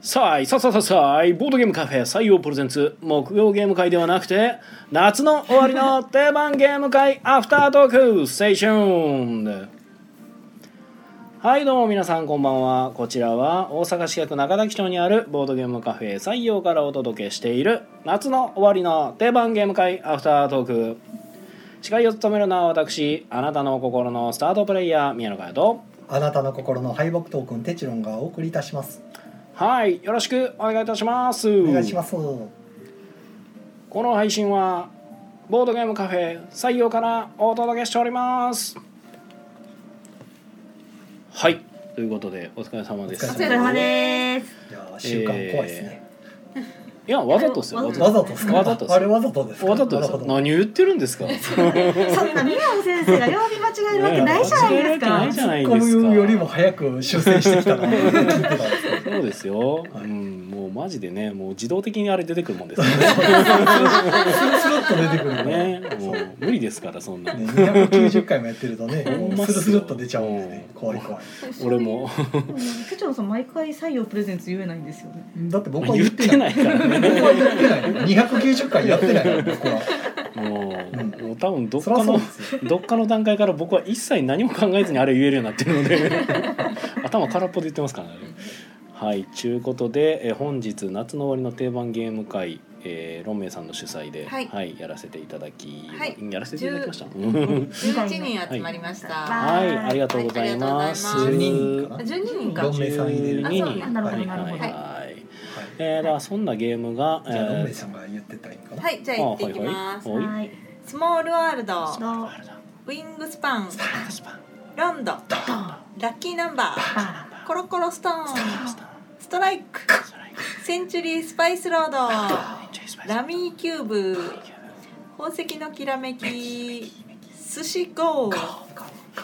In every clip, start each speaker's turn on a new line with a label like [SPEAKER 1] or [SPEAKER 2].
[SPEAKER 1] さあ、さあさあさあさあ、ボードゲームカフェ採用プレゼンツ、木曜ゲーム会ではなくて、夏の終わりの定番ゲーム会アフタートークステーションはい、どうも皆さんこんばんは。こちらは大阪市役中崎町にあるボードゲームカフェ採用からお届けしている、夏の終わりの定番ゲーム会アフタートーク。司会を務めるのは私、あなたの心のスタートプレイヤー、宮野佳代と、
[SPEAKER 2] あなたの心の敗北トークンテチロンがお送りいたします。
[SPEAKER 1] はい、よろしくお願いいたします。
[SPEAKER 2] お願いします。
[SPEAKER 1] この配信はボードゲームカフェ採用からお届けしておりますはいということでお疲れ様です
[SPEAKER 2] お
[SPEAKER 3] お
[SPEAKER 2] 疲
[SPEAKER 3] 疲
[SPEAKER 2] れ
[SPEAKER 3] れ
[SPEAKER 2] 様
[SPEAKER 3] 様です。
[SPEAKER 2] いやー習慣怖いですね。
[SPEAKER 1] いやわざとですよ
[SPEAKER 3] わ
[SPEAKER 1] わ
[SPEAKER 3] えー
[SPEAKER 1] ざ
[SPEAKER 2] わ
[SPEAKER 1] と
[SPEAKER 2] ざとですか。
[SPEAKER 1] わざとです
[SPEAKER 2] あれわざとですか。
[SPEAKER 1] わざとです
[SPEAKER 2] な
[SPEAKER 1] よ
[SPEAKER 2] るほど
[SPEAKER 1] 何言ってるんですか
[SPEAKER 3] そんな宮野先生が曜日間違えるわけないじゃないです
[SPEAKER 1] 間違えるわけないじゃ
[SPEAKER 3] か。
[SPEAKER 1] ない
[SPEAKER 2] こ
[SPEAKER 1] で
[SPEAKER 2] う
[SPEAKER 1] す
[SPEAKER 2] い
[SPEAKER 1] か
[SPEAKER 2] うよりも早く修正してきたな。聞いてたんですけ
[SPEAKER 1] そうですよ、
[SPEAKER 2] はい
[SPEAKER 1] うん、もうマジでねもう自動的にあれ出てくるもんですから
[SPEAKER 2] どスルスルっと出てくるからね。
[SPEAKER 1] ね ねもう無理ですからそんな
[SPEAKER 2] 二百九十回もやってるとね、
[SPEAKER 1] ほんまっすよ
[SPEAKER 2] もうスルスルっと出ちゃうんでね。怖い怖い。
[SPEAKER 1] 俺も。
[SPEAKER 3] テチロンさん毎回採用プレゼンツ言えないんですよね。
[SPEAKER 2] だって僕は
[SPEAKER 1] 言ってないからね
[SPEAKER 2] 僕は言ってない。二百九十回やってな いから僕は。
[SPEAKER 1] もう,、
[SPEAKER 2] うん
[SPEAKER 1] もう多分どっ
[SPEAKER 2] そ
[SPEAKER 1] か
[SPEAKER 2] りゃそう
[SPEAKER 1] の
[SPEAKER 2] ですよ。
[SPEAKER 1] どっかの段階から僕は一切何も考えずにあれを言えるようになってるので 頭空っぽで言ってますからね。はいちゅうことで、えー本日夏の終わりの定番ゲーム会、えー、ロンメイさんの主催で、
[SPEAKER 4] はい
[SPEAKER 1] やらせていただき、
[SPEAKER 4] はい
[SPEAKER 1] やらせていただきました。
[SPEAKER 4] 11人集まりました。
[SPEAKER 3] は
[SPEAKER 1] はいありがとうございます。
[SPEAKER 4] はい
[SPEAKER 2] り
[SPEAKER 4] あ
[SPEAKER 2] がとうございます
[SPEAKER 4] 12人か
[SPEAKER 2] ロンメイさん入れる。
[SPEAKER 4] あ
[SPEAKER 2] は
[SPEAKER 1] 12
[SPEAKER 2] い
[SPEAKER 4] そうな
[SPEAKER 1] 人
[SPEAKER 4] ん
[SPEAKER 3] だ
[SPEAKER 1] は
[SPEAKER 3] なるほど
[SPEAKER 1] いは
[SPEAKER 3] な
[SPEAKER 1] い
[SPEAKER 4] るほ
[SPEAKER 1] はい。えー、ではそんなゲームが、え
[SPEAKER 2] じゃあロンメイ
[SPEAKER 1] ー
[SPEAKER 2] さんが言ってたらいいかな。
[SPEAKER 4] はい、じゃあ行っていきます。
[SPEAKER 1] おい
[SPEAKER 3] はい。
[SPEAKER 4] スモールワールド、
[SPEAKER 3] どう
[SPEAKER 1] あれだ
[SPEAKER 4] ウィングスパン、
[SPEAKER 1] パスパン
[SPEAKER 4] ロンド、ラ
[SPEAKER 3] どう
[SPEAKER 4] ッキーナンバー、
[SPEAKER 3] ば
[SPEAKER 4] コロコロストーン、
[SPEAKER 1] スター
[SPEAKER 4] ストライク、
[SPEAKER 1] ストライ
[SPEAKER 4] センチュリースパイスロード、
[SPEAKER 1] クチェイスパイス
[SPEAKER 4] ラミーキューブ、宝石のきらめき、寿司ゴー、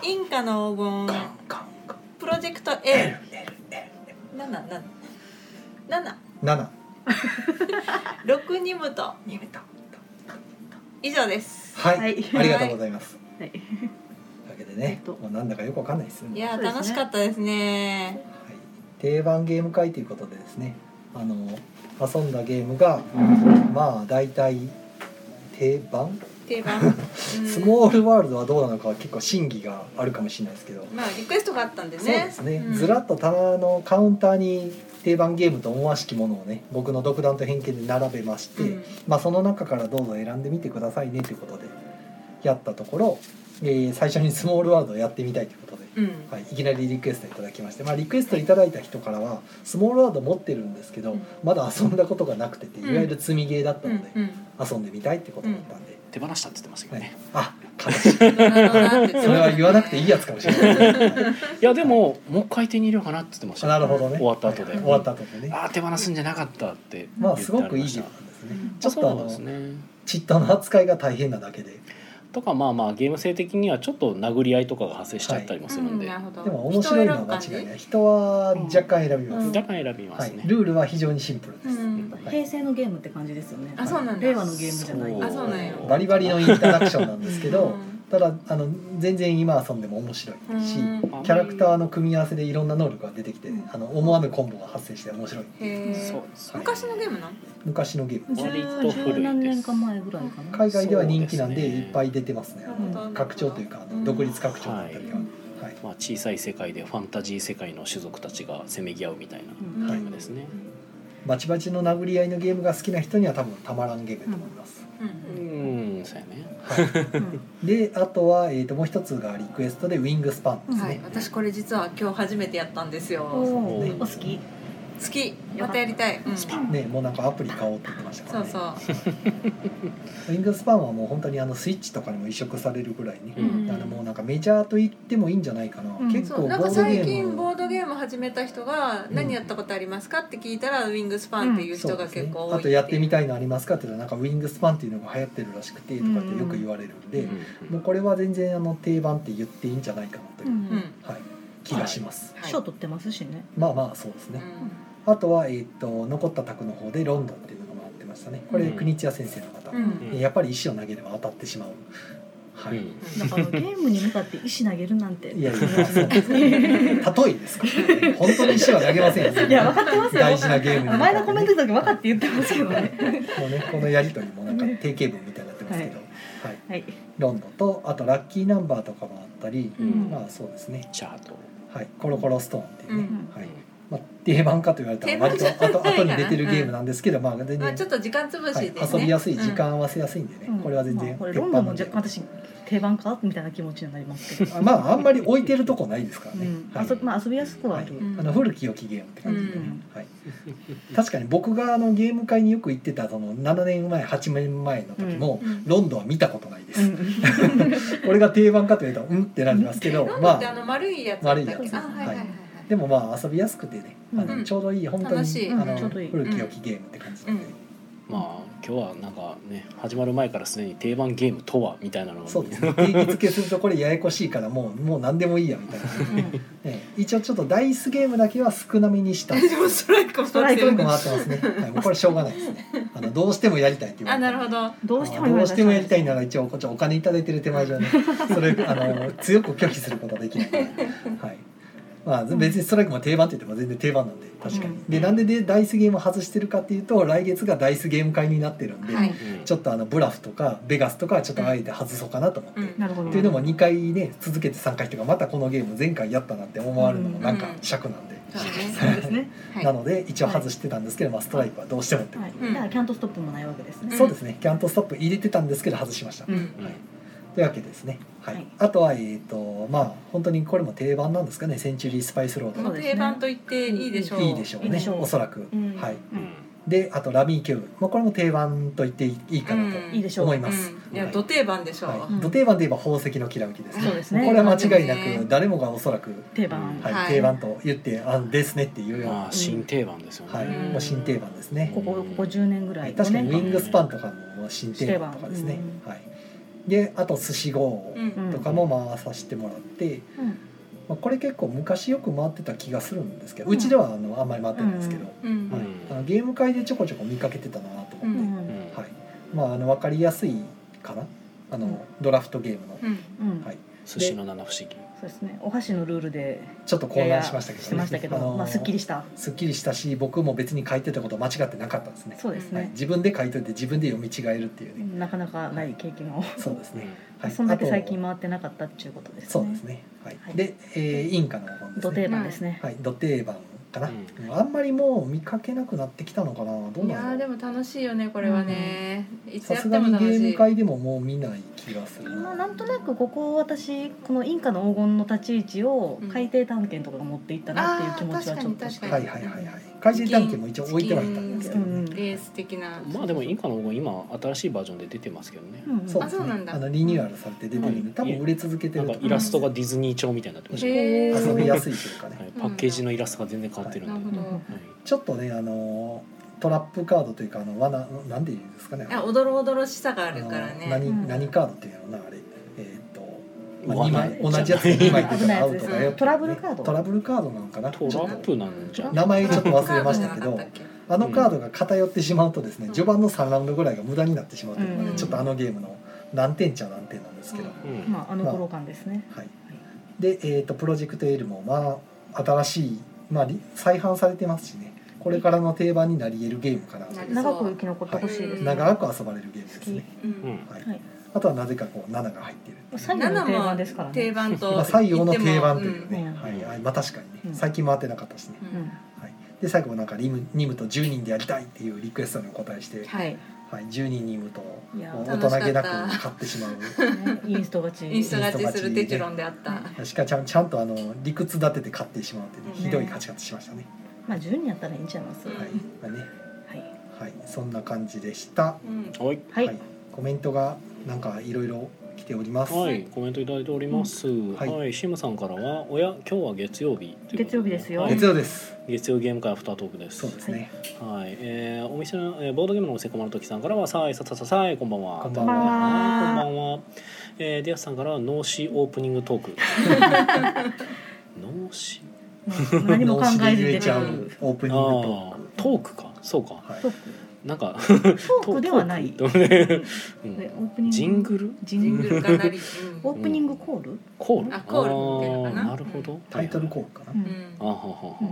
[SPEAKER 4] インカの黄金、プロジェクト A、なんなんなんなんなん
[SPEAKER 2] 七。
[SPEAKER 4] ロクニムト以上です。
[SPEAKER 2] はい、
[SPEAKER 3] はい
[SPEAKER 2] ありがとうございます。
[SPEAKER 3] はい。
[SPEAKER 2] というわけでね、
[SPEAKER 3] えっと
[SPEAKER 2] もうなんだかよくわかんないです
[SPEAKER 4] い
[SPEAKER 2] ね。
[SPEAKER 4] や
[SPEAKER 3] そ
[SPEAKER 4] ー、
[SPEAKER 3] うですね
[SPEAKER 4] 楽しかったですね。
[SPEAKER 2] はい、定番ゲーム会ということでですね、あの遊んだゲームがまあだいたい定番、
[SPEAKER 4] 定番。うん
[SPEAKER 2] スモールワールドはどうなのかは結構審議があるかもしれないですけど、
[SPEAKER 4] まあ、リクエストがあったんでね。
[SPEAKER 2] そうですね。
[SPEAKER 4] うん
[SPEAKER 2] ずらっと棚のカウンターに定番ゲームと思わしきものをね、僕の独断と偏見で並べまして、
[SPEAKER 4] うん
[SPEAKER 2] まあその中からどうぞ選んでみてくださいねということでやったところ、えー最初にスモールワールドをやってみたいということで。
[SPEAKER 4] うん。
[SPEAKER 2] はい、いきなりリクエストいただきまして、まあ、リクエストいただいた人からはスモールワード持ってるんですけど、
[SPEAKER 4] うん
[SPEAKER 2] まだ遊んだことがなくててい
[SPEAKER 4] うん
[SPEAKER 2] わゆる積みゲーだった
[SPEAKER 4] う
[SPEAKER 2] の
[SPEAKER 4] ん
[SPEAKER 2] で、
[SPEAKER 4] うん。
[SPEAKER 2] 遊んでみたいってことだったんで、
[SPEAKER 1] 手放したって言ってますよ
[SPEAKER 2] は
[SPEAKER 1] ね
[SPEAKER 2] い、あ悲しいそ
[SPEAKER 4] なるほどなって
[SPEAKER 2] れは言わなくていいやつかもしれない
[SPEAKER 1] い やでももう一回手に入れようかなって言ってましたよ
[SPEAKER 2] なるほどね
[SPEAKER 1] 終わった後で
[SPEAKER 2] はい終わった後でね
[SPEAKER 1] ああ手放すんじゃなかったって
[SPEAKER 2] まあすごくいいゲー
[SPEAKER 1] じゃん
[SPEAKER 2] ムなんですねち
[SPEAKER 1] ちょ
[SPEAKER 2] ょ
[SPEAKER 1] っ
[SPEAKER 2] っ
[SPEAKER 1] と
[SPEAKER 2] とあ
[SPEAKER 1] そう
[SPEAKER 2] の、
[SPEAKER 1] ですね
[SPEAKER 2] チッタの扱いが大変なだけで
[SPEAKER 1] とかまあまあゲーム性的にはちょっと殴り合いとかが発生しちゃったりもするん
[SPEAKER 4] うん
[SPEAKER 1] で、
[SPEAKER 4] なるほど。
[SPEAKER 2] でも面白いのは間違いない人は若干選びます、
[SPEAKER 4] うん
[SPEAKER 1] 若干選びま
[SPEAKER 2] は
[SPEAKER 1] す
[SPEAKER 2] い
[SPEAKER 1] ね、、
[SPEAKER 2] ルールは非常にシンプルです、
[SPEAKER 4] うん
[SPEAKER 2] はい
[SPEAKER 3] 平成のゲームって感じですよね。
[SPEAKER 4] あ、そうなんだ。
[SPEAKER 3] 令和のゲームじゃない。
[SPEAKER 4] あそうなんや
[SPEAKER 2] バリバリのインタラクションなんですけど、
[SPEAKER 4] うん
[SPEAKER 2] ただあの全然今遊んでも面白いし、
[SPEAKER 4] うん
[SPEAKER 2] キャラクターの組み合わせでいろんな能力が出てきて、
[SPEAKER 4] うん
[SPEAKER 2] あの思わぬコンボが発生して面白い
[SPEAKER 4] へえ。
[SPEAKER 1] そうですね
[SPEAKER 4] 昔のゲームなん。
[SPEAKER 2] 昔のゲーム
[SPEAKER 3] 十
[SPEAKER 1] 割と古いです
[SPEAKER 3] 十何年か前ぐらいかな。
[SPEAKER 2] 海外では人気なんで
[SPEAKER 1] そうですね
[SPEAKER 2] いっぱい出てますね
[SPEAKER 4] なる
[SPEAKER 2] あの
[SPEAKER 4] ほど
[SPEAKER 2] 拡張というかあの
[SPEAKER 4] ん
[SPEAKER 2] 独立拡張だったりが、
[SPEAKER 3] は
[SPEAKER 2] はい
[SPEAKER 1] まあ、小さい世界でファンタジー世界の種族たちがせめぎ合うみたいな
[SPEAKER 3] うん
[SPEAKER 1] ゲームですね、
[SPEAKER 2] バチバチの殴り合いのゲームが好きな人には多分たまらんゲームだと思います、
[SPEAKER 1] う
[SPEAKER 4] う。
[SPEAKER 1] んんそうやね
[SPEAKER 3] うん
[SPEAKER 2] であとは、えー、ともう一つがリクエストでウィングスパンです
[SPEAKER 4] は
[SPEAKER 2] ね、
[SPEAKER 4] い、私これ実は今日初めてやったんですよ。
[SPEAKER 3] おーお好き。
[SPEAKER 4] 好き、またやりたい。うん
[SPEAKER 1] スパン
[SPEAKER 2] ねもうなんかアプリ買おうって言ってましたから
[SPEAKER 4] そう
[SPEAKER 2] ね
[SPEAKER 4] そう。
[SPEAKER 2] ウィングスパンはもう本当にあのスイッチとかにも移植されるぐらいね、
[SPEAKER 4] うん
[SPEAKER 2] あのもうなんかメジャーと言ってもいいんじゃないかな、
[SPEAKER 3] うん
[SPEAKER 2] 結
[SPEAKER 4] そ
[SPEAKER 2] 構
[SPEAKER 4] う
[SPEAKER 2] ボ
[SPEAKER 4] な
[SPEAKER 2] ー
[SPEAKER 4] んか
[SPEAKER 2] ドゲ
[SPEAKER 4] 最
[SPEAKER 2] ー
[SPEAKER 4] 近
[SPEAKER 2] ム
[SPEAKER 4] ボードゲーム始めた人が「何やったことありますか?」って聞いたら「ウィングスパン」っていう人が結構多い
[SPEAKER 2] あとやってみたいのありますかって言ったらなんかウィングスパンっていうのが流行ってるらしくてとかってよく言われるんで、
[SPEAKER 3] うん
[SPEAKER 2] もうこれは全然あの定番って言っていいんじゃないかなという、
[SPEAKER 3] う。
[SPEAKER 4] うんうんん
[SPEAKER 2] はい、気がします、
[SPEAKER 4] はい
[SPEAKER 3] 賞取ってますしね。
[SPEAKER 2] まあまあそうですね、あとは、えー、と残った卓の方でロンドンっていうのがあってましたねこれ、
[SPEAKER 1] うん
[SPEAKER 2] 国千谷先生の方、
[SPEAKER 4] うんうん
[SPEAKER 2] やっぱり石を投げれば当たってしまうはい、
[SPEAKER 1] うん
[SPEAKER 3] だからゲームに向かって石投げるなんて
[SPEAKER 2] いやいやそう例えですから本当に石は投げませんよ
[SPEAKER 3] いや分かってますよ
[SPEAKER 2] 大事なゲームに
[SPEAKER 3] 前のコメントの時分かって言ってますけどね
[SPEAKER 2] もうねこのやり取りもなんか定型文みたいになってますけど、はい
[SPEAKER 3] はい
[SPEAKER 2] ロンドとあとラッキーナンバーとかもあったり、
[SPEAKER 1] うん
[SPEAKER 2] まあそうですね、
[SPEAKER 1] チャート
[SPEAKER 2] はい、コロコロストーンっていうね、
[SPEAKER 4] うん
[SPEAKER 2] はいまあ、定番かと言われたら割と
[SPEAKER 4] 定番じゃ
[SPEAKER 2] 後
[SPEAKER 4] ない
[SPEAKER 2] 後
[SPEAKER 4] か
[SPEAKER 2] に
[SPEAKER 4] な
[SPEAKER 2] 出てるゲームなんですけど、まあ全然、
[SPEAKER 4] まあちょっと時間つぶし
[SPEAKER 2] は
[SPEAKER 4] で
[SPEAKER 2] い
[SPEAKER 4] す
[SPEAKER 2] 遊
[SPEAKER 4] ね。
[SPEAKER 2] びやすい時間合わせやすいんでね、
[SPEAKER 3] うん
[SPEAKER 2] これは全然
[SPEAKER 3] まあこれ
[SPEAKER 2] 鉄
[SPEAKER 3] ロン
[SPEAKER 2] 板
[SPEAKER 3] ドンも
[SPEAKER 2] の
[SPEAKER 3] 若干
[SPEAKER 2] ゲーム
[SPEAKER 3] 私定番かみたいな気持ちになりますけど、
[SPEAKER 2] あまああんまり置いてるとこないですから
[SPEAKER 3] う
[SPEAKER 2] ね、
[SPEAKER 3] ん
[SPEAKER 2] はい
[SPEAKER 3] 遊びまあ、遊びやすくは
[SPEAKER 2] は
[SPEAKER 3] あ
[SPEAKER 2] い
[SPEAKER 3] る、
[SPEAKER 4] うん
[SPEAKER 2] あの古き良きゲームって感じでね、
[SPEAKER 4] うん
[SPEAKER 2] はい、確かに僕があのゲーム会によく行ってたその7年前8年前の時も、
[SPEAKER 4] うん
[SPEAKER 2] ロンドンは見たことないで
[SPEAKER 3] う
[SPEAKER 2] す、
[SPEAKER 3] ん
[SPEAKER 2] これが定番かというとうんってなりますけど、
[SPEAKER 4] ロンドン
[SPEAKER 2] ま
[SPEAKER 4] ってあの
[SPEAKER 2] あ
[SPEAKER 4] 丸いやつだったっけ。
[SPEAKER 2] 丸いやつ
[SPEAKER 4] あはいはいはい
[SPEAKER 2] は
[SPEAKER 4] は
[SPEAKER 2] い
[SPEAKER 4] い。
[SPEAKER 2] でもまあ遊びやすくてね、あの
[SPEAKER 4] うん
[SPEAKER 2] ちょうどいい本当
[SPEAKER 4] 楽
[SPEAKER 2] に
[SPEAKER 4] しい
[SPEAKER 2] あの
[SPEAKER 3] うんちょうどいい
[SPEAKER 2] 古き良きゲームって感じなんで、
[SPEAKER 4] うん
[SPEAKER 1] まあ今日はなんかね始まる前からすでに定番ゲームとはみたいなのが
[SPEAKER 2] そうですね定義付けするとこれややこしいからもうもう何でもいいやみたいな、ね、一応ちょっとダイスゲームだけは少なめにした
[SPEAKER 4] でもストライクも
[SPEAKER 3] ストライク
[SPEAKER 2] よく
[SPEAKER 3] も
[SPEAKER 2] 回ってますね、はい、もうこれしょうがないですねあのどうしてもやりたいっていう
[SPEAKER 4] あなるほど。
[SPEAKER 3] どうしても
[SPEAKER 2] どうしてもやりたいな
[SPEAKER 3] ら
[SPEAKER 2] ら一応こっちお金いただいてる手前上ねそれあの強く拒否することはできないので、はいまあ、別にストライクも定番って言っても全然定番なんで確かに、
[SPEAKER 3] うん
[SPEAKER 2] でなんででダイスゲームを外してるかっていうと来月がダイスゲーム会になってるんで、
[SPEAKER 4] はい。
[SPEAKER 1] うん
[SPEAKER 2] ちょっとあのブラフとかベガスとかはちょっとあえて外そうかなと思って、
[SPEAKER 4] うん
[SPEAKER 2] っ
[SPEAKER 3] なるほど
[SPEAKER 2] ていうのも2回ね続けて3回とかまたこのゲーム前回やったなって思われるのもなんか尺なんで、
[SPEAKER 4] そう
[SPEAKER 3] そう
[SPEAKER 4] ね。
[SPEAKER 3] ですね、
[SPEAKER 4] はい
[SPEAKER 2] なので一応外してたんですけど、まあ、ストライクはどうしてもって、
[SPEAKER 3] はい
[SPEAKER 4] うん
[SPEAKER 3] だからキャントストップもないわけですね、
[SPEAKER 2] そうですねキャントストップ入れてたんですけど外しました、
[SPEAKER 3] うん
[SPEAKER 1] うん
[SPEAKER 2] はいというわけですね、はい
[SPEAKER 3] はい
[SPEAKER 2] あとはえっ、とまあ本当にこれも定番なんですかねセンチュリースパイスロー
[SPEAKER 4] も
[SPEAKER 2] ド
[SPEAKER 4] う定番と言っていいでしょう。
[SPEAKER 2] いいでしょうね
[SPEAKER 3] いいでしょう
[SPEAKER 2] おそらく、
[SPEAKER 3] うん
[SPEAKER 2] はい
[SPEAKER 1] うん
[SPEAKER 2] であとラミーキューブ、まあ、これも定番と言っていいかな
[SPEAKER 4] うん
[SPEAKER 3] いいでし
[SPEAKER 2] と
[SPEAKER 3] ょう
[SPEAKER 2] 思います、
[SPEAKER 4] うんいや
[SPEAKER 2] はい
[SPEAKER 4] 土定番でしょう。
[SPEAKER 2] は
[SPEAKER 3] う
[SPEAKER 2] い、
[SPEAKER 3] ん
[SPEAKER 2] 土定番といえば宝石のきらめきですね
[SPEAKER 3] そうですね
[SPEAKER 2] これは間違いな
[SPEAKER 4] ね
[SPEAKER 2] く誰もがおそらく、
[SPEAKER 3] 定番、
[SPEAKER 2] はい
[SPEAKER 4] はい
[SPEAKER 2] 定番と言ってあですねっていうよう
[SPEAKER 1] ま
[SPEAKER 2] な
[SPEAKER 1] あ、新定番ですよね、
[SPEAKER 2] はい、
[SPEAKER 4] うん
[SPEAKER 2] もう新定番ですね
[SPEAKER 3] ここここ10年ぐらい、ね、
[SPEAKER 2] 確かにウ
[SPEAKER 1] ね
[SPEAKER 2] ィングスパンとかも新定番とかですね
[SPEAKER 3] 定番、
[SPEAKER 2] はい、であと寿司号
[SPEAKER 4] うんうん
[SPEAKER 2] とかも回させてもらって、
[SPEAKER 3] うん
[SPEAKER 2] まあ、これ結構昔よく回ってた気がするんですけど、うちではあのあんまり回ってないんですけど、
[SPEAKER 4] うん
[SPEAKER 2] はい
[SPEAKER 1] うん
[SPEAKER 2] あのゲーム会でちょこちょこ見かけてたなと思って、
[SPEAKER 4] うん
[SPEAKER 1] うん
[SPEAKER 3] うん
[SPEAKER 2] はいまあ、あの分かりやすいかなあの、
[SPEAKER 3] うん
[SPEAKER 2] ドラフトゲームの、
[SPEAKER 4] うん
[SPEAKER 3] うん
[SPEAKER 2] はい
[SPEAKER 1] 寿司の七不思議
[SPEAKER 3] そうですねお箸のルールで
[SPEAKER 2] ちょっと混乱しましたけど,、
[SPEAKER 3] してましたけど、
[SPEAKER 2] あの
[SPEAKER 3] まあすっきりした
[SPEAKER 2] すっきりしたし僕も別に書いてたこと間違ってなかったですね
[SPEAKER 3] そうです
[SPEAKER 2] はい、
[SPEAKER 3] ね、
[SPEAKER 2] 自分で書いといて自分で読み違えるっていうね、
[SPEAKER 3] なかなかない経験を、
[SPEAKER 2] そうですね、はい、
[SPEAKER 3] そんだけ最
[SPEAKER 2] あ
[SPEAKER 3] 近回ってなかったっていうことです
[SPEAKER 2] と
[SPEAKER 3] ね
[SPEAKER 2] そうですね、はい
[SPEAKER 3] はい
[SPEAKER 2] で、えー、インカの本です
[SPEAKER 3] 土
[SPEAKER 2] ね
[SPEAKER 3] 定番ですね、
[SPEAKER 2] はい、土定番かな、
[SPEAKER 1] う
[SPEAKER 2] あんまりもう見かけなくなってきたのかなどう
[SPEAKER 4] い
[SPEAKER 2] な
[SPEAKER 4] やー
[SPEAKER 2] んだ
[SPEAKER 4] で
[SPEAKER 2] ろう
[SPEAKER 4] も楽しいよねこれはね、いつ
[SPEAKER 2] さ
[SPEAKER 4] やっ
[SPEAKER 2] す
[SPEAKER 4] て
[SPEAKER 2] が
[SPEAKER 4] も
[SPEAKER 2] にゲ
[SPEAKER 4] 楽しい
[SPEAKER 2] ーム会でももう見ない気がする
[SPEAKER 3] 今なんとなくここ私このインカの黄金の立ち位置を
[SPEAKER 4] うん
[SPEAKER 3] 海底探検とかが持っていったなっていう気持ちはちょっ
[SPEAKER 4] あ
[SPEAKER 3] と
[SPEAKER 4] ー確か
[SPEAKER 2] はいはいはいはい怪人探検も一応置いてはいたんですけど、
[SPEAKER 3] うん
[SPEAKER 4] レース的な、
[SPEAKER 1] んまあでもインカの方が今新しいバージョンで出てますけどね、
[SPEAKER 3] うん
[SPEAKER 2] そう
[SPEAKER 3] う
[SPEAKER 2] で
[SPEAKER 3] ん
[SPEAKER 2] す
[SPEAKER 4] あそうな
[SPEAKER 2] ね
[SPEAKER 4] んだ
[SPEAKER 2] あのリニューアルされて出てるんで多分売れ続けて
[SPEAKER 1] な
[SPEAKER 2] る
[SPEAKER 1] んか
[SPEAKER 2] と思
[SPEAKER 1] イ
[SPEAKER 2] い
[SPEAKER 1] ラ
[SPEAKER 2] ま
[SPEAKER 1] ス
[SPEAKER 2] す
[SPEAKER 1] トがディズニー調みたいになってました、は
[SPEAKER 4] へー
[SPEAKER 2] 遊びやすいというかね
[SPEAKER 1] い、パッケージのイラストが全然変わってるんで、
[SPEAKER 4] なるほど、
[SPEAKER 3] うん
[SPEAKER 1] はい
[SPEAKER 2] ちょっとねあのートラップカードというかあの罠なんで言うんですかね
[SPEAKER 4] あおどろおどろしさがあるから
[SPEAKER 2] あの
[SPEAKER 4] ね
[SPEAKER 2] 何
[SPEAKER 3] うん
[SPEAKER 2] 何カードっていうのかなあれえーっとまあ
[SPEAKER 1] 罠
[SPEAKER 2] 二枚同じやつ2枚出たらアウトだよっていうね
[SPEAKER 3] トラブルカード
[SPEAKER 2] トラブルカードなのかな
[SPEAKER 1] トラップなんじゃ
[SPEAKER 2] 名前ちょっと忘れましたけ
[SPEAKER 4] カード
[SPEAKER 2] ど
[SPEAKER 4] じゃなかったっけ
[SPEAKER 2] あのカードが偏ってしまうとですね
[SPEAKER 4] うん
[SPEAKER 2] 序盤の3ラウンドぐらいが無駄になってしまうというので、
[SPEAKER 3] うん
[SPEAKER 2] ちょっとあのゲームの難点っちゃ難点なんですけど、
[SPEAKER 4] うん
[SPEAKER 1] うん
[SPEAKER 3] まああの頃感ですね、
[SPEAKER 2] はい、で、えー、とプロジェクトエルもまあ新しい、まあ、リ再販されてますしねこれからの定番になり得るゲームかなと
[SPEAKER 4] なり
[SPEAKER 3] 長く生き残ってほしいです、
[SPEAKER 4] うん
[SPEAKER 2] 長く遊ばれるゲームですね、
[SPEAKER 4] う
[SPEAKER 1] うんん
[SPEAKER 2] はい
[SPEAKER 3] はい
[SPEAKER 2] あとはなぜかこう7が入っている
[SPEAKER 3] 最後の定番ですから
[SPEAKER 4] 定
[SPEAKER 3] ね、
[SPEAKER 4] 番と
[SPEAKER 2] まあ採用の定番という
[SPEAKER 3] う
[SPEAKER 2] ね
[SPEAKER 3] ん、
[SPEAKER 2] はいはい、まあ確かにね、
[SPEAKER 3] うん
[SPEAKER 2] 最近回ってなかったしね、
[SPEAKER 4] うん
[SPEAKER 3] うん、
[SPEAKER 2] はい、で最後なんかリムニムと10人でやりたいっていうリクエストにお答えして、
[SPEAKER 4] はい
[SPEAKER 2] はい、10人ニムともう
[SPEAKER 3] いや
[SPEAKER 2] 大人げなく買ってしまう
[SPEAKER 3] ねインスト勝ち
[SPEAKER 4] インスト勝ちするテチュロンであった、
[SPEAKER 2] しかちゃんちゃんとあの理屈立てて買ってしまうっていうねひどい勝ち方しましたね
[SPEAKER 3] まあ10人やったらいいんちゃいます、
[SPEAKER 4] うん
[SPEAKER 2] はい、まあね
[SPEAKER 3] はい、
[SPEAKER 2] はい、そんな感じでした。
[SPEAKER 4] うん
[SPEAKER 1] はい
[SPEAKER 3] はい
[SPEAKER 2] コメントがなんかいろいろ来ております。
[SPEAKER 1] はい、コメントいただいております。はいい、シムさんからは、おや、今日は月曜日ということ。
[SPEAKER 3] 月曜日ですよ
[SPEAKER 1] はい
[SPEAKER 2] 月曜です。
[SPEAKER 1] 月曜ゲーム会アフタートークです。
[SPEAKER 2] そうですね。
[SPEAKER 1] はい、えー、お店の、えー、ボードゲームのお店こまるときさんからは、さあ、ささささい、こんばんは。
[SPEAKER 2] こんば
[SPEAKER 3] こんばん
[SPEAKER 1] ははい、こ
[SPEAKER 3] は
[SPEAKER 1] んばんは。えー、ディアスさんから、脳死オープニングトーク。脳死。
[SPEAKER 3] ね何も考えず
[SPEAKER 2] 脳死で言
[SPEAKER 3] 出
[SPEAKER 2] えち
[SPEAKER 3] て
[SPEAKER 2] ゃ
[SPEAKER 3] く
[SPEAKER 2] う
[SPEAKER 3] る
[SPEAKER 2] オー
[SPEAKER 1] ああ
[SPEAKER 2] プニングト
[SPEAKER 1] ー、
[SPEAKER 2] ー
[SPEAKER 1] トークか、そうか。
[SPEAKER 2] ク。はい
[SPEAKER 3] トーク
[SPEAKER 1] なんか
[SPEAKER 5] トークではない
[SPEAKER 1] トーク ねう
[SPEAKER 5] オ
[SPEAKER 1] ん
[SPEAKER 5] ープニング
[SPEAKER 1] ジングル
[SPEAKER 5] ジ
[SPEAKER 4] ジ
[SPEAKER 5] ン
[SPEAKER 4] ン
[SPEAKER 5] グ
[SPEAKER 4] グ
[SPEAKER 5] ル
[SPEAKER 4] ルかなり、う
[SPEAKER 5] オープニングコール
[SPEAKER 1] コール
[SPEAKER 4] あコールみたいなのかな
[SPEAKER 1] あーるほど
[SPEAKER 2] タイトルコールかな、
[SPEAKER 5] うん
[SPEAKER 4] んうん
[SPEAKER 1] あ
[SPEAKER 4] ん
[SPEAKER 1] ははは、
[SPEAKER 5] うん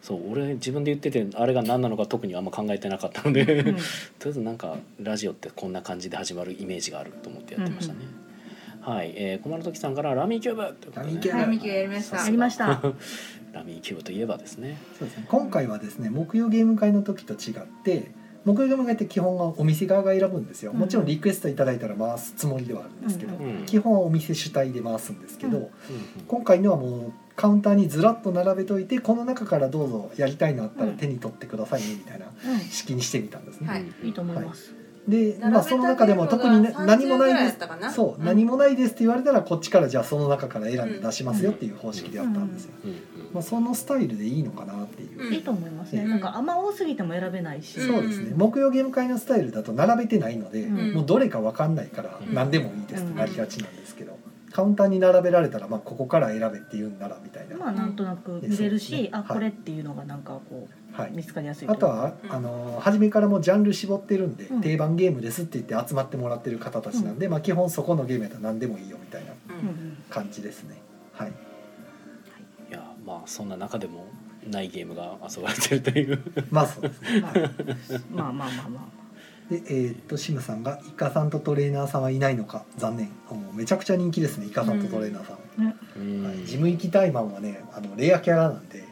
[SPEAKER 1] そう俺自分で言っててあれが何なのか特にあんま考えてなかったので、
[SPEAKER 5] う
[SPEAKER 1] と
[SPEAKER 5] ん
[SPEAKER 1] りあえずなんかラジオってこんな感じで始まるイメージがあると思ってやってましたね、はい、えー、小丸時さんからラミーキューブということでね
[SPEAKER 2] ラミーキューブ
[SPEAKER 4] ラミキューやりまし
[SPEAKER 5] や
[SPEAKER 4] た
[SPEAKER 5] りました
[SPEAKER 1] ラミーキューブといえばですね
[SPEAKER 2] そうですね今回はですね木曜ゲーム会の時と違って木曜ゲーム会って基本はお店側が選ぶんですよ、
[SPEAKER 5] うん
[SPEAKER 2] もちろんリクエストいただいたら回すつもりではあるんですけど、
[SPEAKER 5] うん
[SPEAKER 1] うん
[SPEAKER 2] 基本はお店主体で回すんですけど、
[SPEAKER 5] うん
[SPEAKER 1] うん
[SPEAKER 2] 今回のはもうカウンターにずらっと並べといてこの中からどうぞやりたいのあったら手に取ってくださいねみたいな
[SPEAKER 5] う
[SPEAKER 2] 式にしてみたんですね、
[SPEAKER 4] はい
[SPEAKER 5] んいいと思います
[SPEAKER 2] で、まあ、その中でも特にね何もないですそう、
[SPEAKER 4] うん
[SPEAKER 2] 何もないですって言われたらこっちからじゃあその中から選んで出しますよっていう方式であったんですよ、
[SPEAKER 1] うんうん
[SPEAKER 2] まあ、そのスタイルでいいのかなっていう、
[SPEAKER 4] うん
[SPEAKER 5] いいと思いますね
[SPEAKER 4] うん
[SPEAKER 5] なんかあんま多すぎても選べないし
[SPEAKER 4] うん
[SPEAKER 2] そうですね木曜ゲーム会のスタイルだと並べてないので、
[SPEAKER 5] うん
[SPEAKER 2] もうどれか分かんないから
[SPEAKER 1] うん
[SPEAKER 2] 何でもいいですっ
[SPEAKER 5] う
[SPEAKER 2] て
[SPEAKER 5] ん
[SPEAKER 2] なりがちなんですけど、カウンターに並べられたら、まあ、ここから選べって言うんならみたいな、
[SPEAKER 5] まあなんとなく見れる
[SPEAKER 2] そうです
[SPEAKER 5] し
[SPEAKER 2] ね
[SPEAKER 5] あ
[SPEAKER 2] はい
[SPEAKER 5] これっていうのがなんかこ
[SPEAKER 2] は
[SPEAKER 5] う
[SPEAKER 2] い
[SPEAKER 5] 見つかりやすい
[SPEAKER 2] あとは、
[SPEAKER 4] うん
[SPEAKER 2] あの初めからもうジャンル絞ってるんで、
[SPEAKER 5] うん
[SPEAKER 2] 定番ゲームですって言って集まってもらってる方たちなんで、まあ、基本そこのゲームやったら何でもいいよみたいな
[SPEAKER 4] う
[SPEAKER 5] うんん
[SPEAKER 2] 感じですね。 はい、
[SPEAKER 1] いやまあそんな中でもないゲームが遊ばれてるという
[SPEAKER 2] まあそうですね。
[SPEAKER 5] うんまあまあまあまあま
[SPEAKER 2] でえーっとシムさんがイカさんとトレーナーさんはいないのか残念もうめちゃくちゃ人気ですねイカさんとトレーナーさん、
[SPEAKER 1] うん
[SPEAKER 2] はい、ジム行きタイマンはねあのレアキャラ なんで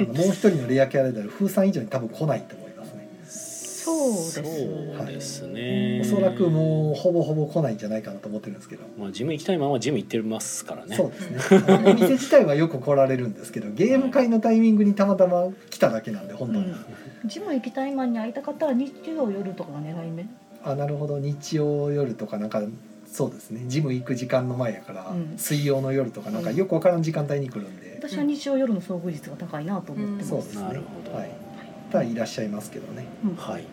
[SPEAKER 2] あのもう一人のレアキャラである風さん以上に多分来ないと思いますね
[SPEAKER 1] そう
[SPEAKER 5] ですね
[SPEAKER 1] そうですね
[SPEAKER 2] おそらくもうほぼほぼ来ないんじゃないかなと思ってるんですけど、
[SPEAKER 1] まあジム行きたいままジム行ってますからね
[SPEAKER 2] そうですねあのお店自体はよく来られるんで すけどゲーム会のタイミングにたまたま来ただけなんで本
[SPEAKER 5] あう
[SPEAKER 2] 当に、
[SPEAKER 5] んジム行きたいマンに会いたかったら日曜夜とかが狙い目
[SPEAKER 2] あなるほど日曜夜とかなんかそうですねジム行く時間の前やから、
[SPEAKER 5] うん
[SPEAKER 2] 水曜の夜とかなんか
[SPEAKER 5] うん
[SPEAKER 2] よくわからん時間帯に来るんで、
[SPEAKER 5] 私は日曜夜の遭遇率が高いなと思ってます
[SPEAKER 2] そうですね
[SPEAKER 1] なるほど
[SPEAKER 2] はい、ただいらっしゃいますけどね
[SPEAKER 5] うん
[SPEAKER 1] はい、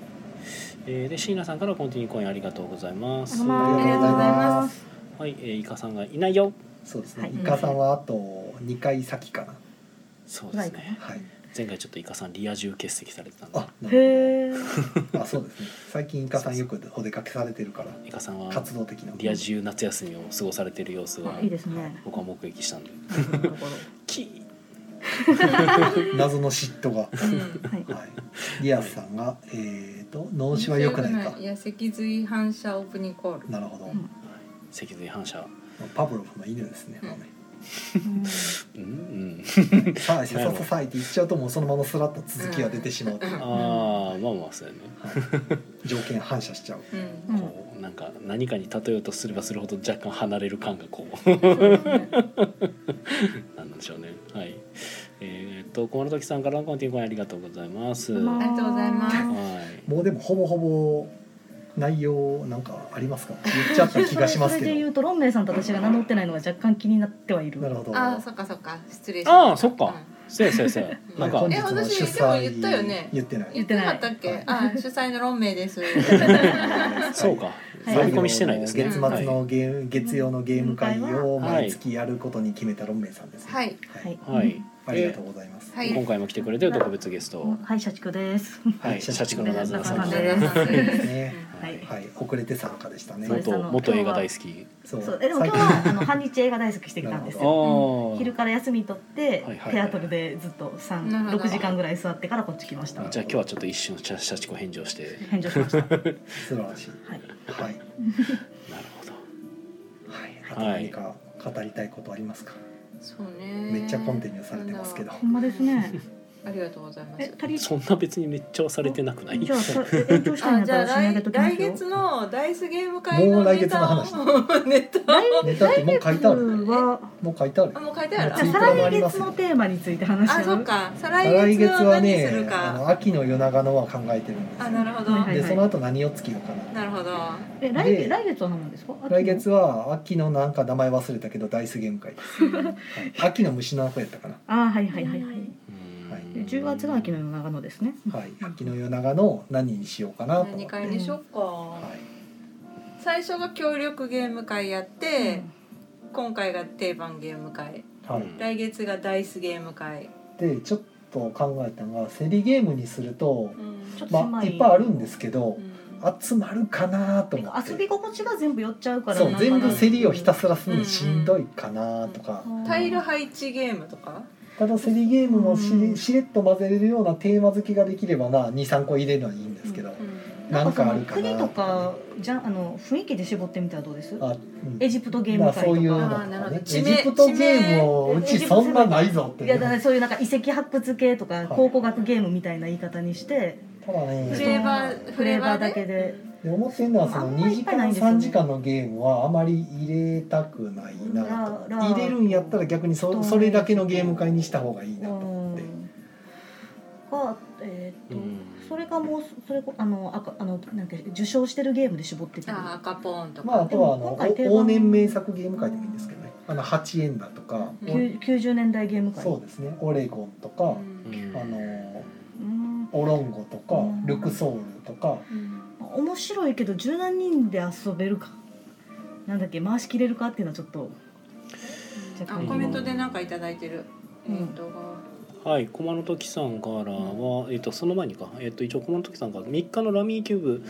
[SPEAKER 1] えーで椎名さんからコンティニューコインありがとうございます
[SPEAKER 5] ありがとう
[SPEAKER 4] ありがとうござい
[SPEAKER 2] す
[SPEAKER 4] ます
[SPEAKER 1] はい、えー、イカさんがいないよ
[SPEAKER 2] そうですね、
[SPEAKER 5] はい
[SPEAKER 2] イカさんはあと2回先かな
[SPEAKER 1] そうです
[SPEAKER 5] ぐらい
[SPEAKER 1] ね
[SPEAKER 2] はい
[SPEAKER 1] 前回ちょっとイカさんリア充欠席されてたんで
[SPEAKER 2] あなる
[SPEAKER 5] へえ
[SPEAKER 2] ほどあそうですね最近イカさんよくお出かけされてるから
[SPEAKER 1] イカさんは
[SPEAKER 2] 活動的な
[SPEAKER 1] リア充夏休みを過ごされてる様子が
[SPEAKER 5] いいですね
[SPEAKER 1] 僕は目撃したんで
[SPEAKER 5] なるほど
[SPEAKER 1] キー
[SPEAKER 2] 謎の嫉妬が、
[SPEAKER 4] うん
[SPEAKER 5] はい
[SPEAKER 2] はい、リアスさんがえー、と脳死は良くないか
[SPEAKER 4] いや脊髄反射オープニングコール
[SPEAKER 2] なるほど、
[SPEAKER 5] うん
[SPEAKER 1] 脊髄反射
[SPEAKER 2] パブロフの犬ですね、
[SPEAKER 4] うん
[SPEAKER 2] もうね
[SPEAKER 5] うん
[SPEAKER 1] うんうん
[SPEAKER 2] さあささささいって言っちゃうともうそのままスラッと続きが出てしまうという、
[SPEAKER 4] うん
[SPEAKER 1] ああまあまあそうやね
[SPEAKER 2] はい条件反射しちゃう
[SPEAKER 4] うん
[SPEAKER 5] うん
[SPEAKER 1] こうなんか何かに例えようとすればするほど若干離れる感がこう なんでしょうね。はい。えーっと、小丸時さんからのコンティニューコインありがとうございます。
[SPEAKER 5] ま
[SPEAKER 4] あ
[SPEAKER 1] は
[SPEAKER 4] りがとうございます
[SPEAKER 1] い。
[SPEAKER 2] もうでもほぼほぼ内容なんかありますか言っちゃった気がします
[SPEAKER 5] そ
[SPEAKER 2] け
[SPEAKER 5] れで言
[SPEAKER 2] ど
[SPEAKER 5] うとロンメイさんと私が名乗ってないのが若干気になってはいる
[SPEAKER 2] なるほど
[SPEAKER 4] ああそっかそっか失礼し
[SPEAKER 1] あ
[SPEAKER 4] ま
[SPEAKER 1] あ、
[SPEAKER 4] した
[SPEAKER 1] そっか。せいせいせ い。なんか
[SPEAKER 2] 本。日
[SPEAKER 4] え
[SPEAKER 2] の
[SPEAKER 4] 私
[SPEAKER 2] 主
[SPEAKER 4] でも言ったよね
[SPEAKER 2] 催言ってない
[SPEAKER 4] 言ってなかったっけああ主催の論 名です
[SPEAKER 1] そうか。
[SPEAKER 5] はい
[SPEAKER 1] 割り込みしてないですね。
[SPEAKER 2] 月末
[SPEAKER 1] はい
[SPEAKER 2] のゲーム月曜のゲーム会を毎月やることに決めたロンメイさんですね、
[SPEAKER 4] はい
[SPEAKER 2] はい、
[SPEAKER 1] はい。
[SPEAKER 2] ありがとうございます。
[SPEAKER 4] はい
[SPEAKER 1] 今回も来てくれてる特別ゲス
[SPEAKER 5] うん
[SPEAKER 1] ト。
[SPEAKER 5] はい社畜です
[SPEAKER 1] はい。社畜の謎なさ
[SPEAKER 5] 中
[SPEAKER 1] ん
[SPEAKER 5] 野
[SPEAKER 1] で
[SPEAKER 5] さ
[SPEAKER 1] す
[SPEAKER 5] ん
[SPEAKER 1] ね。
[SPEAKER 4] です
[SPEAKER 2] ね、
[SPEAKER 1] は
[SPEAKER 5] はいい。
[SPEAKER 2] はい、遅れて参加でしたね。
[SPEAKER 5] そうです
[SPEAKER 1] 元、元映画大好き。
[SPEAKER 2] そう
[SPEAKER 5] そうえでも今日はあの半日映画大好きしてきたんです
[SPEAKER 1] あ
[SPEAKER 5] よ昼
[SPEAKER 1] あ。
[SPEAKER 5] から休み取って
[SPEAKER 1] はいはいはい
[SPEAKER 5] テアトルでずっと
[SPEAKER 4] なる
[SPEAKER 5] 三
[SPEAKER 4] ほど
[SPEAKER 5] 六時間ぐらい座ってからこっち来ました
[SPEAKER 1] じゃあ、今日はちょっと一瞬、社社畜返上して。
[SPEAKER 5] 返上しましたはい
[SPEAKER 2] 素晴らしい。はい。
[SPEAKER 1] なるほど。
[SPEAKER 2] はい。あと何か語りたいことありますか。
[SPEAKER 4] そうね
[SPEAKER 2] めっちゃコンティニューされてますけど。
[SPEAKER 5] ほんまですね
[SPEAKER 4] ありがとうございま
[SPEAKER 5] え
[SPEAKER 4] す
[SPEAKER 5] 足り
[SPEAKER 1] そんな別にめっちゃ押されてなくない。
[SPEAKER 5] じゃあさ延長したいん
[SPEAKER 4] あ
[SPEAKER 5] だっ
[SPEAKER 4] じ
[SPEAKER 5] た
[SPEAKER 4] ゃあ
[SPEAKER 5] ら締め上げ
[SPEAKER 4] 来
[SPEAKER 5] ときます
[SPEAKER 4] 来
[SPEAKER 5] よ
[SPEAKER 4] 月のダイスゲーム会の
[SPEAKER 2] もう来
[SPEAKER 4] ネ
[SPEAKER 2] 月の
[SPEAKER 4] タを
[SPEAKER 2] 話
[SPEAKER 4] ネタを
[SPEAKER 2] ね、だってもう書いてある。
[SPEAKER 5] は
[SPEAKER 2] もう書いてある
[SPEAKER 4] あ。もう書いてある
[SPEAKER 5] じゃあ再来月のテーマについて話し
[SPEAKER 4] あ
[SPEAKER 5] 合
[SPEAKER 4] そうっか再
[SPEAKER 2] 再
[SPEAKER 4] 来
[SPEAKER 2] 来
[SPEAKER 4] 月
[SPEAKER 2] 月
[SPEAKER 4] は
[SPEAKER 2] は
[SPEAKER 4] 何する
[SPEAKER 2] ね、あの
[SPEAKER 4] か
[SPEAKER 2] 秋の夜長のは考えてるんです
[SPEAKER 4] あ
[SPEAKER 2] よ。
[SPEAKER 4] なるほど
[SPEAKER 5] はい
[SPEAKER 4] な
[SPEAKER 5] はい
[SPEAKER 4] る
[SPEAKER 2] で、その後何をつけようかな。
[SPEAKER 4] ほど
[SPEAKER 5] え来
[SPEAKER 2] で
[SPEAKER 5] 来月は何なんですか秋の
[SPEAKER 2] 来月は秋のなんか名前忘れたけどダイスゲーム会 です、はい、秋の虫の子やったかな
[SPEAKER 5] あーはいはいはいはい
[SPEAKER 1] うん
[SPEAKER 2] はい
[SPEAKER 5] で10月が秋の長野ですね
[SPEAKER 2] はい秋の夜長の何にしようかなと思って
[SPEAKER 4] 何回にしよっか
[SPEAKER 2] はい
[SPEAKER 4] 最初が協力ゲーム会やって今回が定番ゲーム会
[SPEAKER 2] はい、
[SPEAKER 1] うん
[SPEAKER 4] 来月がダイスゲーム会
[SPEAKER 2] でちょっと考えたのが競りゲームにすると
[SPEAKER 4] う、ん
[SPEAKER 5] ちょっと
[SPEAKER 2] ま
[SPEAKER 5] 狭
[SPEAKER 2] あ、
[SPEAKER 5] い
[SPEAKER 2] いっぱいあるんですけど
[SPEAKER 4] う、ん
[SPEAKER 2] 集まるかなと思っ
[SPEAKER 5] 遊び
[SPEAKER 2] て
[SPEAKER 5] 心地が全部寄っちゃうから
[SPEAKER 2] そう
[SPEAKER 5] なんか
[SPEAKER 2] 全部
[SPEAKER 5] な
[SPEAKER 2] 競りをひたすらするのしんどいかなとか、
[SPEAKER 5] うん
[SPEAKER 4] タイル配置ゲームとか
[SPEAKER 2] ただ競りゲームもし,、
[SPEAKER 5] うん
[SPEAKER 2] しれっと混ぜれるようなテーマ付きができればな23個入れるのはいいんですけど、なん
[SPEAKER 5] そ
[SPEAKER 2] かあ
[SPEAKER 5] の
[SPEAKER 2] るかな
[SPEAKER 5] 国とかじゃあの雰囲気で絞ってみたらどうです
[SPEAKER 2] あ、うん
[SPEAKER 5] エジプトゲー
[SPEAKER 2] まあ
[SPEAKER 5] ム会
[SPEAKER 2] そういうのと
[SPEAKER 5] とか
[SPEAKER 2] か
[SPEAKER 4] あーなるほど
[SPEAKER 2] ねエ
[SPEAKER 4] 地
[SPEAKER 2] ジ
[SPEAKER 4] 名
[SPEAKER 2] プトゲームをう
[SPEAKER 5] 地
[SPEAKER 2] ち
[SPEAKER 5] 名
[SPEAKER 2] そんなないぞって
[SPEAKER 5] い
[SPEAKER 2] い
[SPEAKER 5] や
[SPEAKER 2] う
[SPEAKER 5] だからそういうなんか遺跡発掘系とか考古学ゲームみたいな言い方にして
[SPEAKER 2] ただね
[SPEAKER 4] フレーバー
[SPEAKER 5] フレーバーだけで
[SPEAKER 2] で思ってんのはそ
[SPEAKER 5] あん
[SPEAKER 2] の
[SPEAKER 5] ま
[SPEAKER 2] 2
[SPEAKER 5] い
[SPEAKER 2] 時
[SPEAKER 5] っぱいな
[SPEAKER 2] 間
[SPEAKER 5] いんですよね
[SPEAKER 2] 3時間のゲームはあまり入れたくないなと
[SPEAKER 5] ララ
[SPEAKER 2] 入れるんやったら逆にそそれだけのゲーム会にした方がいいなと思って
[SPEAKER 5] がえーっと、
[SPEAKER 1] うん
[SPEAKER 5] それがもうそれこあのあかあのなんか受賞してるゲームで絞ってくる
[SPEAKER 4] あー赤ポーンと
[SPEAKER 2] まあ
[SPEAKER 4] か
[SPEAKER 2] あとはあの
[SPEAKER 5] でも今回定番
[SPEAKER 2] お往年名作ゲーム会でもいいんですけどねあの八円だとか
[SPEAKER 4] う
[SPEAKER 5] きゅう90年代ゲーム会
[SPEAKER 2] そうですねオレゴンとか
[SPEAKER 4] うん
[SPEAKER 2] あの
[SPEAKER 5] うん
[SPEAKER 2] オロンゴとか
[SPEAKER 5] うん
[SPEAKER 2] ルクソールとか
[SPEAKER 4] うん
[SPEAKER 5] 面白いけど十何人で遊べるかなんだっけ回しきれるかっていうのはちょっと
[SPEAKER 4] あコメントでなんかいただいてる
[SPEAKER 5] うん
[SPEAKER 4] えっと
[SPEAKER 1] はい、駒の時さんからは、えっと、その前にか、えっと、一応駒の時さんから3日のラミーキューブ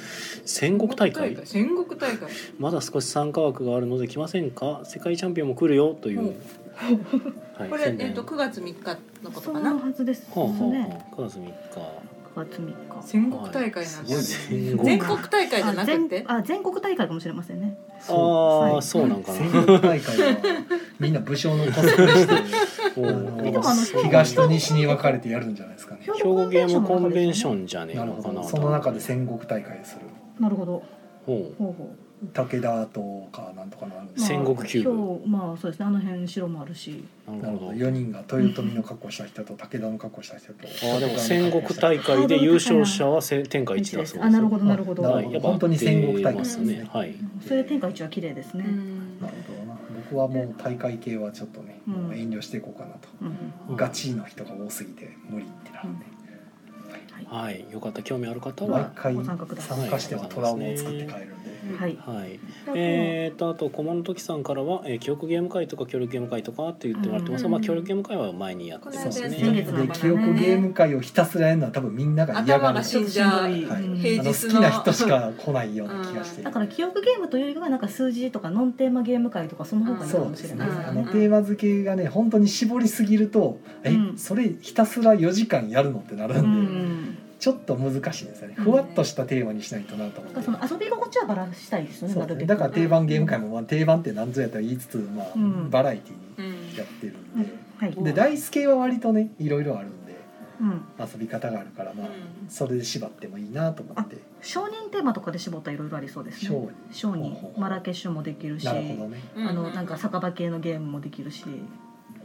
[SPEAKER 1] 戦国大会
[SPEAKER 4] 戦国大会
[SPEAKER 1] まだ少し参加枠があるので来ませんか世界チャンピオンも来るよという、
[SPEAKER 4] うん
[SPEAKER 1] はい、
[SPEAKER 4] これ
[SPEAKER 1] 宣
[SPEAKER 4] え
[SPEAKER 1] 伝
[SPEAKER 4] っと9月3日のこと
[SPEAKER 5] そ
[SPEAKER 4] か
[SPEAKER 5] うな
[SPEAKER 4] な
[SPEAKER 5] はずです
[SPEAKER 1] はあは
[SPEAKER 5] ね
[SPEAKER 1] あはあ、9月3日
[SPEAKER 5] 9月3日
[SPEAKER 4] 戦国大会なん
[SPEAKER 1] はい
[SPEAKER 4] です
[SPEAKER 1] す
[SPEAKER 4] よ
[SPEAKER 1] ごい
[SPEAKER 5] ごい
[SPEAKER 4] 全国大会じゃなくて
[SPEAKER 5] あ全あ全国大会かもしれませんね
[SPEAKER 1] あ
[SPEAKER 2] そう
[SPEAKER 1] あーそうなんかな
[SPEAKER 2] 戦国大会はみんな武将のコスプレして
[SPEAKER 1] おー
[SPEAKER 5] えでもあの
[SPEAKER 1] そう
[SPEAKER 2] 東と西に分かれてやるんじゃないですかね
[SPEAKER 1] 兵庫ゲームコンベンショ
[SPEAKER 5] ン
[SPEAKER 1] ンじゃねえ
[SPEAKER 2] なる
[SPEAKER 1] の
[SPEAKER 2] ほ
[SPEAKER 1] かな
[SPEAKER 2] どその中で戦国大会する
[SPEAKER 5] なるほど
[SPEAKER 1] ほう
[SPEAKER 5] ほうほう
[SPEAKER 2] 武田とかなんとかなるんで
[SPEAKER 5] まあ
[SPEAKER 2] す
[SPEAKER 1] 戦国キューブ
[SPEAKER 5] 今日まあそうですねあの辺白もあるし
[SPEAKER 1] なる
[SPEAKER 2] なる
[SPEAKER 1] ほ
[SPEAKER 2] ほ
[SPEAKER 1] ど
[SPEAKER 2] ど4人が豊臣の格好した人と武田の格好した人と
[SPEAKER 1] ああでも戦国大会で優勝者はせ天下一だそうです
[SPEAKER 5] あなるほどなるほど、
[SPEAKER 2] な
[SPEAKER 1] は
[SPEAKER 2] る
[SPEAKER 1] い、
[SPEAKER 2] ほ
[SPEAKER 1] や
[SPEAKER 2] ど
[SPEAKER 1] っぱ
[SPEAKER 2] 本当に戦国大
[SPEAKER 1] 合
[SPEAKER 2] 会
[SPEAKER 1] っ
[SPEAKER 2] で
[SPEAKER 1] て
[SPEAKER 2] す
[SPEAKER 1] ますね
[SPEAKER 2] ね
[SPEAKER 1] はい
[SPEAKER 5] それで天下一は綺麗ですね、
[SPEAKER 4] うん
[SPEAKER 2] なるほどな僕はもう大会系はちょっとね、
[SPEAKER 5] うん
[SPEAKER 2] もう遠慮していこうかなと、
[SPEAKER 5] うん
[SPEAKER 2] ガチの人が多すぎて無理ってなるんで、
[SPEAKER 1] はいよかった興味ある方は、
[SPEAKER 2] 毎
[SPEAKER 5] ま
[SPEAKER 2] 回
[SPEAKER 5] ご参加ください
[SPEAKER 2] 参加してはトラウマを作って帰るんで、
[SPEAKER 4] うん
[SPEAKER 5] は
[SPEAKER 1] は
[SPEAKER 5] い
[SPEAKER 1] い、
[SPEAKER 5] あとは
[SPEAKER 1] えー、とあと駒の時さんからは、えー、記憶ゲーム会とか協力ゲーム会とかって言ってもらってますが、
[SPEAKER 4] うん
[SPEAKER 1] まあ協力ゲーム会は前にやって
[SPEAKER 4] そう
[SPEAKER 1] ま
[SPEAKER 4] ですす
[SPEAKER 1] ね
[SPEAKER 4] ね
[SPEAKER 2] そう
[SPEAKER 5] 先月
[SPEAKER 2] で
[SPEAKER 5] の
[SPEAKER 2] 記憶ゲーム会をひたすらやるのは多分みんなが嫌が
[SPEAKER 4] 頭
[SPEAKER 2] る
[SPEAKER 4] が
[SPEAKER 2] は
[SPEAKER 4] 死
[SPEAKER 2] い
[SPEAKER 4] んじゃう
[SPEAKER 5] ちょっとしんどい
[SPEAKER 2] あ
[SPEAKER 4] 平日の
[SPEAKER 2] の好きな人しか来ないような気がして
[SPEAKER 5] だから記憶ゲームというよりはなんか数字とかノンテーマゲーム会とかその方がいいか
[SPEAKER 2] そう
[SPEAKER 5] も
[SPEAKER 2] で
[SPEAKER 5] し
[SPEAKER 2] す
[SPEAKER 5] れ
[SPEAKER 2] ね、
[SPEAKER 5] ないです
[SPEAKER 2] あ
[SPEAKER 5] ね
[SPEAKER 2] の。テーマ付けがね本当に絞りすぎると、
[SPEAKER 5] うん
[SPEAKER 2] えそれひたすら4時間やるのってなるん
[SPEAKER 5] う
[SPEAKER 2] で、
[SPEAKER 5] ん、
[SPEAKER 2] ちょっと難しいですよね
[SPEAKER 4] うん
[SPEAKER 2] ふわっとしたテーマにしないとなと思っ
[SPEAKER 5] だ
[SPEAKER 2] て、
[SPEAKER 5] からその遊び心地はバラしたいですよね。
[SPEAKER 2] そう
[SPEAKER 5] な
[SPEAKER 2] で
[SPEAKER 5] る
[SPEAKER 2] すね
[SPEAKER 5] べく
[SPEAKER 2] だから定番ゲーム会も、まあ、定番って何ぞやとは言いつつ、まあ
[SPEAKER 5] うん
[SPEAKER 2] バラエティ
[SPEAKER 4] う
[SPEAKER 2] ー
[SPEAKER 4] ん
[SPEAKER 2] にやってるん
[SPEAKER 5] うん
[SPEAKER 2] で、
[SPEAKER 5] はい。
[SPEAKER 2] でダイス系は割とねいろいろあるんで
[SPEAKER 5] うん。
[SPEAKER 2] 遊び方があるからまあ、
[SPEAKER 4] うん
[SPEAKER 2] それで縛ってもいいなと思って
[SPEAKER 5] 承認テーマとかで絞ったらいろいろありそうです
[SPEAKER 2] 勝
[SPEAKER 5] ね。
[SPEAKER 2] 利
[SPEAKER 5] 承認
[SPEAKER 2] ほうほう
[SPEAKER 5] マラケシュもできるし、
[SPEAKER 2] なるほ
[SPEAKER 5] あ
[SPEAKER 2] どね
[SPEAKER 4] う
[SPEAKER 5] のなんか酒場系のゲームもできるし、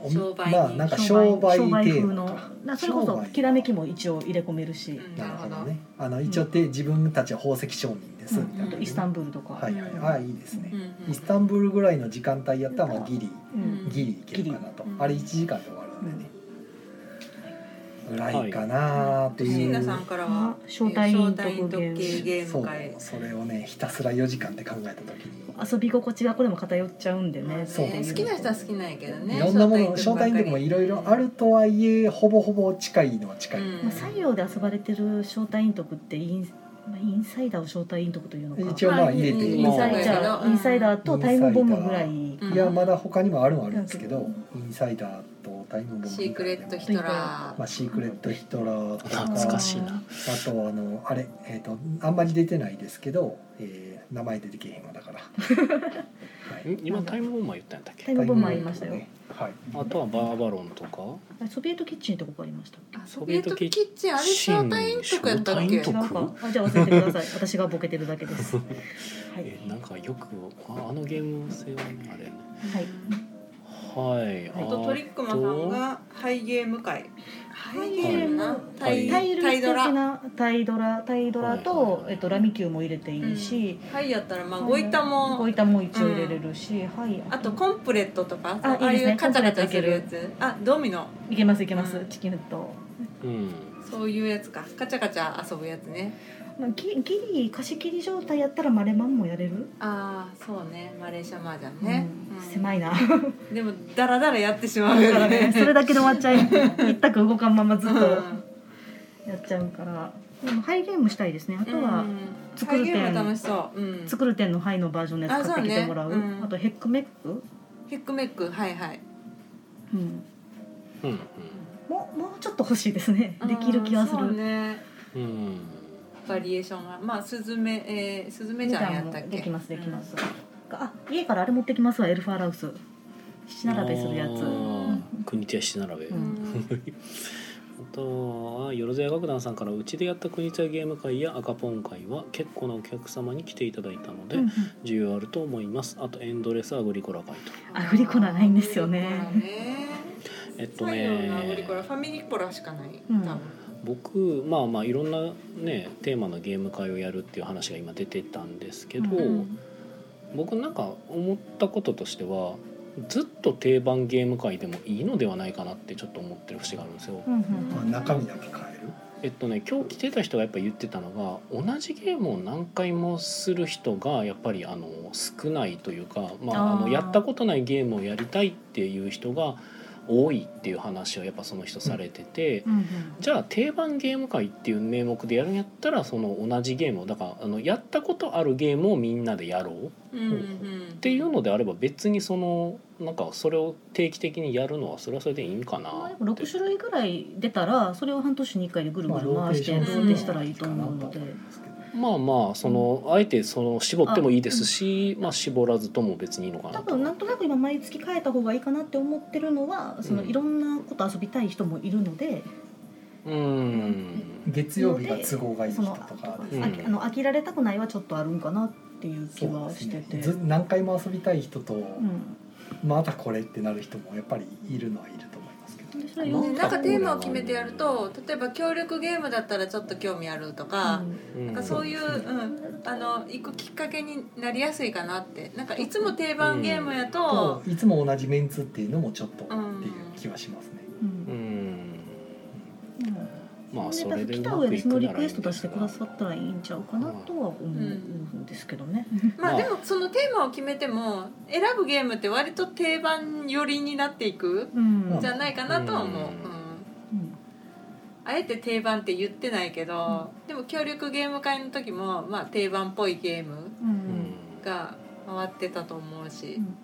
[SPEAKER 2] お
[SPEAKER 4] 商売
[SPEAKER 2] まあなんか商
[SPEAKER 5] 商
[SPEAKER 2] 売
[SPEAKER 5] 売
[SPEAKER 2] テー
[SPEAKER 5] 風
[SPEAKER 2] マ
[SPEAKER 5] の
[SPEAKER 2] と
[SPEAKER 5] だ
[SPEAKER 2] か
[SPEAKER 5] からそれこ
[SPEAKER 2] 商
[SPEAKER 5] そ
[SPEAKER 2] 売
[SPEAKER 5] きらめきも一応入れ込めるし、
[SPEAKER 4] うん
[SPEAKER 2] なるほどねあの一応で自分たちは宝石商人ですみたい
[SPEAKER 5] あ
[SPEAKER 2] な、
[SPEAKER 5] とイスタンブールとか、
[SPEAKER 2] はいはいああいいですね
[SPEAKER 4] う、ん
[SPEAKER 2] イスタンブールぐらいの時間帯やったらまあギリ
[SPEAKER 5] うん、
[SPEAKER 2] ギリいけるかなと、
[SPEAKER 4] うん
[SPEAKER 2] あれ1時間で終わるんでね、ぐらいかなーって
[SPEAKER 4] 椎
[SPEAKER 2] いう、
[SPEAKER 4] 名さんからは
[SPEAKER 5] 招待員特ゲ
[SPEAKER 4] 招
[SPEAKER 5] ーム
[SPEAKER 4] 待員ゲーム会
[SPEAKER 2] そうそれをねひたすら4時間って考えた時に、
[SPEAKER 5] 遊び心地がこれも偏っちゃうんでね。
[SPEAKER 2] そう
[SPEAKER 4] ね好きな人は好きなんやけどね
[SPEAKER 2] いろんなもの招
[SPEAKER 4] 招待
[SPEAKER 2] 待員と
[SPEAKER 4] 員ばっかり
[SPEAKER 2] かもいろいろあるとはいえほぼほぼ近いのは近い、
[SPEAKER 4] うん
[SPEAKER 5] まあ、採用で遊ばれてる招待員徳ってイン,、まあ、インサイダーを招待員徳というのか
[SPEAKER 2] 一応まあ入れて、
[SPEAKER 4] うん
[SPEAKER 5] インサイ
[SPEAKER 1] ま
[SPEAKER 5] ダ
[SPEAKER 4] あ
[SPEAKER 5] ーインサイダーとタイムボムぐらい
[SPEAKER 4] うん
[SPEAKER 2] いやまだ他にもあるのはあるんですけど、インサイダーとタイムボム
[SPEAKER 4] シークレット
[SPEAKER 2] ヒ
[SPEAKER 4] ヒトラ
[SPEAKER 2] まあ、シークレットヒトラーとか
[SPEAKER 1] 懐かしいな
[SPEAKER 2] あとあのあれえっ、とあんまり出てないですけど、えー名前出てけへんわだから、はい、
[SPEAKER 1] ん今タイムボーマー言ったんだっ
[SPEAKER 5] タ
[SPEAKER 1] け
[SPEAKER 5] イムボムありましたよ、
[SPEAKER 2] はい
[SPEAKER 1] あとはバーバロンとか
[SPEAKER 5] あソビエトキッチンってとこありました
[SPEAKER 4] ーソビエトキッチンあれ
[SPEAKER 1] シン
[SPEAKER 4] 招待員とかやったっけ
[SPEAKER 1] 招待
[SPEAKER 5] 違
[SPEAKER 1] 員
[SPEAKER 5] う
[SPEAKER 1] 徳
[SPEAKER 5] かあじゃあ忘れてください 私がボケてるだけ ですはい、
[SPEAKER 1] えなんかよくああのゲーム性はねあれ
[SPEAKER 5] は
[SPEAKER 1] は
[SPEAKER 5] い、
[SPEAKER 1] い
[SPEAKER 4] あとトリックマさんがハイゲーム会ハイゲームなタ
[SPEAKER 1] はい
[SPEAKER 4] イ
[SPEAKER 5] タイル
[SPEAKER 4] タイ
[SPEAKER 5] 的
[SPEAKER 4] ドラ
[SPEAKER 5] なタイドラタイドラ
[SPEAKER 1] はいはい
[SPEAKER 5] と
[SPEAKER 1] は、い
[SPEAKER 5] えっと、ラミキューも入れていいし、
[SPEAKER 4] ハイやったらまあごいたも
[SPEAKER 5] ゴイタも一応入れれるし、はい
[SPEAKER 4] あとコンプレットとか
[SPEAKER 5] あ
[SPEAKER 4] ああ
[SPEAKER 5] いい
[SPEAKER 4] い
[SPEAKER 5] ですね
[SPEAKER 4] うカチャカチャするやつあドミノ
[SPEAKER 5] いけますいけます、
[SPEAKER 4] うん
[SPEAKER 5] チキンフット
[SPEAKER 1] うん
[SPEAKER 4] そういうやつかカチャカチャ遊ぶやつね
[SPEAKER 5] まあ、ギギリ貸し切り状態やったらマレマンもやれる、
[SPEAKER 4] ああそうねマレーシア麻雀ね、
[SPEAKER 5] うん
[SPEAKER 4] うん
[SPEAKER 5] 狭いな
[SPEAKER 4] でもダラダラやってしま
[SPEAKER 5] だ
[SPEAKER 4] う
[SPEAKER 5] か
[SPEAKER 4] よ
[SPEAKER 5] らね
[SPEAKER 4] ね
[SPEAKER 5] それだけで終わっち ゃい一択動かんままず
[SPEAKER 4] う
[SPEAKER 5] っ
[SPEAKER 4] ん
[SPEAKER 5] とやっちゃうから、でもハイゲームしたいですねあとは、
[SPEAKER 4] うん
[SPEAKER 5] 作る点
[SPEAKER 4] ハイゲーム楽しそう、うん、
[SPEAKER 5] 作る点のハイのバージョンのやつ買ってきてもらう
[SPEAKER 4] あ
[SPEAKER 5] あ
[SPEAKER 4] そうねうん
[SPEAKER 5] とヘックメック、
[SPEAKER 4] ヒックメックはいはい
[SPEAKER 5] うん、
[SPEAKER 1] うん
[SPEAKER 5] もうもうちょっと欲しいですねできる気はす
[SPEAKER 4] うんそう
[SPEAKER 5] る、
[SPEAKER 4] ね
[SPEAKER 1] うんうん
[SPEAKER 4] バリエーションはまあスズメ、えー、スズメじゃんやったっけ
[SPEAKER 5] できますできます、あ家からあれ持ってきますわエルファーラウス七並べするやつ、
[SPEAKER 1] あ
[SPEAKER 5] うん
[SPEAKER 1] ー国手や七並べ、
[SPEAKER 5] う
[SPEAKER 4] うん
[SPEAKER 1] あ
[SPEAKER 4] ん
[SPEAKER 1] とはよろずや楽団さんからうちでやった国手やゲーム会や赤ポン会は結構なお客様に来ていただいたので、
[SPEAKER 5] うんうん
[SPEAKER 1] 需要あると思いますあとエンドレスアグリコラ会と
[SPEAKER 5] アフリコラないんですよね
[SPEAKER 4] アフリコラね
[SPEAKER 1] えっと
[SPEAKER 4] 最後のアフリ
[SPEAKER 1] ね
[SPEAKER 4] コラファミリーコラしかない、
[SPEAKER 5] うん
[SPEAKER 4] 多分
[SPEAKER 1] 僕まあまあいろんなねテーマのゲーム会をやるっていう話が今出てたんですけど、
[SPEAKER 5] うん
[SPEAKER 1] 僕なんか思ったこととしてはずっと定番ゲーム会でもいいのではないかなってちょっと思ってる節があるんですよ。
[SPEAKER 5] うんうん
[SPEAKER 2] まあ、中身だけ変える
[SPEAKER 1] えっとね今日来てた人がやっぱ言ってたのが同じゲームを何回もする人がやっぱりあの少ないというか、まあ、あ
[SPEAKER 5] あ
[SPEAKER 1] の
[SPEAKER 5] ー
[SPEAKER 1] やったことないゲームをやりたいっていう人が多いっていう話をやっぱその人されてて。
[SPEAKER 5] うんうん
[SPEAKER 1] じゃあ定番ゲーム会っていう名目でやるんやったらその同じゲームをだからあのやったことあるゲームをみんなでやろうっ
[SPEAKER 4] うんうんって
[SPEAKER 1] いうのであれば別にそのなんかそれを定期的にやるのはそれはそれでいいんかな
[SPEAKER 5] まあで
[SPEAKER 1] っ
[SPEAKER 5] も
[SPEAKER 1] て
[SPEAKER 5] 6種類ぐらい出たらそれを半年に1回でぐるぐる回して
[SPEAKER 4] まあ
[SPEAKER 5] ロ
[SPEAKER 4] ローテーション
[SPEAKER 5] ーテしたらいいと思うので
[SPEAKER 1] まあまあそのあえてその絞ってもいいですしまあ絞らずとも別にいいのかな
[SPEAKER 5] 多
[SPEAKER 1] と
[SPEAKER 5] 分なんとなく今毎月変えた方がいいかなって思ってるのはその
[SPEAKER 1] うん
[SPEAKER 5] いろんなこと遊びたい人もいるので、
[SPEAKER 1] うーん
[SPEAKER 2] 月曜日が都合がいい
[SPEAKER 5] そ
[SPEAKER 2] 人
[SPEAKER 5] の
[SPEAKER 2] とか
[SPEAKER 5] あ
[SPEAKER 2] です
[SPEAKER 1] うん
[SPEAKER 2] ね
[SPEAKER 5] あの飽きられたくないはちょっとあるんかなっていう
[SPEAKER 2] そ
[SPEAKER 5] 気
[SPEAKER 2] う
[SPEAKER 5] は
[SPEAKER 2] です
[SPEAKER 5] して
[SPEAKER 2] ね
[SPEAKER 5] て。
[SPEAKER 2] ず何回も遊びたい人と、
[SPEAKER 5] うん
[SPEAKER 2] またこれってなる人もやっぱりいるのはいると思いますけど
[SPEAKER 5] でそれ
[SPEAKER 1] まあ
[SPEAKER 5] よ
[SPEAKER 4] ねなんかテーマを決めてやると例えば協力ゲームだったらちょっと興味あるとか、なんかそういう、うん、あの行くきっかけになりやすいかなってなんかいつも定番ゲームやと
[SPEAKER 2] と、いつも同じメンツっていうのもちょっとっていう気はしますね、
[SPEAKER 5] う
[SPEAKER 1] うんん
[SPEAKER 5] うん
[SPEAKER 1] まあ
[SPEAKER 5] ね
[SPEAKER 1] そ
[SPEAKER 5] だか
[SPEAKER 1] れ
[SPEAKER 5] ら
[SPEAKER 1] で
[SPEAKER 5] 来
[SPEAKER 1] う
[SPEAKER 5] た
[SPEAKER 1] ま
[SPEAKER 5] 上
[SPEAKER 1] く
[SPEAKER 5] で
[SPEAKER 1] い
[SPEAKER 5] そ
[SPEAKER 1] くな
[SPEAKER 5] の
[SPEAKER 1] らいい
[SPEAKER 5] リ
[SPEAKER 1] ん
[SPEAKER 5] クエスト出
[SPEAKER 1] で
[SPEAKER 5] し
[SPEAKER 1] す
[SPEAKER 5] て
[SPEAKER 1] が
[SPEAKER 5] くださったらいいんちゃうかなとは思ううんですけどね。
[SPEAKER 4] ま
[SPEAKER 1] ま
[SPEAKER 4] あ
[SPEAKER 1] あ
[SPEAKER 4] でもそのテーマを決めても選ぶゲームって割と定番寄りになっていく
[SPEAKER 5] うん
[SPEAKER 4] んじゃないかなとは思う、
[SPEAKER 1] うん
[SPEAKER 4] うん
[SPEAKER 5] うん
[SPEAKER 4] あえて定番って言ってないけど、でも協力ゲーム会の時も、まあ、定番っぽいゲーム
[SPEAKER 5] う
[SPEAKER 1] うんん
[SPEAKER 4] が回ってたと思うし、
[SPEAKER 5] うん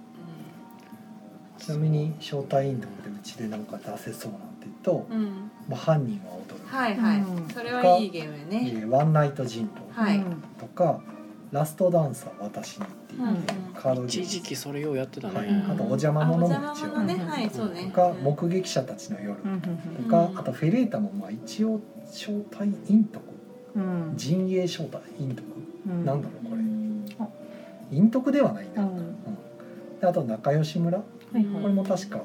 [SPEAKER 2] ちなみに招待員とかでうちでなんか出せそうなんて言うと、
[SPEAKER 4] うんうん
[SPEAKER 2] まあ、犯人は踊る、
[SPEAKER 4] はいはい、
[SPEAKER 5] うん
[SPEAKER 4] それはいいゲームや
[SPEAKER 2] え
[SPEAKER 4] ね、
[SPEAKER 2] ーワンナイト人狼
[SPEAKER 4] はい、
[SPEAKER 5] うん
[SPEAKER 2] とか、ラストダンサー私にっていう、
[SPEAKER 4] うんうん
[SPEAKER 2] カードゲー
[SPEAKER 1] 一
[SPEAKER 2] ム
[SPEAKER 1] 時期それをやってた
[SPEAKER 2] はい
[SPEAKER 1] ね
[SPEAKER 2] あとお邪魔者も
[SPEAKER 4] あお
[SPEAKER 2] 一
[SPEAKER 4] 邪
[SPEAKER 2] 応、
[SPEAKER 4] 魔者ね
[SPEAKER 5] うん
[SPEAKER 4] はいそうね
[SPEAKER 2] とか
[SPEAKER 4] うん
[SPEAKER 2] 目撃者たちの夜
[SPEAKER 5] うん
[SPEAKER 2] とか、
[SPEAKER 4] うん
[SPEAKER 2] あとフェレータもまあ一応招待員とか
[SPEAKER 5] うん
[SPEAKER 2] 陣営招待員とか、
[SPEAKER 5] うん
[SPEAKER 2] なんだろうこれ
[SPEAKER 5] あ
[SPEAKER 2] 陰徳ではないな、
[SPEAKER 5] う
[SPEAKER 2] うんんであと仲良し村こ
[SPEAKER 5] はいはい
[SPEAKER 2] れも確か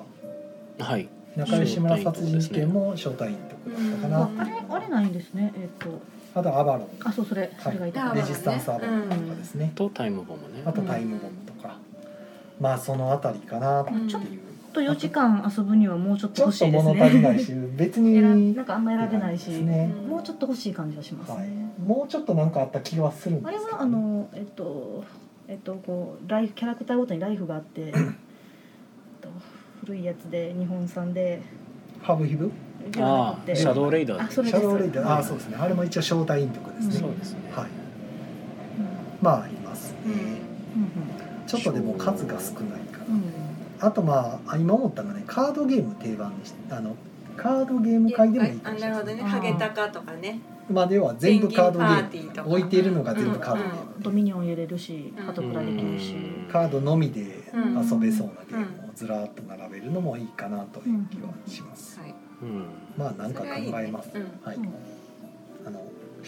[SPEAKER 1] はい
[SPEAKER 2] 仲良し村殺人事件も招待員とかだったかな、
[SPEAKER 4] う
[SPEAKER 5] あ
[SPEAKER 4] ん
[SPEAKER 5] あれあれないんですね。えっと
[SPEAKER 2] あとアバロン
[SPEAKER 5] あそうそれそれがいた
[SPEAKER 4] は。い
[SPEAKER 2] レジスタンスアバロンとかですね、
[SPEAKER 1] とタイムボムね
[SPEAKER 2] あとタイムボムとか、まあそのあたりかなっていう、
[SPEAKER 4] うん
[SPEAKER 5] ちょっと4時間遊ぶにはもうちょっ
[SPEAKER 2] ち
[SPEAKER 5] と
[SPEAKER 2] ょ
[SPEAKER 5] 欲
[SPEAKER 2] っ
[SPEAKER 5] し
[SPEAKER 2] と
[SPEAKER 5] いです
[SPEAKER 2] 物足りない
[SPEAKER 5] ね。
[SPEAKER 2] し別
[SPEAKER 5] えら
[SPEAKER 2] に
[SPEAKER 5] なんかあんま 選べないし、
[SPEAKER 2] ですね
[SPEAKER 5] もうちょっと欲しい感じがします
[SPEAKER 2] はい
[SPEAKER 5] ね。
[SPEAKER 2] もうちょっとなんかあった気はするん
[SPEAKER 5] あ
[SPEAKER 2] で
[SPEAKER 5] れ
[SPEAKER 2] すけど、
[SPEAKER 5] はあのえっとえっとこうライフキャラクターごとにライフがあって、えっと古いやつで日本産で
[SPEAKER 2] ハブヒブ
[SPEAKER 5] ではな
[SPEAKER 1] あ
[SPEAKER 5] く
[SPEAKER 1] あ
[SPEAKER 5] て
[SPEAKER 1] シャドウレイダー
[SPEAKER 5] あそれ
[SPEAKER 2] シ
[SPEAKER 5] です
[SPEAKER 2] ャドウレイダーああそうですねあれも一応招待員とかですね、
[SPEAKER 1] そうですね、
[SPEAKER 2] はい
[SPEAKER 5] うん
[SPEAKER 2] まあありますね、
[SPEAKER 5] うん
[SPEAKER 2] ちょっとでも数が少ないかな、
[SPEAKER 5] うん
[SPEAKER 2] あとまあ今思ったのがねカードゲーム定番でしたあのカードゲーム会でもいいか
[SPEAKER 4] あ
[SPEAKER 2] もしれない
[SPEAKER 4] なるほど
[SPEAKER 2] です
[SPEAKER 4] ね
[SPEAKER 5] あー
[SPEAKER 4] ハゲタカとかね
[SPEAKER 2] まあでは全部カードゲ
[SPEAKER 4] ペンギンパーティー
[SPEAKER 2] ー
[SPEAKER 4] とか
[SPEAKER 2] ム置いているのが全部カードゲ
[SPEAKER 5] うん
[SPEAKER 2] ー
[SPEAKER 5] ド
[SPEAKER 2] ム、
[SPEAKER 5] ミニオン入れるし
[SPEAKER 4] うん
[SPEAKER 5] 家族らできるし、
[SPEAKER 1] うん
[SPEAKER 2] カードのみで遊べそうなゲー
[SPEAKER 4] う
[SPEAKER 2] ムをずらっと並べるのもいいかなという気はします、
[SPEAKER 4] はい
[SPEAKER 1] うん
[SPEAKER 2] まあなんか考えます
[SPEAKER 4] それはいいね
[SPEAKER 2] はい、
[SPEAKER 5] うん
[SPEAKER 2] あの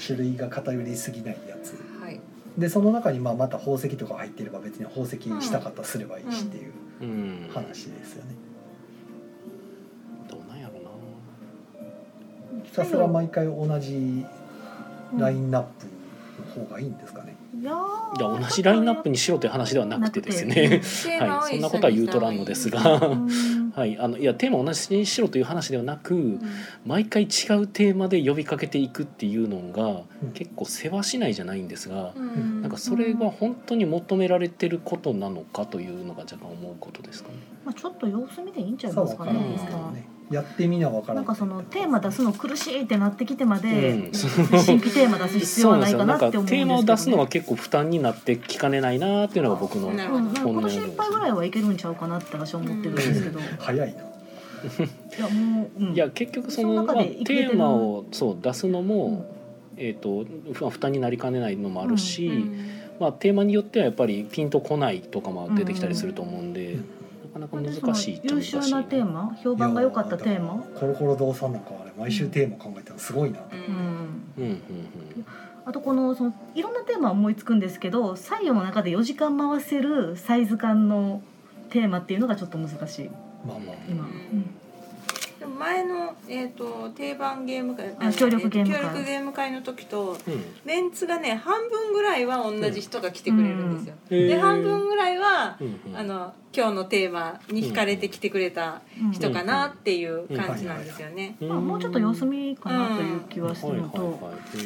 [SPEAKER 2] 種類が偏りすぎないやつ
[SPEAKER 4] はい
[SPEAKER 2] でその中にまあまた宝石とか入ってれば別に宝石したかったらすればいいしっていう
[SPEAKER 1] うん
[SPEAKER 2] 話ですよね、
[SPEAKER 1] どうなんやろな
[SPEAKER 2] ひたすら毎回同じラインナップの方がいいんですかね。
[SPEAKER 5] いやー
[SPEAKER 1] いや同じラインナップにしろという話ではなくてですねはいそんなことは言うとらんのですが はいあのいやテーマ同じにしろという話ではなく毎回違うテーマで呼びかけていくっていうのが
[SPEAKER 2] うん
[SPEAKER 1] 結構世話しないじゃないんですが
[SPEAKER 4] うん
[SPEAKER 1] なんかそれが本当に求められてることなのかというのが若干思うことですかね。
[SPEAKER 5] まあちょっと様子見ていいんちゃい
[SPEAKER 2] さあ
[SPEAKER 5] ます
[SPEAKER 2] 分
[SPEAKER 5] か
[SPEAKER 2] か
[SPEAKER 5] ね
[SPEAKER 2] ら
[SPEAKER 1] そうでか
[SPEAKER 2] ないですすけ
[SPEAKER 1] ね
[SPEAKER 2] どね。やってみな分から
[SPEAKER 5] なん
[SPEAKER 2] ん。
[SPEAKER 5] かそのテーマ出すの苦しいってなってきてまで、
[SPEAKER 1] うん
[SPEAKER 5] 新規テーマ出す必
[SPEAKER 1] そ
[SPEAKER 5] 要
[SPEAKER 1] う
[SPEAKER 5] は
[SPEAKER 1] なんです
[SPEAKER 5] な
[SPEAKER 1] よ
[SPEAKER 5] い
[SPEAKER 1] な
[SPEAKER 5] かなんって
[SPEAKER 1] か
[SPEAKER 5] 思
[SPEAKER 1] テ
[SPEAKER 5] うんです
[SPEAKER 1] ーマを出
[SPEAKER 5] けど、ね、
[SPEAKER 1] すのが結構負担になって聞かねないなっていうのが僕の
[SPEAKER 4] なる
[SPEAKER 5] う
[SPEAKER 4] ほ
[SPEAKER 5] ん、
[SPEAKER 4] ど
[SPEAKER 5] この心配ぐらいはいけるんちゃうかなって私は思ってるんですけど、い
[SPEAKER 2] 早いな。
[SPEAKER 5] やもう、うん、
[SPEAKER 1] いや結局そ
[SPEAKER 5] そ
[SPEAKER 1] の
[SPEAKER 5] の中で
[SPEAKER 1] まあ、
[SPEAKER 5] 生き
[SPEAKER 1] テ
[SPEAKER 5] てる
[SPEAKER 1] ーマをそう出すの
[SPEAKER 5] う
[SPEAKER 1] も、
[SPEAKER 5] ん
[SPEAKER 1] えー、とふ負担になりかねないのもあるし、
[SPEAKER 4] うん
[SPEAKER 1] まあ、テーマによってはやっぱりピンとこないとかも出てきたりすると思うんで、
[SPEAKER 2] うん
[SPEAKER 1] なか
[SPEAKER 5] ほん
[SPEAKER 1] な
[SPEAKER 5] で
[SPEAKER 1] か
[SPEAKER 5] その
[SPEAKER 1] 難しいっちゃ
[SPEAKER 5] 優
[SPEAKER 1] 難しい
[SPEAKER 5] 秀なテーマ評判が良かったテー
[SPEAKER 2] いや
[SPEAKER 5] マ
[SPEAKER 2] だからコロコロ堂さんなんかはあれ毎週テーマ考えたのすごいな。
[SPEAKER 5] う
[SPEAKER 4] うん
[SPEAKER 5] ん
[SPEAKER 1] うんうん
[SPEAKER 5] あとこのそのいろんなテーマは思いつくんですけど採用の中で4時間回せるサイズ感のテーマっていうのがちょっと難しい
[SPEAKER 2] まあまあ。
[SPEAKER 5] 今、
[SPEAKER 4] う
[SPEAKER 5] うんん
[SPEAKER 4] でも前の、えー、と定番ゲーム会
[SPEAKER 5] あ協力ゲーム会
[SPEAKER 4] 協力ゲーム会の時と
[SPEAKER 1] うんうん
[SPEAKER 4] メンツがね半分ぐらいは同じ人が来てくれるんです
[SPEAKER 1] うん
[SPEAKER 4] よ、で半分ぐらいは、
[SPEAKER 1] うんうん
[SPEAKER 4] あの今日のテーマに惹かれて来てくれた
[SPEAKER 5] うん
[SPEAKER 4] 人かなっていう感じなんですよね、
[SPEAKER 1] うん
[SPEAKER 5] まあ、もうちょっと様子見かなという気はしてるのと、
[SPEAKER 1] はいはい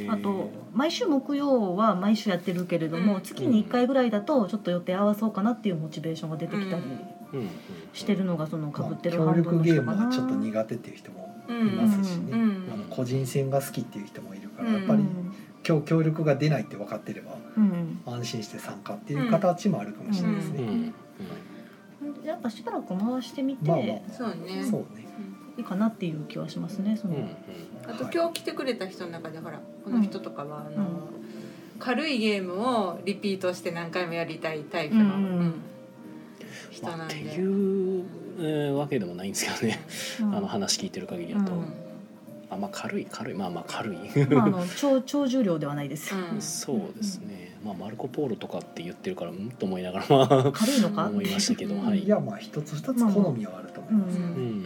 [SPEAKER 1] はい
[SPEAKER 5] あと毎週木曜は毎週やってるけれども、
[SPEAKER 4] うん
[SPEAKER 5] 月に1回ぐらいだとちょっと予定合わそうかなっていうモチベーションが出てきたり
[SPEAKER 1] うんうんうん
[SPEAKER 5] してるのがそのかぶってる
[SPEAKER 2] まあ
[SPEAKER 5] 半
[SPEAKER 2] 協
[SPEAKER 5] 分
[SPEAKER 2] 力
[SPEAKER 5] の
[SPEAKER 2] ゲ
[SPEAKER 5] 人
[SPEAKER 2] ー
[SPEAKER 5] か
[SPEAKER 2] ム
[SPEAKER 5] な。
[SPEAKER 2] はちょっと苦手っていう人も
[SPEAKER 4] う
[SPEAKER 2] いま
[SPEAKER 4] ん
[SPEAKER 2] すしね。
[SPEAKER 5] う
[SPEAKER 4] うん
[SPEAKER 2] あの
[SPEAKER 4] ん
[SPEAKER 2] 個人戦が好きっていう人もいるから、
[SPEAKER 4] うん
[SPEAKER 2] やっぱり
[SPEAKER 5] うん
[SPEAKER 2] 今日協力が出ないって分かってれば
[SPEAKER 5] うん
[SPEAKER 2] 安心して参加っていう形もあるかもしれないです
[SPEAKER 1] うん
[SPEAKER 2] ね。
[SPEAKER 1] うん
[SPEAKER 5] やっぱしばらく回してみて、
[SPEAKER 2] まあま
[SPEAKER 4] そう
[SPEAKER 2] あ
[SPEAKER 4] ね
[SPEAKER 2] そうね。
[SPEAKER 5] いいかなっていう気はしますね。そ
[SPEAKER 1] うん
[SPEAKER 5] の、
[SPEAKER 1] うん
[SPEAKER 4] あと今日来てくれた人の中でほらこの人とかはあの、軽いゲームをリピートして何回もやりたいタイプの、
[SPEAKER 5] うん
[SPEAKER 4] うん人
[SPEAKER 1] ま
[SPEAKER 4] な
[SPEAKER 1] あっ
[SPEAKER 4] ん
[SPEAKER 1] て
[SPEAKER 4] で。
[SPEAKER 1] いうえーわけでもないんですけどね、
[SPEAKER 5] うん
[SPEAKER 1] あの話聞いてる限りだと、
[SPEAKER 5] うん
[SPEAKER 1] あまあ軽い軽いまあまあ軽い
[SPEAKER 5] まああの超超重量ではないです。
[SPEAKER 4] うん
[SPEAKER 1] そうですね、まあ、マルコ・ポーロとかって言ってるからうんと思いながらま
[SPEAKER 5] 軽いの
[SPEAKER 1] あ
[SPEAKER 5] か。
[SPEAKER 1] 思いましたけど
[SPEAKER 4] うん
[SPEAKER 1] はい
[SPEAKER 2] いやまあ一つ二つ好みはあると思います。
[SPEAKER 5] う
[SPEAKER 1] うんん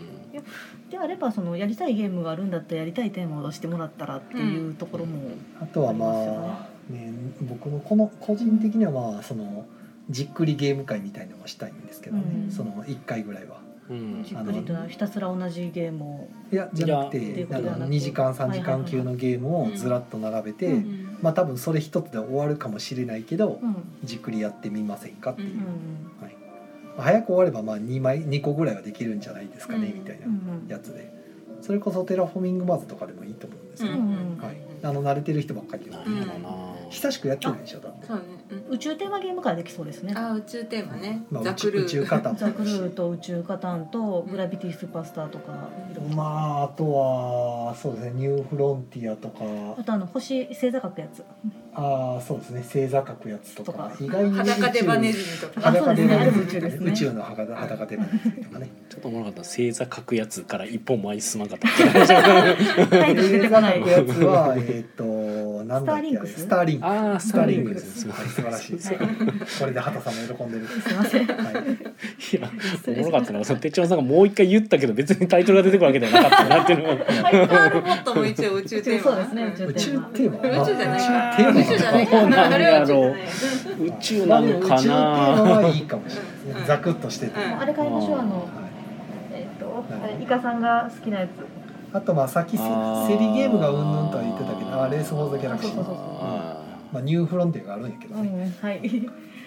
[SPEAKER 5] であればそのやりたいゲームがあるんだったらやりたいテーマを出してもらったらっていうところも、
[SPEAKER 2] あとはまあね僕のこの個人的にはまあそのじっくりゲーム会みたいのもしたいんですけどね、
[SPEAKER 5] うん
[SPEAKER 2] その1回ぐらいは
[SPEAKER 1] うん
[SPEAKER 5] じっくりとひたすら同じゲームを。
[SPEAKER 2] いやじゃなく
[SPEAKER 1] い
[SPEAKER 2] て
[SPEAKER 1] や
[SPEAKER 2] あ
[SPEAKER 1] ではな
[SPEAKER 2] の
[SPEAKER 5] く
[SPEAKER 2] 2時間3時間級のゲームをずらっと並べて、
[SPEAKER 5] うん
[SPEAKER 4] うん
[SPEAKER 2] まあ多分それ一つで終わるかもしれないけど、
[SPEAKER 5] うん
[SPEAKER 2] じっくりやってみませんかっていう
[SPEAKER 4] うんん
[SPEAKER 2] はい、早く終わればまあ 2, 枚2個ぐらいはできるんじゃないですかね、
[SPEAKER 4] う
[SPEAKER 2] み
[SPEAKER 4] ん
[SPEAKER 2] たいな
[SPEAKER 5] うんうん
[SPEAKER 2] やつでそれこそテラフォーミングマーズとかでもいいと思うんですけど、
[SPEAKER 5] うん
[SPEAKER 2] はい、あの慣れてる人ばっかりでも
[SPEAKER 1] なんやろうな、
[SPEAKER 2] 久しくやってないでしょだって、
[SPEAKER 4] そうね、うん
[SPEAKER 5] 宇宙テーマゲームからできそうですね。
[SPEAKER 4] あー宇宙テーマね、
[SPEAKER 2] まあ、
[SPEAKER 4] ザ
[SPEAKER 2] 宇宙
[SPEAKER 4] クル
[SPEAKER 2] 宇宙
[SPEAKER 4] ー
[SPEAKER 2] カタンも
[SPEAKER 5] ザク
[SPEAKER 2] あ
[SPEAKER 5] ル
[SPEAKER 2] るし
[SPEAKER 5] ーと宇宙カタンとグラビティスーパースターとかいろいろ
[SPEAKER 2] まああとはそうですねニューフロンティアとか
[SPEAKER 5] あとあの星星座書くやつ
[SPEAKER 2] ああそうですね星座書くやつとか
[SPEAKER 5] と
[SPEAKER 2] 意外に
[SPEAKER 4] 裸でバネズミとか
[SPEAKER 5] あそう
[SPEAKER 2] 裸
[SPEAKER 5] で
[SPEAKER 2] です
[SPEAKER 5] ね
[SPEAKER 2] バネ
[SPEAKER 5] あれも宇宙
[SPEAKER 2] ズミ
[SPEAKER 5] ですね
[SPEAKER 2] 宇宙の裸裸でバネズミと かね
[SPEAKER 1] ちょっとおもろかった星座書くやつから一本前に進まんかった
[SPEAKER 2] 星座書
[SPEAKER 5] タイトル出てこない
[SPEAKER 2] くやつはえっとなんだっけあれ
[SPEAKER 5] ス
[SPEAKER 2] ス
[SPEAKER 5] タ
[SPEAKER 2] ターリンク
[SPEAKER 1] ああスターリングですね
[SPEAKER 2] はい素晴らしいです
[SPEAKER 5] はい
[SPEAKER 2] これで畑さんも喜んでる
[SPEAKER 5] すいません
[SPEAKER 2] はい
[SPEAKER 1] いやおもろかったのがそのてっちゃんさんがもう一回言ったけど別にタイトルが出てくるわけではなかったなっていうのも
[SPEAKER 4] カールボットも一応宇宙テーマ
[SPEAKER 5] そうですね宇宙
[SPEAKER 2] 宇宙
[SPEAKER 5] テーマ
[SPEAKER 2] テーマ
[SPEAKER 4] 宇宙じゃない
[SPEAKER 2] あー
[SPEAKER 4] 宇宙じゃない
[SPEAKER 2] テーマ
[SPEAKER 1] なん
[SPEAKER 4] あれは
[SPEAKER 1] や
[SPEAKER 4] 宇宙じゃ
[SPEAKER 1] ろ
[SPEAKER 4] ない
[SPEAKER 1] 宇宙なの
[SPEAKER 4] う
[SPEAKER 1] か
[SPEAKER 2] 宇宙テー
[SPEAKER 1] な
[SPEAKER 2] マはいいかもしれないですねざくっとしてて、
[SPEAKER 4] う ん
[SPEAKER 5] あれ買いましょうあの
[SPEAKER 2] はい
[SPEAKER 5] えっとあれイカさんが好きなやつ
[SPEAKER 2] あとまあさっきセ
[SPEAKER 1] あー
[SPEAKER 2] セリゲームがうんぬんとは言ってたけどあーレース・フォー・ザ・ギャラクシー
[SPEAKER 5] そうそうそう
[SPEAKER 2] まあ、ニューフロンティアがあるんやけど
[SPEAKER 5] う
[SPEAKER 2] ね、
[SPEAKER 5] んはい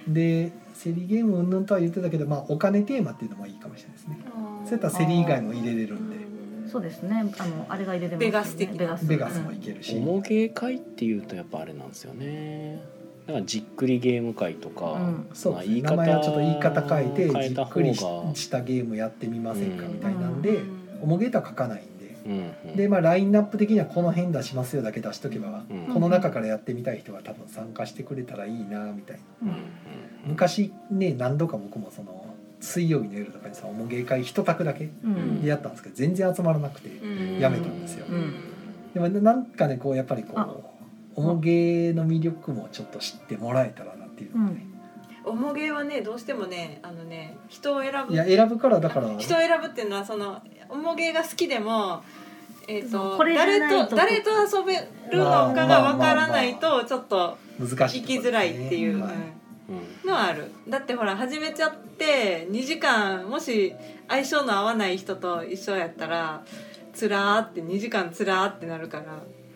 [SPEAKER 2] でセリゲームうんぬんとは言ってたけど、まあ、お金テーマっていうのもいいかもしれないですねそういったらセリ以外も入れれるんで
[SPEAKER 5] そうですねあのあれが入れてますよね
[SPEAKER 4] ベガス的な
[SPEAKER 5] ベガス
[SPEAKER 2] ベガスも
[SPEAKER 5] う
[SPEAKER 2] い
[SPEAKER 5] ん
[SPEAKER 2] けるし、
[SPEAKER 1] おもげ会っていうとやっぱあれなんですよねだからじっくりゲーム会とか、
[SPEAKER 5] うん
[SPEAKER 2] そう
[SPEAKER 1] まあ
[SPEAKER 2] ですね名前はちょっと言い方変えて
[SPEAKER 1] 変え
[SPEAKER 2] じ
[SPEAKER 1] た
[SPEAKER 2] っ
[SPEAKER 1] 方
[SPEAKER 2] く
[SPEAKER 1] が
[SPEAKER 2] りししたゲームやってみませんかみたいなん
[SPEAKER 4] う
[SPEAKER 2] で、
[SPEAKER 4] ん
[SPEAKER 2] おもげとは書かないんで
[SPEAKER 1] うんうん
[SPEAKER 2] で、まあ、ラインナップ的にはこの辺出しますよだけ出しとけば、
[SPEAKER 1] うん
[SPEAKER 2] この中からやってみたい人が多分参加してくれたらいいなみたいな。
[SPEAKER 5] うん
[SPEAKER 2] 昔ね何度か僕もその水曜日の夜とかにさおもげ会一択だけ
[SPEAKER 5] うん
[SPEAKER 2] でやったんですけど全然集まらなくて
[SPEAKER 4] うん
[SPEAKER 2] やめたんですよ
[SPEAKER 4] うん
[SPEAKER 2] でもなんかねこうやっぱりこ
[SPEAKER 5] あ
[SPEAKER 2] うおもげの魅力もちょっと知ってもらえたらなっていうのがね、
[SPEAKER 4] おもげはねどうしてもねあのね人を選ぶ
[SPEAKER 2] いや選ぶからだから
[SPEAKER 4] 人を選ぶっていうのはそのおもげが好きでも、えー、
[SPEAKER 5] そう
[SPEAKER 4] と
[SPEAKER 5] これじゃない
[SPEAKER 4] 誰
[SPEAKER 5] と
[SPEAKER 4] と誰と遊べるのかがわからない
[SPEAKER 2] まあ
[SPEAKER 4] とちょっと
[SPEAKER 2] 難しいとこ
[SPEAKER 4] 行き
[SPEAKER 2] ろですね、
[SPEAKER 4] づらいっていう、
[SPEAKER 2] は
[SPEAKER 1] うん
[SPEAKER 4] うんのはあるだってほら始めちゃって2時間もし相性の合わない人と一緒やったらつらーって2時間つらーってなるから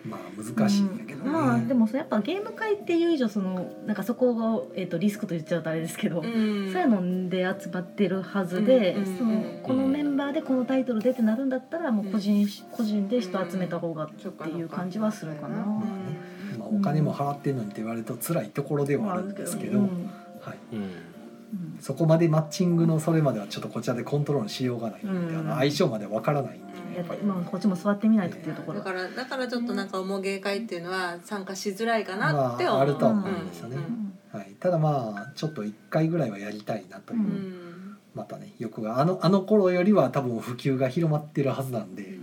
[SPEAKER 2] まあ難しいんだけどね、
[SPEAKER 5] うんまあでもそのやっぱゲーム会っていう以上そのなんかそこを、えー、とリスクと言っちゃうとあれですけど、
[SPEAKER 4] うん
[SPEAKER 5] そういうので集まってるはずで、
[SPEAKER 4] うん
[SPEAKER 5] そのこのメンバーでこのタイトルでってなるんだったらもう個人,、個人で人集めた方がっていう感じはするかな。
[SPEAKER 2] まあねまあ、お金も払ってるのにって言われると辛いところではあるんですけど、
[SPEAKER 5] うん
[SPEAKER 2] はい、
[SPEAKER 1] うん
[SPEAKER 5] うん
[SPEAKER 2] そこまでマッチングのそれまではちょっとこちらでコントロールしようがないので、
[SPEAKER 5] うん
[SPEAKER 2] あの相性までわからないんで、
[SPEAKER 5] や
[SPEAKER 2] や
[SPEAKER 5] っ
[SPEAKER 2] っぱ
[SPEAKER 5] ぱり
[SPEAKER 2] り、
[SPEAKER 5] まあこっちも座ってみないとっていうところ
[SPEAKER 4] だからだからちょっとなんかお芸会っていうのは参加しづらいかなって
[SPEAKER 2] ま
[SPEAKER 4] 思
[SPEAKER 2] あ、
[SPEAKER 4] う、
[SPEAKER 2] あるとは思
[SPEAKER 5] う
[SPEAKER 2] うんですよね、
[SPEAKER 5] うん
[SPEAKER 2] はい、ただまあちょっと1回ぐらいはやりたいなという、
[SPEAKER 5] う
[SPEAKER 4] うんん
[SPEAKER 2] またね欲があのあの頃よりは多分普及が広まってるはずなんで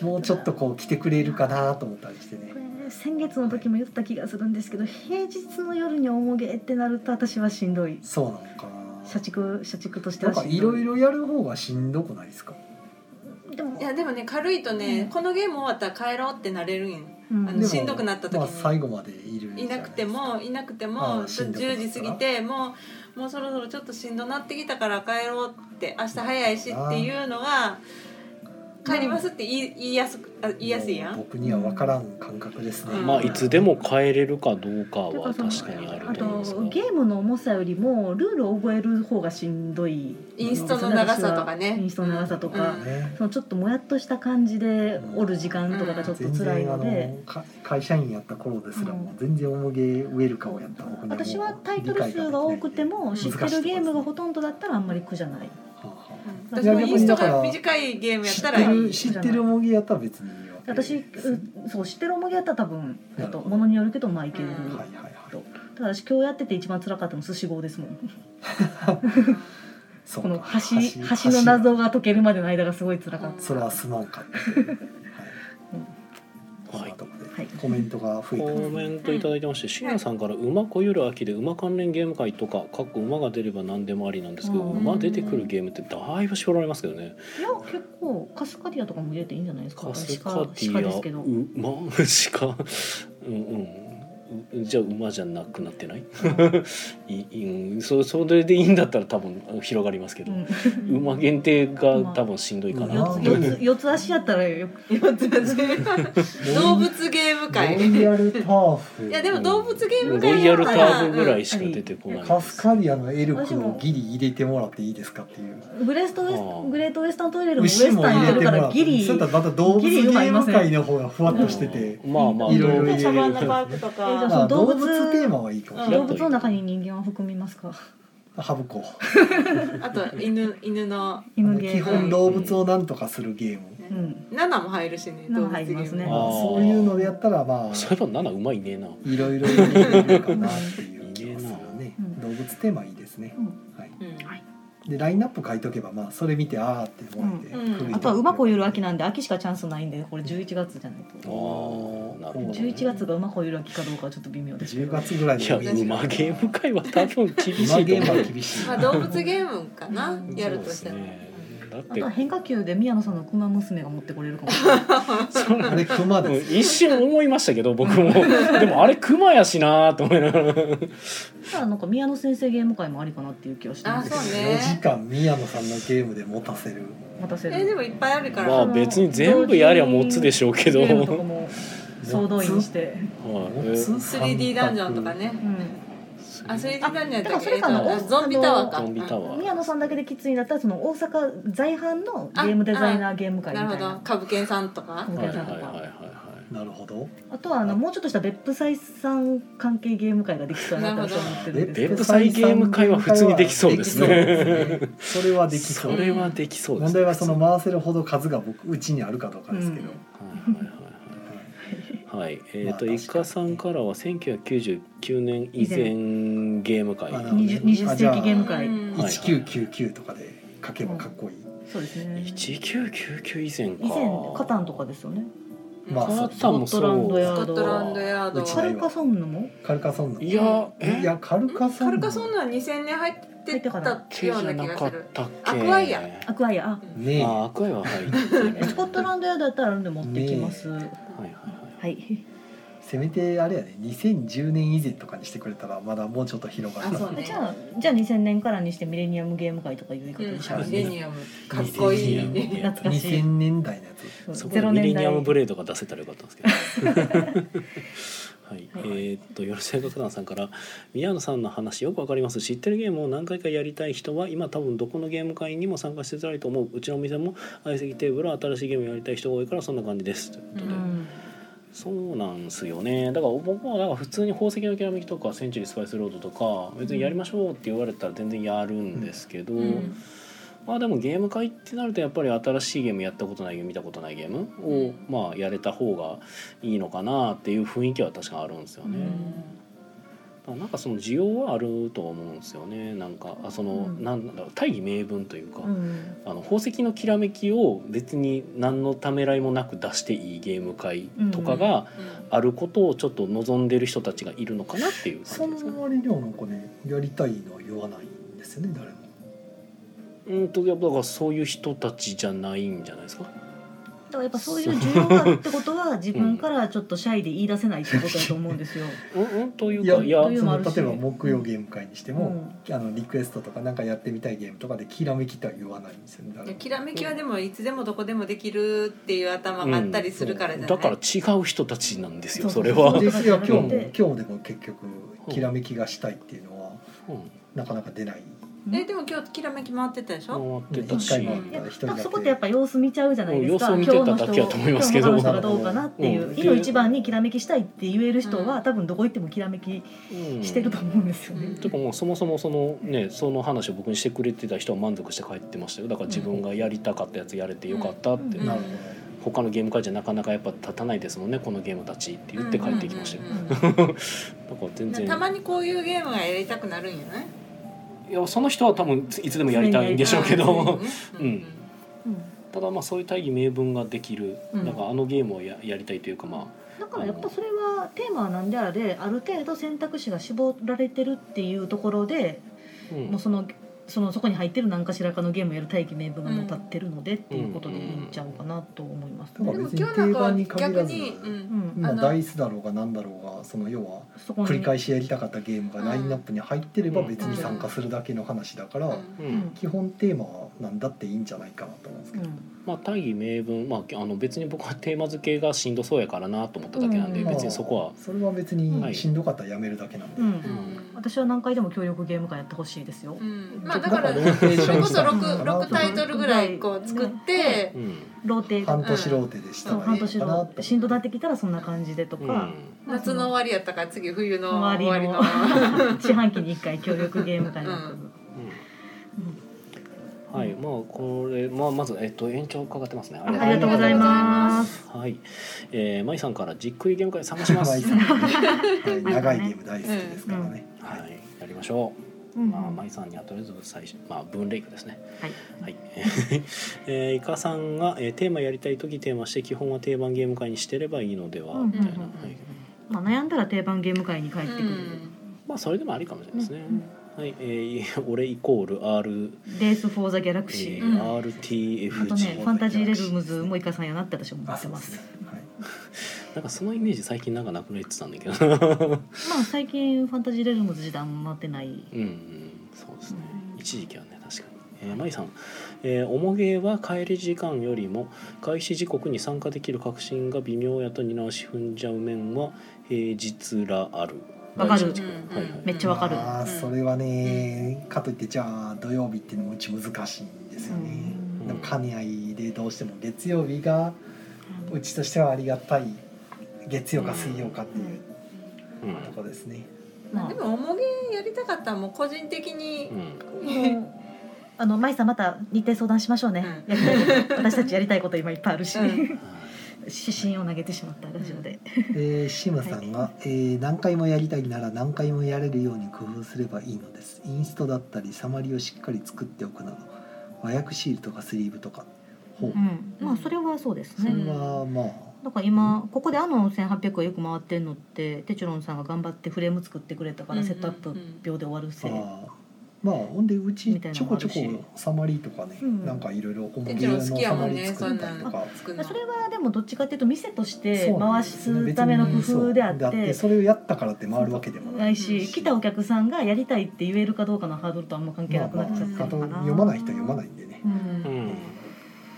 [SPEAKER 2] もうちょっとこう来てくれるかなと思ったりしてね
[SPEAKER 5] これ先月の時も言った気がするんですけど平日の夜におもげってなると私はしんどい
[SPEAKER 2] そうなのか
[SPEAKER 5] 社畜社畜として
[SPEAKER 2] なな
[SPEAKER 5] は
[SPEAKER 2] ん
[SPEAKER 5] し
[SPEAKER 2] か
[SPEAKER 5] んどい
[SPEAKER 2] いろいろやる方がしんどくないですか
[SPEAKER 5] でも
[SPEAKER 4] いやでもね軽いとね、
[SPEAKER 5] うん
[SPEAKER 4] このゲーム終わったら帰ろうってなれるんよ
[SPEAKER 5] うん
[SPEAKER 4] あ
[SPEAKER 2] で
[SPEAKER 4] の
[SPEAKER 2] も
[SPEAKER 4] しんどくなった時に
[SPEAKER 2] まあ、最後までいる
[SPEAKER 4] いなくてもいなくても
[SPEAKER 2] あーしんどくなったら
[SPEAKER 4] 10時過ぎてもうもうそろそろちょっとしんどなってきたから帰ろうって明日早いしっていうのが帰りますって言い言いやすくあ言いやすいや。
[SPEAKER 2] もうん僕には分からん感覚ですね、
[SPEAKER 4] うん
[SPEAKER 1] まあいつでも変えれるかどうかは
[SPEAKER 5] ていう
[SPEAKER 1] 確
[SPEAKER 5] そ
[SPEAKER 1] か
[SPEAKER 5] の
[SPEAKER 1] にあ
[SPEAKER 5] あ
[SPEAKER 1] ると思います
[SPEAKER 5] と
[SPEAKER 1] が
[SPEAKER 5] ゲームの重さよりもルールを覚える方がしんどい
[SPEAKER 4] インストの長さとかね
[SPEAKER 5] インストの長さとか、
[SPEAKER 4] うん
[SPEAKER 2] ね
[SPEAKER 5] そのちょっともやっとした感じでおる時間とかがちょっと
[SPEAKER 2] 全
[SPEAKER 5] 辛い
[SPEAKER 2] 然あ
[SPEAKER 5] ので
[SPEAKER 2] の、か会社員やった頃ですらもう全然重げウェルカムやった僕にはもう
[SPEAKER 5] 私はタイトル数が多くても
[SPEAKER 2] 理
[SPEAKER 5] 知
[SPEAKER 2] 解が
[SPEAKER 5] っ
[SPEAKER 2] できな
[SPEAKER 5] て
[SPEAKER 2] い
[SPEAKER 5] るゲームがほとんどだったらあんまり苦じゃない。
[SPEAKER 2] はあは
[SPEAKER 4] うん
[SPEAKER 5] い
[SPEAKER 4] 私
[SPEAKER 5] や
[SPEAKER 4] も
[SPEAKER 5] 逆
[SPEAKER 4] インス
[SPEAKER 5] に
[SPEAKER 4] ト
[SPEAKER 5] だから
[SPEAKER 4] が短いゲームやっ
[SPEAKER 2] 知
[SPEAKER 4] た
[SPEAKER 2] っ
[SPEAKER 4] ら
[SPEAKER 2] て
[SPEAKER 4] い
[SPEAKER 2] る
[SPEAKER 4] い。
[SPEAKER 2] 知ってる重げやったら別にいいわけ
[SPEAKER 5] 私
[SPEAKER 2] ですね
[SPEAKER 5] うそう知ってる思いやったら多分
[SPEAKER 2] な
[SPEAKER 5] あ
[SPEAKER 2] るほ
[SPEAKER 5] と
[SPEAKER 2] ど
[SPEAKER 5] ものによるけどまあいける、
[SPEAKER 4] うん
[SPEAKER 2] はいはいはい
[SPEAKER 5] とただ私今日やってて一番辛かったの寿司号ですもん
[SPEAKER 2] そう
[SPEAKER 5] こ
[SPEAKER 2] か
[SPEAKER 5] の 橋橋の謎が解けるまでの間がすごい辛かっ
[SPEAKER 2] それはすまんかったというは
[SPEAKER 1] はい
[SPEAKER 2] い、そんなとこで
[SPEAKER 5] はい
[SPEAKER 2] コメントが増え
[SPEAKER 1] コ
[SPEAKER 2] てます
[SPEAKER 1] メントいただいてまして、椎名さんから「馬こゆる秋で馬関連ゲーム会とか」かっこ馬が出れば何でもありなんですけど、
[SPEAKER 5] うん
[SPEAKER 1] 馬出てくるゲームってだいぶ絞られますけどね。
[SPEAKER 5] たいや結構カスカディアとかも入れていいんじゃないですか
[SPEAKER 1] カスカ
[SPEAKER 5] 鹿
[SPEAKER 1] ティ
[SPEAKER 5] 鹿
[SPEAKER 1] ア
[SPEAKER 5] ですけど
[SPEAKER 1] 馬鹿 うんうんうじゃあ馬じゃなくなって ないいいうんそそれでいいんだったら多分広がりますけ
[SPEAKER 5] う
[SPEAKER 1] ど、
[SPEAKER 5] ん
[SPEAKER 1] 馬限定が多分しんどいかなと
[SPEAKER 5] 四つ
[SPEAKER 1] 思う、
[SPEAKER 5] 四つ四つ足やったらよく
[SPEAKER 4] 動物ゲーム会。
[SPEAKER 2] ロイ
[SPEAKER 4] い
[SPEAKER 2] ヤルターフ
[SPEAKER 4] やでも動物ゲーム会
[SPEAKER 1] ロイヤルタ
[SPEAKER 4] やったら
[SPEAKER 1] ーブぐらいしか出てこない
[SPEAKER 2] カスカディアのエルクをギリ入れてもらっていいですかっていう
[SPEAKER 5] グレーストウエス
[SPEAKER 1] あ
[SPEAKER 5] ト
[SPEAKER 1] ー
[SPEAKER 5] グレートウエスタントイレルもウエ
[SPEAKER 2] 牛
[SPEAKER 5] ス
[SPEAKER 2] も
[SPEAKER 5] タン
[SPEAKER 2] 入
[SPEAKER 5] 行
[SPEAKER 2] れ
[SPEAKER 5] って
[SPEAKER 2] て
[SPEAKER 5] る
[SPEAKER 2] も
[SPEAKER 5] からら
[SPEAKER 2] っ
[SPEAKER 5] ギ
[SPEAKER 2] て
[SPEAKER 5] リ
[SPEAKER 2] そうやったらまた動物ゲーム界の方がふわっとしてて
[SPEAKER 1] まあまあ
[SPEAKER 2] いろいろ
[SPEAKER 4] でシャバンナパー
[SPEAKER 5] え
[SPEAKER 4] クと
[SPEAKER 5] じゃ
[SPEAKER 4] か
[SPEAKER 5] あ。
[SPEAKER 2] まあ動
[SPEAKER 5] 動
[SPEAKER 2] 物
[SPEAKER 5] 物
[SPEAKER 2] テーマはいいかもしれ
[SPEAKER 5] 動
[SPEAKER 2] な
[SPEAKER 5] 物の中に人間を含みますか
[SPEAKER 2] い省こ
[SPEAKER 4] あと犬犬の
[SPEAKER 2] うあ
[SPEAKER 5] 犬
[SPEAKER 2] の
[SPEAKER 5] ゲ
[SPEAKER 2] 基
[SPEAKER 5] ー
[SPEAKER 2] 本
[SPEAKER 5] ム
[SPEAKER 2] 動物をなんとかするゲーム
[SPEAKER 5] うん
[SPEAKER 4] ナナも入るしね。
[SPEAKER 5] ナ
[SPEAKER 4] 動
[SPEAKER 5] ナ
[SPEAKER 4] 物
[SPEAKER 5] 入
[SPEAKER 4] ゲ
[SPEAKER 5] りますね
[SPEAKER 4] ーム。
[SPEAKER 2] まあそういうのでやったらまあ
[SPEAKER 1] そういえば7うまいねえな。
[SPEAKER 2] いろいろ入れるかなっていう気がするね
[SPEAKER 5] うん
[SPEAKER 2] 動物テーマいいですね
[SPEAKER 5] うん
[SPEAKER 2] はい
[SPEAKER 4] うん
[SPEAKER 2] でラインナップ書いとけばまあそれ見てあーって思えて
[SPEAKER 4] うん
[SPEAKER 2] くる
[SPEAKER 5] あとは馬子ゆる秋なんで秋しかチャンスないんでこれ11月じゃない
[SPEAKER 1] あ
[SPEAKER 5] と
[SPEAKER 1] ーなるほどね
[SPEAKER 5] 11月が馬子ゆる秋かどうかはちょっと微妙ですけ
[SPEAKER 2] 10
[SPEAKER 5] ど
[SPEAKER 2] 月ぐらい
[SPEAKER 1] い
[SPEAKER 2] に
[SPEAKER 1] や
[SPEAKER 2] 見て
[SPEAKER 1] 馬ゲーム会は多分厳し
[SPEAKER 2] 馬
[SPEAKER 1] いと
[SPEAKER 2] ゲーム
[SPEAKER 1] 思
[SPEAKER 2] は
[SPEAKER 1] う。
[SPEAKER 2] 厳 しい
[SPEAKER 4] まあ動物ゲームかな
[SPEAKER 5] う
[SPEAKER 4] やるとした
[SPEAKER 1] そう
[SPEAKER 4] ら。
[SPEAKER 1] ですねだっ
[SPEAKER 5] あと
[SPEAKER 1] て
[SPEAKER 5] は変化球で宮野さんの熊娘が持ってこれるかもしれない
[SPEAKER 1] それ
[SPEAKER 2] あれ
[SPEAKER 1] う
[SPEAKER 2] 熊
[SPEAKER 1] ん
[SPEAKER 2] です
[SPEAKER 1] 一瞬思いましたけど僕もでもあれクマやしなーと思いながら
[SPEAKER 5] ただなんか宮野先生ゲーム会もありかなっていう気はしてます
[SPEAKER 4] あそうね
[SPEAKER 2] 4時間宮野さんのゲームで持たせる
[SPEAKER 5] 待たせる
[SPEAKER 4] えでもいっぱいあるか
[SPEAKER 1] まあ
[SPEAKER 4] ら。
[SPEAKER 1] 別に全部やりゃ持つでしょうけど
[SPEAKER 5] ゲームとかも総動員して、
[SPEAKER 1] はいえ
[SPEAKER 4] 3D ダンジョンとかね。
[SPEAKER 5] うん、
[SPEAKER 4] あ、3D ダンジョンやっ
[SPEAKER 5] あだ
[SPEAKER 4] た
[SPEAKER 5] から
[SPEAKER 4] っ
[SPEAKER 5] そ
[SPEAKER 4] け
[SPEAKER 5] れかな
[SPEAKER 4] えっとゾンビタワーか。
[SPEAKER 1] ゾンビタワ
[SPEAKER 5] 宮
[SPEAKER 1] ー
[SPEAKER 5] 野さんだけできついんだったらその大阪在阪のゲームデザイナーゲーム会み
[SPEAKER 4] な
[SPEAKER 5] た
[SPEAKER 4] る
[SPEAKER 5] い
[SPEAKER 4] ほ
[SPEAKER 5] な
[SPEAKER 4] ど。株券さんとか。
[SPEAKER 5] み
[SPEAKER 1] はい
[SPEAKER 5] た
[SPEAKER 1] はいい
[SPEAKER 5] な
[SPEAKER 1] はい
[SPEAKER 5] のと
[SPEAKER 1] はい
[SPEAKER 5] か
[SPEAKER 1] はい
[SPEAKER 2] なるほど
[SPEAKER 5] あとはあのもうちょっとした別府採算関係ゲーム会ができそうやなって私は思ってるんですけ
[SPEAKER 1] 別
[SPEAKER 5] ど
[SPEAKER 1] 府祭ゲーム会は普通にできそうですね
[SPEAKER 2] できそうですねそれはできそ
[SPEAKER 1] そうれはできそうです
[SPEAKER 2] 問題はその回せるほど数が僕うちにあるかどうかですけど、
[SPEAKER 5] うん
[SPEAKER 1] はいはいはいはいはいえ
[SPEAKER 2] ま
[SPEAKER 1] ー
[SPEAKER 2] あ
[SPEAKER 1] と
[SPEAKER 2] 確かに
[SPEAKER 1] イカさんからは1999年以前ゲーム会
[SPEAKER 2] あの
[SPEAKER 5] 20 20世紀ゲーム会
[SPEAKER 4] うん
[SPEAKER 1] はい
[SPEAKER 2] 1999とかで書けばかっこいい、
[SPEAKER 5] そうですね
[SPEAKER 1] 1999以前か
[SPEAKER 5] 以前カタンとかですよね
[SPEAKER 2] まあ
[SPEAKER 1] カ
[SPEAKER 2] そう
[SPEAKER 1] タンも
[SPEAKER 5] スコットランド
[SPEAKER 1] そう
[SPEAKER 5] や
[SPEAKER 4] スコットランドヤード。
[SPEAKER 2] うち
[SPEAKER 5] カ
[SPEAKER 2] だ
[SPEAKER 5] ルカソンヌも
[SPEAKER 2] カルカソンヌ
[SPEAKER 1] いやえ
[SPEAKER 2] いやカルカソン
[SPEAKER 4] カ
[SPEAKER 2] ヌ
[SPEAKER 4] ルカソンヌは2000年入ってた
[SPEAKER 1] 手じ
[SPEAKER 4] よ
[SPEAKER 1] ゃ
[SPEAKER 4] うな
[SPEAKER 1] な
[SPEAKER 4] 気
[SPEAKER 1] か
[SPEAKER 4] が
[SPEAKER 1] っ
[SPEAKER 4] する。
[SPEAKER 1] たっけ
[SPEAKER 4] アクアイア
[SPEAKER 5] アクアイアあ
[SPEAKER 2] ねえ
[SPEAKER 1] あアクアイアは入ってるね
[SPEAKER 5] スコットランドヤードだったらあるんで持ってきます、
[SPEAKER 1] はいはい
[SPEAKER 5] はい
[SPEAKER 2] せめてあれやね2010年以前とかにしてくれたらまだもうちょっと広がる
[SPEAKER 4] あそうね
[SPEAKER 5] じゃあじゃあ2000年からにしてミレニアムゲーム会とかいう言い方にし
[SPEAKER 2] う
[SPEAKER 5] ま
[SPEAKER 2] ん
[SPEAKER 5] す
[SPEAKER 4] ミ
[SPEAKER 5] ね
[SPEAKER 4] レニアムかっこい
[SPEAKER 1] ミレニアム
[SPEAKER 4] い
[SPEAKER 1] ゲーム
[SPEAKER 5] 懐かしい
[SPEAKER 2] 2000年代のやつ
[SPEAKER 1] そこ
[SPEAKER 5] ゼ
[SPEAKER 1] で
[SPEAKER 5] ロ
[SPEAKER 1] ミ
[SPEAKER 5] 年
[SPEAKER 1] レニアムブ
[SPEAKER 5] 代
[SPEAKER 1] レードが出せたらよかったんですけど。 はい、えーっとよろしい楽団さんから宮野さんの話よくわかります知ってるゲームを何回かやりたい人は今多分どこのゲーム会にも参加してづらいと思ううちのお店も相席テーブルは新しいゲームやりたい人が多いからそんな感じですということ
[SPEAKER 5] う
[SPEAKER 1] で、
[SPEAKER 5] ん
[SPEAKER 1] そうなんすよねだから僕はだから普通に宝石のきらめきとかセンチュリースパイスロードとか別にやりましょうって言われたら全然やるんですけど、
[SPEAKER 4] うん
[SPEAKER 1] まあでもゲーム会ってなるとやっぱり新しいゲームやったことないゲーム見たことないゲームをまあやれた方がいいのかなっていう雰囲気は確かにあるんですよ
[SPEAKER 4] う
[SPEAKER 1] ね。
[SPEAKER 4] ん
[SPEAKER 1] だからなんかその需要はあると思うんですよね。なんかあその、
[SPEAKER 5] うん
[SPEAKER 1] なんだろう大義名分というか、
[SPEAKER 5] うん
[SPEAKER 1] あの宝石のきらめきを別に何のためらいもなく出していいゲーム会とかがあることをちょっと望んでる人たちがいるのかなっていう
[SPEAKER 2] そ
[SPEAKER 1] 感じです
[SPEAKER 2] ん
[SPEAKER 1] ね。
[SPEAKER 2] なに量なんかねやりたいのは言わないんですよね誰も
[SPEAKER 1] うんといやだからそういう人たちじゃないんじゃないですか。
[SPEAKER 5] だからやっぱそういう需要があるってことは自分からちょっとシャイで言い出せないってことだと思うんですよ。
[SPEAKER 1] うんうんという
[SPEAKER 2] い
[SPEAKER 1] かいや
[SPEAKER 2] や
[SPEAKER 1] い
[SPEAKER 5] とい
[SPEAKER 2] そ
[SPEAKER 5] も
[SPEAKER 2] の
[SPEAKER 5] ある
[SPEAKER 2] 例
[SPEAKER 5] し
[SPEAKER 2] えば木曜ゲーム会にして
[SPEAKER 5] う
[SPEAKER 2] も、
[SPEAKER 5] ん
[SPEAKER 2] あのリクエストとかなんかやってみたいゲームとかできらめきとは言わないんですよね誰も
[SPEAKER 4] きらめきはでもいつでもどこでもできるっていう頭があったりするからじゃない、
[SPEAKER 1] だから違う人たちなんですよ
[SPEAKER 5] そ
[SPEAKER 1] そうれは。
[SPEAKER 5] そう
[SPEAKER 2] で
[SPEAKER 5] そ
[SPEAKER 2] いうや今日も
[SPEAKER 5] で
[SPEAKER 2] 今日でも結局きらめきがしたいっていうのは
[SPEAKER 1] うん
[SPEAKER 2] なかなか出ない
[SPEAKER 4] えでも今日きらめき回ってたでしょ、
[SPEAKER 1] 回ってた
[SPEAKER 2] 一
[SPEAKER 1] し、
[SPEAKER 2] 回
[SPEAKER 1] う
[SPEAKER 2] も
[SPEAKER 1] ん
[SPEAKER 2] ま
[SPEAKER 5] いや
[SPEAKER 2] あ一人だけ
[SPEAKER 5] そこってやっぱ様子見ちゃうじゃないですか、
[SPEAKER 1] うん様子
[SPEAKER 5] 今
[SPEAKER 1] 見
[SPEAKER 5] 日
[SPEAKER 1] てた
[SPEAKER 5] の
[SPEAKER 1] だ
[SPEAKER 5] 人
[SPEAKER 1] けやと思いますけど
[SPEAKER 5] 今日の他の人がどうかなっていう、
[SPEAKER 1] うん
[SPEAKER 5] 今一番にきらめきしたいって言える人は、
[SPEAKER 4] うん
[SPEAKER 5] 多分どこ行ってもきらめきしてると思うんですよね。
[SPEAKER 1] てかもうそもそもそのねその話を僕にしてくれてた人は満足して帰ってましたよだから自分がやりたかったやつやれてよかったって、
[SPEAKER 5] うん
[SPEAKER 2] なるほど
[SPEAKER 1] 他のゲーム会じゃなかなかやっぱ立たないですもんねこのゲームたちって言って帰ってきましたよ、
[SPEAKER 4] うん
[SPEAKER 5] うん
[SPEAKER 1] だから全然
[SPEAKER 4] たまにこういうゲームがやりたくなるんやない
[SPEAKER 1] いやその人は多分いつでもやりたいんでしょうけど、
[SPEAKER 4] うんうん
[SPEAKER 1] ただまあそういう大義名分ができる、
[SPEAKER 5] うん
[SPEAKER 1] なんかあのゲームをややりたいというかま
[SPEAKER 5] だからやっぱそれはテーマは何であれある程度選択肢が絞られてるっていうところで、
[SPEAKER 1] あ、うん
[SPEAKER 5] もうそのそのそこに入ってる何かしらかのゲームをやる大義名分がもう立ってるのでっていうことでいいんちゃうかなと思いますね。
[SPEAKER 2] う
[SPEAKER 4] で
[SPEAKER 2] ん
[SPEAKER 4] も今日なんかは逆に、
[SPEAKER 2] 別に定番に限らず
[SPEAKER 4] うん
[SPEAKER 5] うん
[SPEAKER 2] まあ
[SPEAKER 4] あの
[SPEAKER 2] ダイスだろうがなんだろうがその要は
[SPEAKER 5] そこに
[SPEAKER 2] 繰り返しやりたかったゲームがラインナップに入ってれば別に参加するだけの話だから
[SPEAKER 1] う
[SPEAKER 4] うん
[SPEAKER 1] ん
[SPEAKER 2] 基本テーマはなんだっていいんじゃないかなと思うんです
[SPEAKER 5] う
[SPEAKER 2] けど
[SPEAKER 5] ん
[SPEAKER 1] まあ、大義名分、まあ、あの別に僕はテーマ付けがしんどそうやからなと思っただけなんで、
[SPEAKER 5] うん
[SPEAKER 1] 別にそこは
[SPEAKER 2] それは別
[SPEAKER 1] はい
[SPEAKER 2] にしんどかったらやめるだけなんで
[SPEAKER 5] う。ん
[SPEAKER 4] うん
[SPEAKER 5] 私は何回でも協力ゲーム会やってほしいですよ。
[SPEAKER 4] うんまあだから
[SPEAKER 2] ローテーシ
[SPEAKER 4] それ
[SPEAKER 2] ョン
[SPEAKER 4] こ
[SPEAKER 2] し
[SPEAKER 4] そ
[SPEAKER 2] たら
[SPEAKER 4] 六六タイトルぐらいこう作って、
[SPEAKER 1] うん、
[SPEAKER 5] ローテー
[SPEAKER 2] 半年ローテでした
[SPEAKER 5] そう
[SPEAKER 2] らい
[SPEAKER 5] 半
[SPEAKER 2] いのか
[SPEAKER 5] 年
[SPEAKER 2] な
[SPEAKER 5] の
[SPEAKER 2] と
[SPEAKER 5] しんどなってきたらそんな感じでと
[SPEAKER 1] う
[SPEAKER 5] か
[SPEAKER 1] ん、
[SPEAKER 4] 夏の終わりやったから次冬の終
[SPEAKER 5] 終
[SPEAKER 4] わ
[SPEAKER 5] わ
[SPEAKER 4] り
[SPEAKER 5] り
[SPEAKER 4] の
[SPEAKER 5] の四半期に一回協力ゲーム会なんか
[SPEAKER 4] うん
[SPEAKER 1] うんはいまあこれ、まあ、まず、えっと、延長かかってますねあ
[SPEAKER 5] ありがとうございます。
[SPEAKER 1] はい、えー、まいさんからじっくりゲーム会探しま
[SPEAKER 2] 長
[SPEAKER 1] す
[SPEAKER 2] い
[SPEAKER 1] はい、
[SPEAKER 2] はい長いゲーム大好きですからね。はい。
[SPEAKER 1] やりましょ
[SPEAKER 5] う
[SPEAKER 1] う、
[SPEAKER 5] ん
[SPEAKER 1] まあ、まいさんにはとりあえず最初、まあ、文レイクですね
[SPEAKER 5] はい
[SPEAKER 1] はい、 えー、いかさんが、えーテーマやりたい時テーマして基本は定番ゲーム会にしてればいいのでは
[SPEAKER 5] うんうんう
[SPEAKER 1] み
[SPEAKER 5] ん
[SPEAKER 1] たいな、はい、
[SPEAKER 5] まあ、悩んだら定番ゲーム会に帰って
[SPEAKER 4] う
[SPEAKER 5] くる。
[SPEAKER 4] ん
[SPEAKER 1] まあそれでもありかもしれないですね、
[SPEAKER 5] うん
[SPEAKER 1] はい、えー、俺イコール R、
[SPEAKER 5] レース・フォー・ザ・ギャラ
[SPEAKER 1] え
[SPEAKER 5] クシ
[SPEAKER 1] ー
[SPEAKER 5] ー、
[SPEAKER 4] うん
[SPEAKER 5] あとね
[SPEAKER 1] RTFG、
[SPEAKER 5] ファンタジー・レルムズもイカさんやなって私は思
[SPEAKER 2] あ
[SPEAKER 5] って
[SPEAKER 2] そうで
[SPEAKER 5] ますす
[SPEAKER 2] ね。はい。
[SPEAKER 1] なんかそのイメージ最近なんかなくなってたんだけど な
[SPEAKER 5] まあ最近ファンタジー・レルムズ時代あんまなってない
[SPEAKER 1] うん、うん、そうですね一時期はね確かに、えー、マイさん、えー、おもげは帰り時間よりも開始時刻に参加できる確信が微妙やと二直し踏んじゃう面は平日らある
[SPEAKER 5] わかる
[SPEAKER 1] はいはい
[SPEAKER 4] うん
[SPEAKER 5] めっちゃわかる
[SPEAKER 2] あーそれはね、かといってじゃあ土曜日っていうのもうち難しいんですよね、
[SPEAKER 1] うん
[SPEAKER 2] でも兼ね合いでどうしても月曜日がうちとしてはありがたい月曜か水曜かっていう
[SPEAKER 1] うん
[SPEAKER 2] とこですね、
[SPEAKER 4] ま
[SPEAKER 5] ま
[SPEAKER 4] あ
[SPEAKER 5] あ
[SPEAKER 4] でもおもげやりたかったらもう個人的に
[SPEAKER 1] う、ん
[SPEAKER 5] もうあの舞さんまた日程相談しましょうね、やりたいこと私たちやりたいこと今いっぱいあるし、
[SPEAKER 4] うん
[SPEAKER 5] 指針を投げてしまったラジオで、
[SPEAKER 2] でシムさんが、えー何回もやりたいなら何回もやれるように工夫すればいいのですインストだったりサマリをしっかり作っておくなど和訳シールとかスリーブとかほう
[SPEAKER 5] うん、まあそれはそうです
[SPEAKER 2] そ
[SPEAKER 5] ね、
[SPEAKER 2] れはまあ
[SPEAKER 5] だから今ここであの1800がよく回ってるのってテチュロンさんが頑張ってフレーム作ってくれたか
[SPEAKER 4] う
[SPEAKER 5] ら
[SPEAKER 4] んうん
[SPEAKER 5] セ
[SPEAKER 4] うん
[SPEAKER 5] ットアップ秒で終わるせい、
[SPEAKER 2] あまあほんでうち
[SPEAKER 5] みたいな
[SPEAKER 2] ち
[SPEAKER 5] の
[SPEAKER 2] ょこ
[SPEAKER 5] もあ
[SPEAKER 2] ちょ
[SPEAKER 5] るし
[SPEAKER 2] こサマリとかね、
[SPEAKER 5] うん
[SPEAKER 2] なんかいろいろ思
[SPEAKER 4] て
[SPEAKER 2] い
[SPEAKER 4] っ
[SPEAKER 2] 出
[SPEAKER 4] ち
[SPEAKER 2] の
[SPEAKER 4] も好きや
[SPEAKER 2] サ
[SPEAKER 4] も
[SPEAKER 2] マ
[SPEAKER 4] ん
[SPEAKER 2] リ
[SPEAKER 4] ねそ
[SPEAKER 2] 作っ
[SPEAKER 4] ん
[SPEAKER 2] た
[SPEAKER 4] な
[SPEAKER 2] り
[SPEAKER 4] ん
[SPEAKER 2] とか。
[SPEAKER 4] 作るの
[SPEAKER 5] それはでもどっちかっていうと店として
[SPEAKER 2] そうなん
[SPEAKER 5] 回
[SPEAKER 2] ですね
[SPEAKER 5] すための工夫であっ
[SPEAKER 2] 別にそうだって
[SPEAKER 5] て
[SPEAKER 2] それをやったからって回るわけでもな
[SPEAKER 5] ないいし来たお客さんがやりたいって言えるかどうかのハードルとあんま関係なくなっちゃってる
[SPEAKER 2] あ
[SPEAKER 5] の
[SPEAKER 2] と
[SPEAKER 5] かな、
[SPEAKER 2] 読まない人は読まないんでね
[SPEAKER 5] うん
[SPEAKER 1] うん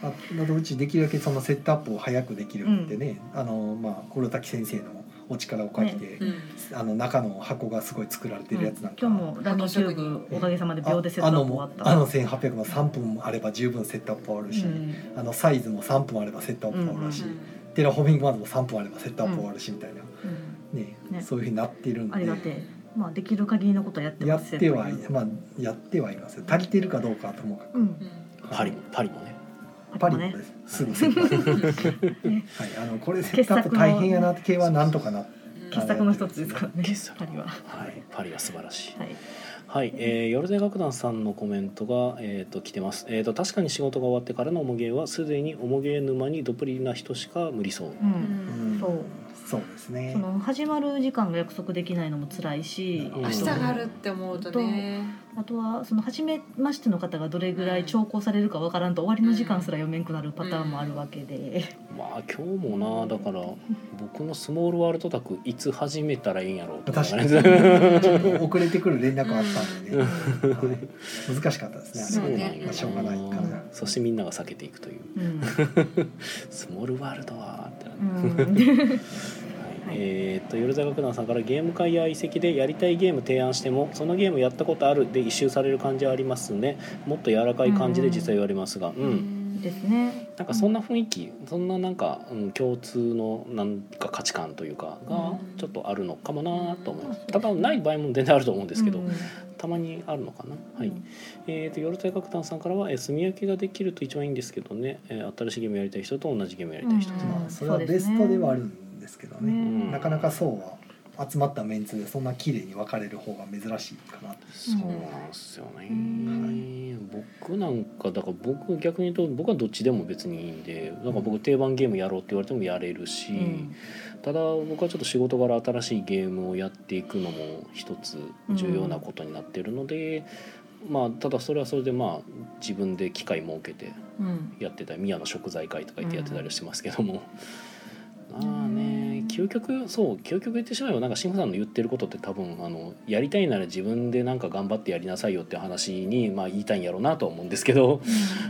[SPEAKER 2] あなどうちできるだけそのセットアップを早くできるってね、あのまあ黒滝先生のお力を借りて、
[SPEAKER 4] うん
[SPEAKER 2] あの中の箱がすごい作られてるやつなんか、
[SPEAKER 5] 今日もランドキューブおかげさまで秒でセッ
[SPEAKER 2] あ
[SPEAKER 5] トア
[SPEAKER 2] あの
[SPEAKER 5] ップ終わ
[SPEAKER 2] も
[SPEAKER 5] った
[SPEAKER 2] あの1800も3分あれば十分セットアップはあるし、
[SPEAKER 5] うん
[SPEAKER 2] あのサイズも3分あればセットアップはあるし、
[SPEAKER 5] う
[SPEAKER 2] テラフォーミングマーズも3分あればセットアップはあるしみたいな、ね
[SPEAKER 5] ね
[SPEAKER 2] そういうふうになってるん
[SPEAKER 5] ありがて
[SPEAKER 2] で。
[SPEAKER 5] えまあできる限りのことはやって
[SPEAKER 2] や
[SPEAKER 5] ま
[SPEAKER 2] っ
[SPEAKER 5] す
[SPEAKER 2] てはい
[SPEAKER 5] という
[SPEAKER 2] まあやってはいますよ足りてるかどうかはともかく、
[SPEAKER 5] うん
[SPEAKER 1] パリもパリもね
[SPEAKER 2] パリ
[SPEAKER 5] も
[SPEAKER 2] も
[SPEAKER 5] ね
[SPEAKER 2] です、すぐセットアップ
[SPEAKER 5] ね
[SPEAKER 2] はい、あのこれセットアップ大変やなって系はなんとかな
[SPEAKER 5] 傑作の一つですからね
[SPEAKER 1] 傑作
[SPEAKER 5] パリは
[SPEAKER 1] はいパリは素晴らしい
[SPEAKER 5] はい
[SPEAKER 1] はい、えー、よろぜ楽団さんのコメントが、えー、と来てます、えー、と確かに仕事が終わってからのおもげはすでにおもげ沼にどっぷりな人しか無理そう
[SPEAKER 5] う
[SPEAKER 4] うんん
[SPEAKER 2] うん
[SPEAKER 5] そう
[SPEAKER 2] そうですね
[SPEAKER 5] その始まる時間が約束できないのも辛いし
[SPEAKER 1] うん
[SPEAKER 4] 明日があるって思うとね
[SPEAKER 5] あとはその初めましての方がどれぐらい長考されるかわからんと終わりの時間すら読めんくなるパターンもあるわけで、
[SPEAKER 1] まあ今日もなだから僕のスモールワールド宅いつ始めたらいいんやろうとか
[SPEAKER 2] 確かに
[SPEAKER 1] ね
[SPEAKER 2] ちょっ
[SPEAKER 4] う
[SPEAKER 2] と遅れてくる連絡あったんでね、はい、難しかったですねあ
[SPEAKER 1] そ
[SPEAKER 2] れ
[SPEAKER 1] うなんや
[SPEAKER 2] まあしょうがないかな
[SPEAKER 1] そしてみんなが避けていくという
[SPEAKER 5] うん
[SPEAKER 1] スモールワールドはってな、
[SPEAKER 5] うん
[SPEAKER 1] はい、えーっとよろぜ楽団さんからゲーム会や移籍でやりたいゲーム提案してもそのゲームやったことあるで一周される感じはありますねもっと柔らかい感じで実際言われますがうん
[SPEAKER 4] ん
[SPEAKER 5] ですね
[SPEAKER 1] なんかそん
[SPEAKER 5] な
[SPEAKER 1] な雰囲気、そんななんか、うん、共通のなんか価値観というかが
[SPEAKER 4] うん
[SPEAKER 1] ちょっとあるのかもなと思います、
[SPEAKER 5] うん
[SPEAKER 1] ただない場合も全然あると思うんで
[SPEAKER 5] です
[SPEAKER 1] けど、たまにあるのかな、はい
[SPEAKER 5] うん
[SPEAKER 1] えー、とヨルタイ角炭さんからは「えー炭焼きができると一番いいんですけどね、えー新しいゲームやりたい人と同じゲームやりたい人」
[SPEAKER 5] うん
[SPEAKER 2] まあそれはベストではあるんですけどね
[SPEAKER 5] ね
[SPEAKER 1] うん
[SPEAKER 2] なかなかそうは集まったメンツでそんな綺麗に分かれる方が珍しいかな
[SPEAKER 1] そうなんですよね、
[SPEAKER 2] ん
[SPEAKER 1] 僕なんかだから僕逆に言うと僕はどっちでも別にいいんでだから僕定番ゲームやろうって言われてもやれるし、
[SPEAKER 5] うん
[SPEAKER 1] ただ僕はちょっと仕事柄新しいゲームをやっていくのも一つ重要なことになっているので、まあただそれはそれでまあ自分で機会設けて
[SPEAKER 5] うん
[SPEAKER 1] やってたり宮の食材会とか言ってやってたりはしてますけども、まあね究極そう究極言ってしまえばなんか慎吾さんの言ってることって多分あのやりたいなら自分でなんか頑張ってやりなさいよって話にまあ言いたいんやろうなとは思うんですけど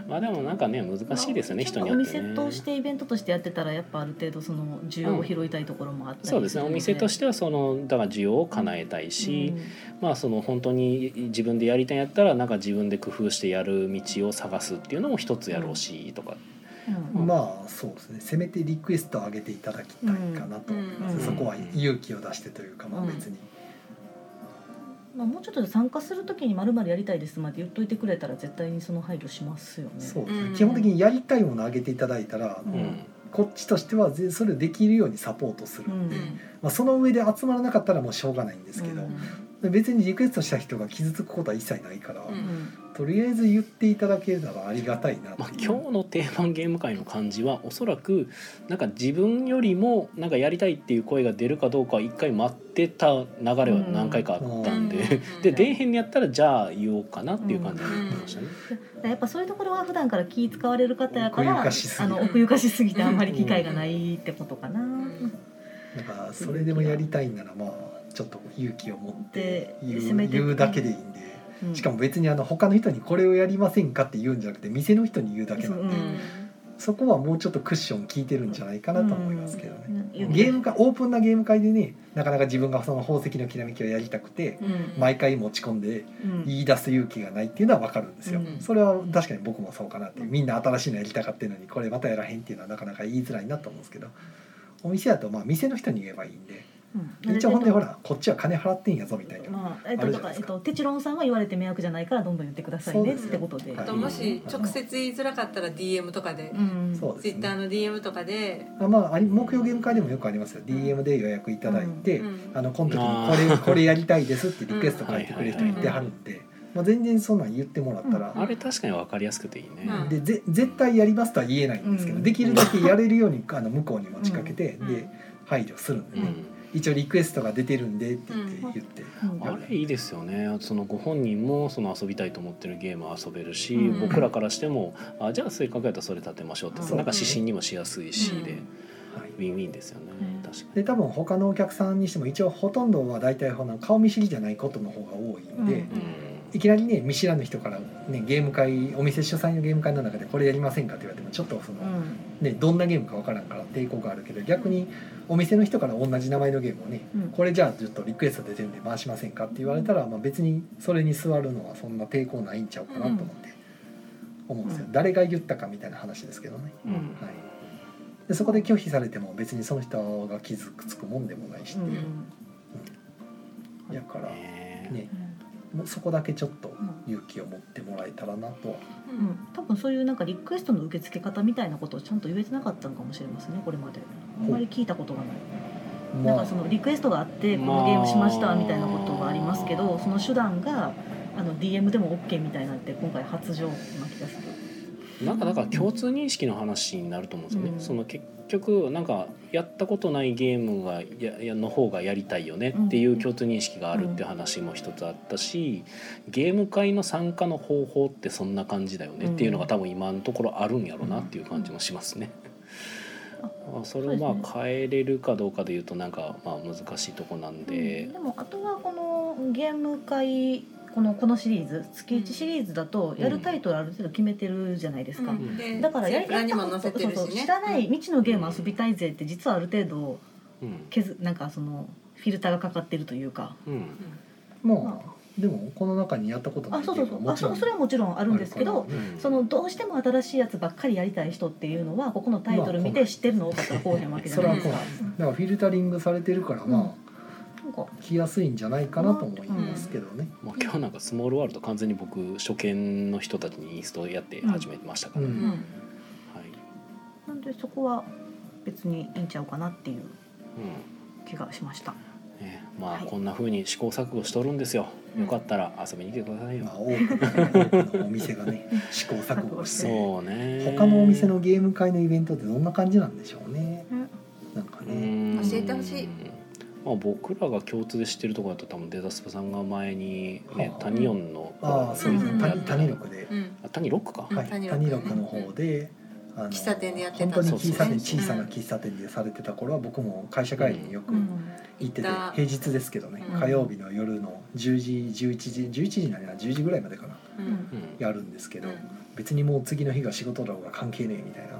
[SPEAKER 1] まあでもなんかね難しいですよね人によ
[SPEAKER 5] お
[SPEAKER 1] って
[SPEAKER 5] 店
[SPEAKER 1] ね。
[SPEAKER 5] としてイベントとしてやってたらやっぱある程度その需要を拾いたいところもあったり
[SPEAKER 1] そうですねお店としててはそのだから需要を叶えたいし、まあその本当に自分でやりたいんやったらなんか自分で工夫してやる道を探すっていうのも一つやろうしとか、
[SPEAKER 2] まあそうですねせめてリクエストを上げていただきたいかなと思います、
[SPEAKER 5] うん
[SPEAKER 2] そこは勇気を出してというかまあ別に、
[SPEAKER 5] まあ、もうちょっとで参加するときに「まるまるやりたいです」まで言っといてくれたら絶対にその配慮しますよね。
[SPEAKER 2] そうですね、
[SPEAKER 4] うん
[SPEAKER 2] 基本的にやりたいものを上げていただいたら、
[SPEAKER 5] う
[SPEAKER 1] うん
[SPEAKER 5] ん
[SPEAKER 2] こっちとしてはぜそれをできるようにサポートする、
[SPEAKER 5] うん
[SPEAKER 2] まあ、その上で集まらなかったらもうしょうがないんですけど、
[SPEAKER 5] うん
[SPEAKER 2] 別にリクエストした人が傷つくことは一切ないから、
[SPEAKER 4] うん
[SPEAKER 2] とりあえず言っていただけるならありがたいなって
[SPEAKER 1] まあ、
[SPEAKER 2] いう
[SPEAKER 1] 今日の定番ゲーム会の感じはおそらくなんか自分よりもなんかやりたいっていう声が出るかどうかは一回待ってた流れは何回かあったんで、
[SPEAKER 4] うん
[SPEAKER 1] で出えへんにやったらじゃあ言おうかなっていう感じになってましたね。
[SPEAKER 5] やっぱそういうところは普段から気使われる方や
[SPEAKER 2] 奥
[SPEAKER 5] か
[SPEAKER 2] ゆ
[SPEAKER 5] ら
[SPEAKER 2] かしす
[SPEAKER 5] あ
[SPEAKER 2] ぎる
[SPEAKER 5] の奥ゆかしすぎてあんまり機会がないってことかな。
[SPEAKER 2] なんかそれでもやりたいならまあちょっと勇気を持って言
[SPEAKER 5] で
[SPEAKER 2] う
[SPEAKER 5] 攻めて
[SPEAKER 2] 言うだけでいいんで
[SPEAKER 5] うん
[SPEAKER 2] しかも別にあの他の人にこれをやりませんかって言うんじゃなくて店の人に言うだけなんで、
[SPEAKER 5] うん
[SPEAKER 2] そこはもうちょっとクッション効いてるんじゃないかなと思いますけどね、
[SPEAKER 5] うん
[SPEAKER 2] ゲームがオープンなゲーム会でねなかなか自分がその宝石のきらめきをやりたくて
[SPEAKER 5] うん
[SPEAKER 2] 毎回持ち込んで
[SPEAKER 5] うん
[SPEAKER 2] 言い出す勇気がないっていうのは分かるんですよ、
[SPEAKER 5] うん
[SPEAKER 2] それは確かに僕もそうかなってみんな新しいのやりたかってるのにこれまたやらへんっていうのはなかなか言いづらいなと思うんですけどお店だとまあ店の人に言えばいいんで
[SPEAKER 5] うん
[SPEAKER 2] 一応ほんでほらこっちは金払ってんやぞみたいな、
[SPEAKER 5] まあえっ
[SPEAKER 2] あ
[SPEAKER 5] と
[SPEAKER 2] るじ
[SPEAKER 5] だ
[SPEAKER 2] ゃ
[SPEAKER 5] か
[SPEAKER 2] ないで
[SPEAKER 5] らえ
[SPEAKER 2] す
[SPEAKER 5] っ
[SPEAKER 2] か
[SPEAKER 5] とテチロンさんは言われて迷惑じゃないからどんどん言ってください
[SPEAKER 2] そう
[SPEAKER 5] ね
[SPEAKER 2] で
[SPEAKER 5] っ
[SPEAKER 2] す
[SPEAKER 5] てことで。
[SPEAKER 2] は
[SPEAKER 4] あ
[SPEAKER 2] い
[SPEAKER 4] ともし直接言いづらかったら DM とかで
[SPEAKER 5] うん
[SPEAKER 2] そうです
[SPEAKER 4] Twitter
[SPEAKER 2] ね
[SPEAKER 4] の DM とかで
[SPEAKER 2] あまああり目標ゲーム会でもよくありますよ DM で予約いただいて、
[SPEAKER 4] うん
[SPEAKER 2] あのこの時
[SPEAKER 1] あー
[SPEAKER 2] にこれこれやりたいですってリクエスト書いてくれる人
[SPEAKER 1] うん
[SPEAKER 2] いてはるんで、まあ、全然そんなん言ってもらったら、
[SPEAKER 1] あれ確かに分かりやすくていいね。
[SPEAKER 4] うん
[SPEAKER 2] でぜ絶対やりますとは言えないんですけど、
[SPEAKER 5] うん
[SPEAKER 2] できるだけやれるようにあの向こうに持ちかけて、
[SPEAKER 4] うん
[SPEAKER 2] で配慮するんで
[SPEAKER 1] う
[SPEAKER 2] ね、
[SPEAKER 1] ん
[SPEAKER 2] 一応リクエストが出てるんでって言って,、
[SPEAKER 4] うん
[SPEAKER 2] 言って
[SPEAKER 5] うん
[SPEAKER 1] あれいいですよねそのご本人もその遊びたいと思ってるゲームは遊べるし、
[SPEAKER 4] うん
[SPEAKER 1] 僕らからしてもあじゃあせっかくやったらそれ立てましょうって、
[SPEAKER 2] そう
[SPEAKER 1] なんか指針にもしやすいしで、
[SPEAKER 4] うん
[SPEAKER 2] はい
[SPEAKER 1] ウィンウィンですよね、
[SPEAKER 5] うん
[SPEAKER 1] 確かに。
[SPEAKER 2] で多分他のお客さんにしても一応ほとんどは大体ほな顔見知りじゃないことの方が多いんで、
[SPEAKER 5] うん
[SPEAKER 2] いきなりね見知らぬ人から、ね、ゲーム会お店主催のゲーム会の中でこれやりませんかって言われてもちょっとその、
[SPEAKER 5] うん
[SPEAKER 2] ね、どんなゲームかわからんから抵抗があるけど逆にお店の人から同じ名前のゲームをね、
[SPEAKER 5] うん
[SPEAKER 2] これじゃあちょっとリクエスト出てるんで回しませんかって言われたら、まあ、別にそれに座るのはそんな抵抗ないんちゃうかなと思って思うんですよ、
[SPEAKER 5] う
[SPEAKER 2] 誰が言ったかみたいな話ですけどね、
[SPEAKER 1] うんうん
[SPEAKER 2] はい、でそこで拒否されても別にその人が傷つくもんでもないし、
[SPEAKER 5] うん
[SPEAKER 2] だから、ね
[SPEAKER 1] ね
[SPEAKER 2] もうそこだけちょっと勇気を持ってもらえたらなとは
[SPEAKER 5] うんうん多分そういうなんかリクエストの受付方みたいなことをちゃんと言えてなかったのかもしれませんねこれまであんまり聞いたことがないなん
[SPEAKER 2] ま
[SPEAKER 5] か
[SPEAKER 2] あ
[SPEAKER 5] そのリクエストがあってこ
[SPEAKER 1] まあ
[SPEAKER 5] のゲームしましたみたいなことがありますけどその手段があの DM でも OK みたいなんて今回発情な気がする
[SPEAKER 1] なんかだから共通認識の話になると思うんですよね。
[SPEAKER 5] うん
[SPEAKER 1] その結局なんかやったことないゲームがややの方がやりたいよねっていう共通認識があるっていう話も一つあったし、ゲーム会の参加の方法ってそんな感じだよねっていうのが多分今のところあるんやろうなっていう感じもしますね。あそれをまあ変えれるかどうかでいうとなんかまあ難しいとこなん
[SPEAKER 5] う
[SPEAKER 1] で
[SPEAKER 5] ん、でもあとはこのゲーム会このこのシリーズ月1シリーズだとやるタイトルある程度決めてるじゃないですか、
[SPEAKER 1] ん
[SPEAKER 4] で
[SPEAKER 5] だからやり
[SPEAKER 4] ツイッターに
[SPEAKER 5] や
[SPEAKER 4] も
[SPEAKER 5] った
[SPEAKER 4] 載
[SPEAKER 5] こ
[SPEAKER 4] せ
[SPEAKER 5] と
[SPEAKER 4] てる
[SPEAKER 5] そ
[SPEAKER 4] しね
[SPEAKER 5] うそう知らない未知のゲーム遊びたいぜって実はある程度
[SPEAKER 1] うん
[SPEAKER 5] 削なんかそのフィルターがかかってるというか
[SPEAKER 1] うん
[SPEAKER 2] まあでもこの中にやったことな
[SPEAKER 5] あ
[SPEAKER 2] いゲ
[SPEAKER 5] そうそ
[SPEAKER 2] ー
[SPEAKER 5] う
[SPEAKER 2] ム
[SPEAKER 5] そ
[SPEAKER 2] は
[SPEAKER 5] う
[SPEAKER 2] もちろん
[SPEAKER 5] あそうそれはもちろんあ
[SPEAKER 2] あ
[SPEAKER 5] るんですけど
[SPEAKER 1] うん
[SPEAKER 5] そのどうしても新しいやつばっかりやりたい人っていうのはここのタイトル見
[SPEAKER 2] まあ
[SPEAKER 5] て知ってるの多かったらこうへんわけじゃ
[SPEAKER 2] そ
[SPEAKER 5] な
[SPEAKER 2] れ
[SPEAKER 5] い
[SPEAKER 2] は
[SPEAKER 5] で
[SPEAKER 2] こ
[SPEAKER 5] す
[SPEAKER 2] う
[SPEAKER 5] か
[SPEAKER 2] な。んだからフィルタリングされてるからまあ
[SPEAKER 5] なんか
[SPEAKER 2] 来やすいんじゃないかなと思いますけどね、
[SPEAKER 1] まあ、今日なんかスモールワールド完全に僕初見の人たちにインストやって始めてましたから、
[SPEAKER 2] う
[SPEAKER 4] うんんうん
[SPEAKER 1] はい
[SPEAKER 5] なんでそこは別にいいんちゃうかなっていう
[SPEAKER 1] う
[SPEAKER 5] 気がしました。
[SPEAKER 1] んね、まあ、
[SPEAKER 5] はい
[SPEAKER 1] こんな風に試行錯誤しとるんですよ、
[SPEAKER 4] うん
[SPEAKER 1] よかったら遊びに来てくださいよ
[SPEAKER 2] ま、あ、多くの多くのお店がね試行錯誤し
[SPEAKER 5] ん
[SPEAKER 2] て
[SPEAKER 1] そうね
[SPEAKER 2] 他のお店のゲーム会のイベントってどんな感じなんでしょうね
[SPEAKER 5] うん
[SPEAKER 2] なんか
[SPEAKER 1] う
[SPEAKER 2] ね
[SPEAKER 1] ん
[SPEAKER 4] 教えてほしい
[SPEAKER 1] まあ、僕らが共通で知ってるところだと多分デザスプさんが前に、ね
[SPEAKER 2] は、あ
[SPEAKER 1] タニオンの
[SPEAKER 2] ああそうです
[SPEAKER 4] う
[SPEAKER 2] ね
[SPEAKER 4] ん
[SPEAKER 2] 谷谷六で、
[SPEAKER 4] うん
[SPEAKER 1] あタニロックか、
[SPEAKER 4] うん
[SPEAKER 2] はい、
[SPEAKER 4] 谷六
[SPEAKER 2] 谷六の方で、あの
[SPEAKER 4] 喫茶店でやってたんで
[SPEAKER 2] 本
[SPEAKER 4] す
[SPEAKER 2] 当
[SPEAKER 1] ね
[SPEAKER 2] に喫茶店
[SPEAKER 1] そう
[SPEAKER 2] 小さ
[SPEAKER 4] そう
[SPEAKER 2] な喫茶店でされてた頃は僕も会社帰りによく行ってて、
[SPEAKER 4] 行った
[SPEAKER 2] 平日ですけどね、
[SPEAKER 4] うん
[SPEAKER 2] 火曜日の夜の10時11時11時になるな10時ぐらいまでかな
[SPEAKER 4] うん
[SPEAKER 1] うん
[SPEAKER 2] やるんですけど、
[SPEAKER 4] うん
[SPEAKER 2] 別にもう次の日が仕事だろうが関係ねえみたいな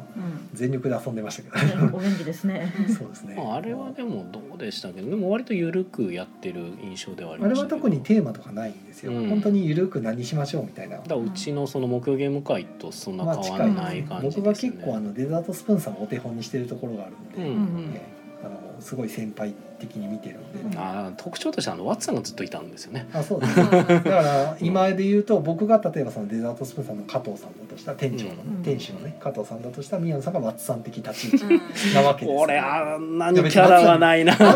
[SPEAKER 2] 全力で遊んでましたけど、
[SPEAKER 5] うん、お元気です ね。
[SPEAKER 2] そうですね、
[SPEAKER 1] まあ、あれはでもどうでしたけどでも割と緩くやってる印象ではあり
[SPEAKER 2] あ
[SPEAKER 1] ま
[SPEAKER 2] れ
[SPEAKER 1] した
[SPEAKER 2] は
[SPEAKER 1] けど
[SPEAKER 2] 特にテーマとかないんですよ、
[SPEAKER 1] うん
[SPEAKER 2] 本当にゆるく何しましょうみたいな
[SPEAKER 1] だからうちのその目標ゲーム会とそんな変わらない
[SPEAKER 2] まあ
[SPEAKER 1] 感じ
[SPEAKER 2] 僕
[SPEAKER 1] で
[SPEAKER 2] が
[SPEAKER 1] すね
[SPEAKER 2] 結構あのデザートスプーンさんをお手本にしてるところがあるんで、
[SPEAKER 1] うん
[SPEAKER 5] うん
[SPEAKER 2] ねあのすごい先輩的に見てるんで、
[SPEAKER 5] うん
[SPEAKER 1] あー特徴としてあのワッツさんがずっといたんですよね
[SPEAKER 2] あそうですだから今で言うと僕が例えばそのデザートスプーンさんの加藤さんだとしたら店長のね、
[SPEAKER 5] うん
[SPEAKER 2] 店主のね加藤さんだとしたら宮野さんがワッツさん的立ち位置
[SPEAKER 4] うん
[SPEAKER 2] なわけ です
[SPEAKER 1] 俺あんなにキャラはないな
[SPEAKER 4] 持っ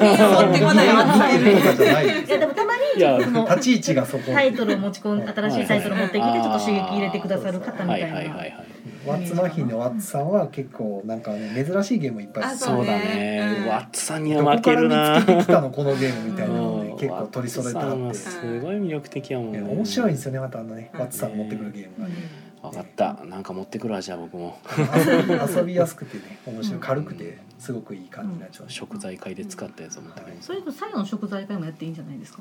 [SPEAKER 4] てこないワッツさん
[SPEAKER 2] 似てるとかじゃないで
[SPEAKER 5] い
[SPEAKER 2] す
[SPEAKER 5] やでもたまに
[SPEAKER 1] いや
[SPEAKER 5] その
[SPEAKER 2] 立ち位置がそこ
[SPEAKER 5] タイトルを持ち込ん新しいタイトルを持ってきてちょっと刺激入れてくださる方み
[SPEAKER 1] は
[SPEAKER 5] た
[SPEAKER 1] いは
[SPEAKER 5] い
[SPEAKER 1] いはい
[SPEAKER 5] な。
[SPEAKER 1] はい
[SPEAKER 2] ワッツマヒンのワッツさんは結構なんかね珍しいゲームいっぱい
[SPEAKER 4] あ
[SPEAKER 1] そうだね、
[SPEAKER 4] うん
[SPEAKER 1] ワッツさんに
[SPEAKER 2] ど
[SPEAKER 1] は負
[SPEAKER 2] こか
[SPEAKER 1] ける
[SPEAKER 2] ら
[SPEAKER 1] な
[SPEAKER 2] 見つけてきたのこのゲームみたいなのを
[SPEAKER 1] うん
[SPEAKER 2] ね結構取り揃えた
[SPEAKER 1] ワ
[SPEAKER 2] ら
[SPEAKER 1] ッ
[SPEAKER 2] っ
[SPEAKER 1] ツ
[SPEAKER 2] て
[SPEAKER 1] さんはすごい魅力的やもん
[SPEAKER 2] い
[SPEAKER 1] ね
[SPEAKER 2] や面白いんですよねまたあのね
[SPEAKER 4] うん
[SPEAKER 2] ワッツさんが持ってくるゲームがね
[SPEAKER 1] 分かったなんか持ってくるわじゃあ僕も
[SPEAKER 2] 遊び遊びやすくてね面白い軽くてすごくいい感じになっちゃう
[SPEAKER 1] 食材会で使ったやつを持ってくる
[SPEAKER 5] それと最後の食材会もやっていいんじゃないですか。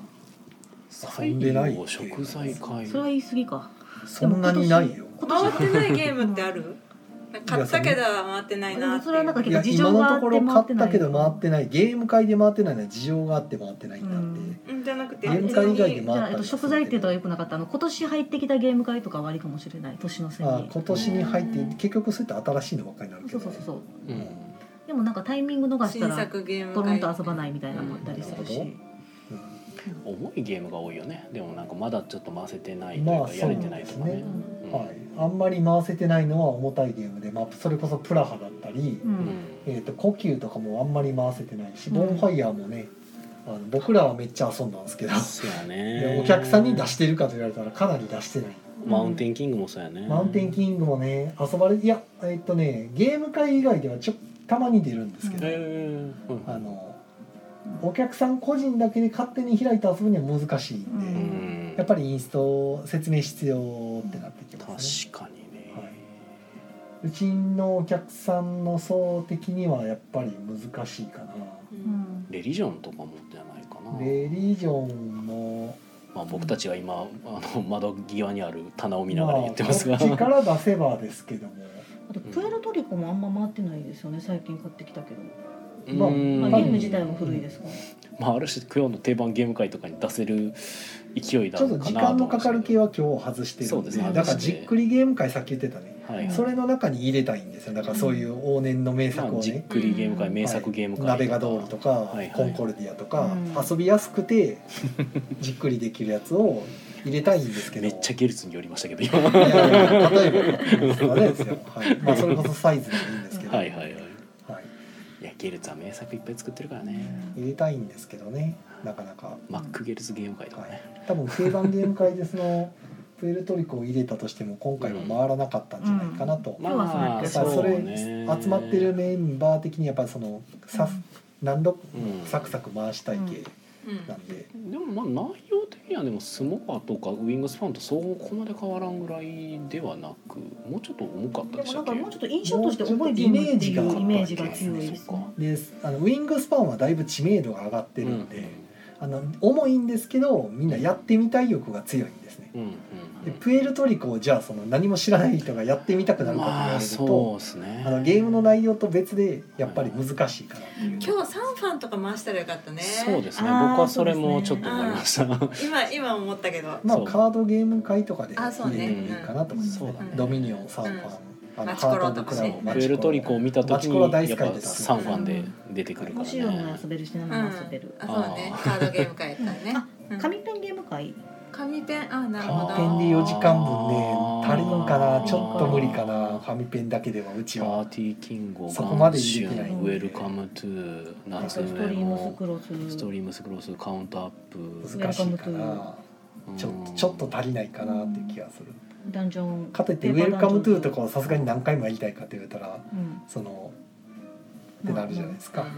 [SPEAKER 2] 遊んでない
[SPEAKER 1] 最後食材会
[SPEAKER 5] それは言い過ぎか。
[SPEAKER 2] そんなにないよ
[SPEAKER 5] 今
[SPEAKER 4] 回
[SPEAKER 5] 年
[SPEAKER 4] ってないゲームってある買ったけど回ってないなっていう
[SPEAKER 5] それはなんか
[SPEAKER 2] い
[SPEAKER 5] 結構
[SPEAKER 2] や
[SPEAKER 5] 事
[SPEAKER 2] 今
[SPEAKER 5] 情
[SPEAKER 2] の
[SPEAKER 5] があ
[SPEAKER 2] とこ
[SPEAKER 5] って
[SPEAKER 2] ろ
[SPEAKER 5] 回
[SPEAKER 2] 買
[SPEAKER 5] っ
[SPEAKER 2] って
[SPEAKER 5] な
[SPEAKER 2] た
[SPEAKER 5] い。
[SPEAKER 2] けど回ってないゲーム会で回ってないのは事情があって回ってないんだって、
[SPEAKER 5] うん
[SPEAKER 4] うんじゃなくて
[SPEAKER 2] ゲーム会以外で
[SPEAKER 5] じゃあ
[SPEAKER 2] 回っ
[SPEAKER 5] えったと
[SPEAKER 2] り
[SPEAKER 5] 食材っていうのはよくなかったあの今年入ってきたゲーム会とかはありかもしれない年の瀬
[SPEAKER 2] あ
[SPEAKER 5] に
[SPEAKER 2] 今年に入って結局そういった新しいのばっかりになるけ
[SPEAKER 5] そ
[SPEAKER 2] ど
[SPEAKER 5] うそうそうそう
[SPEAKER 1] うん
[SPEAKER 5] でもなんかタイミング逃した
[SPEAKER 4] 新
[SPEAKER 5] ら
[SPEAKER 4] 作ゲーム
[SPEAKER 5] ポロンと遊
[SPEAKER 4] 遊
[SPEAKER 5] ばないみたいなのもあったりするし、
[SPEAKER 2] うん
[SPEAKER 1] 重いゲームが多いよねでもなんかまだちょっと回せてないという
[SPEAKER 2] まあ
[SPEAKER 1] かやれてないとか
[SPEAKER 2] そうで
[SPEAKER 1] ね
[SPEAKER 2] す
[SPEAKER 5] ね
[SPEAKER 1] うん
[SPEAKER 2] はい、あんまり回せてないのは重たいゲームで、まあ、それこそプラハだったり、
[SPEAKER 5] う
[SPEAKER 1] うんん
[SPEAKER 2] えー、と呼吸とかもあんまり回せてないし、
[SPEAKER 5] うん
[SPEAKER 2] ボンファイヤーもねあの僕らはめっちゃ遊んだんですけど、
[SPEAKER 1] そうやね
[SPEAKER 2] お客さんに出してるかと言われたらかなり出してない、
[SPEAKER 1] マウンテンキングもそうやね
[SPEAKER 2] マウンテンキングもね遊ばれいやえっ、とねゲーム会以外ではちょたまに出るんですけど、
[SPEAKER 1] えーうん
[SPEAKER 2] あのお客さん個人だけで勝手に開いて遊ぶには難しいんで、
[SPEAKER 5] うん
[SPEAKER 1] うん
[SPEAKER 2] やっぱりインスト説明必要ってなってきますね。
[SPEAKER 1] 確かにね、
[SPEAKER 2] はいうちのお客さんの層的にはやっぱり難しいか
[SPEAKER 4] う
[SPEAKER 5] うんん
[SPEAKER 1] レリジョンとかもじゃないかな
[SPEAKER 2] な。レリジョンも
[SPEAKER 1] まあ、僕たちは今あの窓際にある棚を見ながら言ってますが、
[SPEAKER 2] あこっちから出せばですけ ども、
[SPEAKER 5] あとプエルトリコもあんま回ってないですよね最近買ってきたけど、
[SPEAKER 1] うん
[SPEAKER 5] まあ、
[SPEAKER 2] うん
[SPEAKER 5] ゲーム自体も古いですが、
[SPEAKER 1] まあ、ある種今日の定番ゲーム会とかに出せる勢いだ
[SPEAKER 2] ちょっと
[SPEAKER 1] のか
[SPEAKER 2] 時
[SPEAKER 1] な
[SPEAKER 2] 間
[SPEAKER 1] と
[SPEAKER 2] の
[SPEAKER 1] 思うん
[SPEAKER 2] か
[SPEAKER 1] です
[SPEAKER 2] か
[SPEAKER 1] けど
[SPEAKER 2] る系は今日外してる
[SPEAKER 1] そうんで
[SPEAKER 2] です
[SPEAKER 1] ね
[SPEAKER 2] だからじっくりゲーム会さっき言ってたね、
[SPEAKER 1] はい
[SPEAKER 2] それの中に入れたいんですよだからそういう往年の名作
[SPEAKER 1] ま
[SPEAKER 2] を
[SPEAKER 1] あ、じっ
[SPEAKER 2] ね、
[SPEAKER 1] くりゲーム会、名作ゲーム会とか、
[SPEAKER 2] 鍋が通りとか、
[SPEAKER 1] いはい
[SPEAKER 2] コンコルディアとか、
[SPEAKER 5] うん
[SPEAKER 2] 遊びやす くてじっくりできるやつを入れたいんですけ
[SPEAKER 1] め
[SPEAKER 2] ど
[SPEAKER 1] っちゃゲルツに寄りましたけど今
[SPEAKER 2] い
[SPEAKER 1] は
[SPEAKER 2] やいや例えばそれです よ、はいまあ、それこそサイズでもいいんですけ
[SPEAKER 1] い
[SPEAKER 2] ど、
[SPEAKER 1] はいはい
[SPEAKER 2] はい
[SPEAKER 1] いやゲルツは名作いっぱい作ってるからね
[SPEAKER 2] 入れたいんですけどねなかなか、は
[SPEAKER 1] マックゲルツゲーム会とか
[SPEAKER 2] い
[SPEAKER 1] ね、、
[SPEAKER 2] 多分定番ゲーム会でそのプエルトリコを入れたとしても今回は回らなかったんじゃないかなと、
[SPEAKER 5] 今日はそれ
[SPEAKER 1] まあ
[SPEAKER 2] やっ
[SPEAKER 5] そ
[SPEAKER 2] ぱ
[SPEAKER 5] う
[SPEAKER 2] りそれ
[SPEAKER 1] ね
[SPEAKER 2] 集まってるメンバー的にやっぱりそのさす何度
[SPEAKER 1] うん
[SPEAKER 2] サクサク回したい系
[SPEAKER 4] うん
[SPEAKER 2] なんで、
[SPEAKER 1] でもまあ内容的にはでもスモアとかウィングスパンとそうここまで変わらんぐらいではなくもうちょっと重かった
[SPEAKER 5] で
[SPEAKER 1] で
[SPEAKER 5] も
[SPEAKER 1] し
[SPEAKER 5] な
[SPEAKER 1] たっ
[SPEAKER 5] んか
[SPEAKER 1] け
[SPEAKER 5] もうちょっと印象として重いゲームっていうイメージが強いです
[SPEAKER 1] そっ
[SPEAKER 5] ね
[SPEAKER 1] か。
[SPEAKER 2] であのウィングスパンはだいぶ知名度が上がってるんで、あの重いんですけどみんなやってみたい欲が強いんですね。
[SPEAKER 1] うんうんう
[SPEAKER 2] で
[SPEAKER 1] ん
[SPEAKER 2] プエルトリコをじゃあその何も知らない人がやってみたくなるかと言わ
[SPEAKER 1] まあ
[SPEAKER 2] れる
[SPEAKER 1] そ
[SPEAKER 2] と
[SPEAKER 1] う、ですね
[SPEAKER 2] あのゲームの内容と別でやっぱり難しいから、
[SPEAKER 4] 今日サンファンとか回したらよかったね
[SPEAKER 1] そうですね
[SPEAKER 5] あー
[SPEAKER 1] 僕はそれもちょっと思いました、
[SPEAKER 4] 今今思ったけど
[SPEAKER 2] まあ
[SPEAKER 1] そう
[SPEAKER 2] カードゲーム会とかで
[SPEAKER 4] あそう
[SPEAKER 2] 入
[SPEAKER 4] ね
[SPEAKER 2] れてもいいかなと思いま
[SPEAKER 1] う
[SPEAKER 2] す、
[SPEAKER 1] ん
[SPEAKER 2] ね
[SPEAKER 1] そうだね
[SPEAKER 2] ドミニオンサンファン、あの
[SPEAKER 4] マチ
[SPEAKER 2] ハ
[SPEAKER 4] コ
[SPEAKER 2] ー
[SPEAKER 4] ロ
[SPEAKER 2] ト・オ
[SPEAKER 4] と
[SPEAKER 2] ブ・ク
[SPEAKER 4] か
[SPEAKER 2] ラ
[SPEAKER 4] ね
[SPEAKER 2] ブ
[SPEAKER 1] プエルトリコを見た
[SPEAKER 2] マ
[SPEAKER 1] 時
[SPEAKER 2] チ
[SPEAKER 1] に
[SPEAKER 2] コロ大
[SPEAKER 1] や
[SPEAKER 2] 好
[SPEAKER 1] っ
[SPEAKER 2] きで
[SPEAKER 1] ぱ
[SPEAKER 2] す
[SPEAKER 1] サンファンで出てくるか
[SPEAKER 5] 面
[SPEAKER 1] ら
[SPEAKER 5] 白いも
[SPEAKER 1] ね
[SPEAKER 5] 遊べるし
[SPEAKER 4] う
[SPEAKER 5] 何
[SPEAKER 4] ん
[SPEAKER 5] も遊べる。
[SPEAKER 4] あそうねカードゲーム会やったらね
[SPEAKER 5] あ
[SPEAKER 4] うん
[SPEAKER 5] 紙ペンゲーム会。
[SPEAKER 4] 紙ペンあなるほ
[SPEAKER 2] 紙
[SPEAKER 4] ど
[SPEAKER 2] ペンで4時間分で足りんか
[SPEAKER 5] あ
[SPEAKER 2] な
[SPEAKER 5] ー
[SPEAKER 2] ちょっと無理かな紙ペンだけではうち
[SPEAKER 1] パー
[SPEAKER 2] は
[SPEAKER 1] ティーキングを
[SPEAKER 2] そこ
[SPEAKER 1] ガ
[SPEAKER 2] ま
[SPEAKER 1] ン
[SPEAKER 2] で
[SPEAKER 1] シ
[SPEAKER 2] で
[SPEAKER 1] ュ
[SPEAKER 2] きない
[SPEAKER 1] ンウェルカムトゥ
[SPEAKER 5] あと
[SPEAKER 1] 夏
[SPEAKER 5] スト
[SPEAKER 1] 目
[SPEAKER 5] リームス
[SPEAKER 1] も
[SPEAKER 5] クロー
[SPEAKER 1] ス
[SPEAKER 5] ス
[SPEAKER 1] ト。リームスクロースカウントアップ
[SPEAKER 2] 難しいか
[SPEAKER 5] ウェル
[SPEAKER 2] な
[SPEAKER 5] カ
[SPEAKER 2] ちょっとちょっと
[SPEAKER 1] り
[SPEAKER 2] 足りないかなっていう気がする
[SPEAKER 5] ダンジョン。
[SPEAKER 2] かといって「ウ
[SPEAKER 5] ペー
[SPEAKER 2] ェ
[SPEAKER 5] パー
[SPEAKER 2] ル
[SPEAKER 5] ダンジョン
[SPEAKER 2] カム・トゥ」とかをさすがに何回もやりたいかって言われたら
[SPEAKER 5] うん。
[SPEAKER 2] そのってなるじゃないですか、
[SPEAKER 5] うん
[SPEAKER 2] うん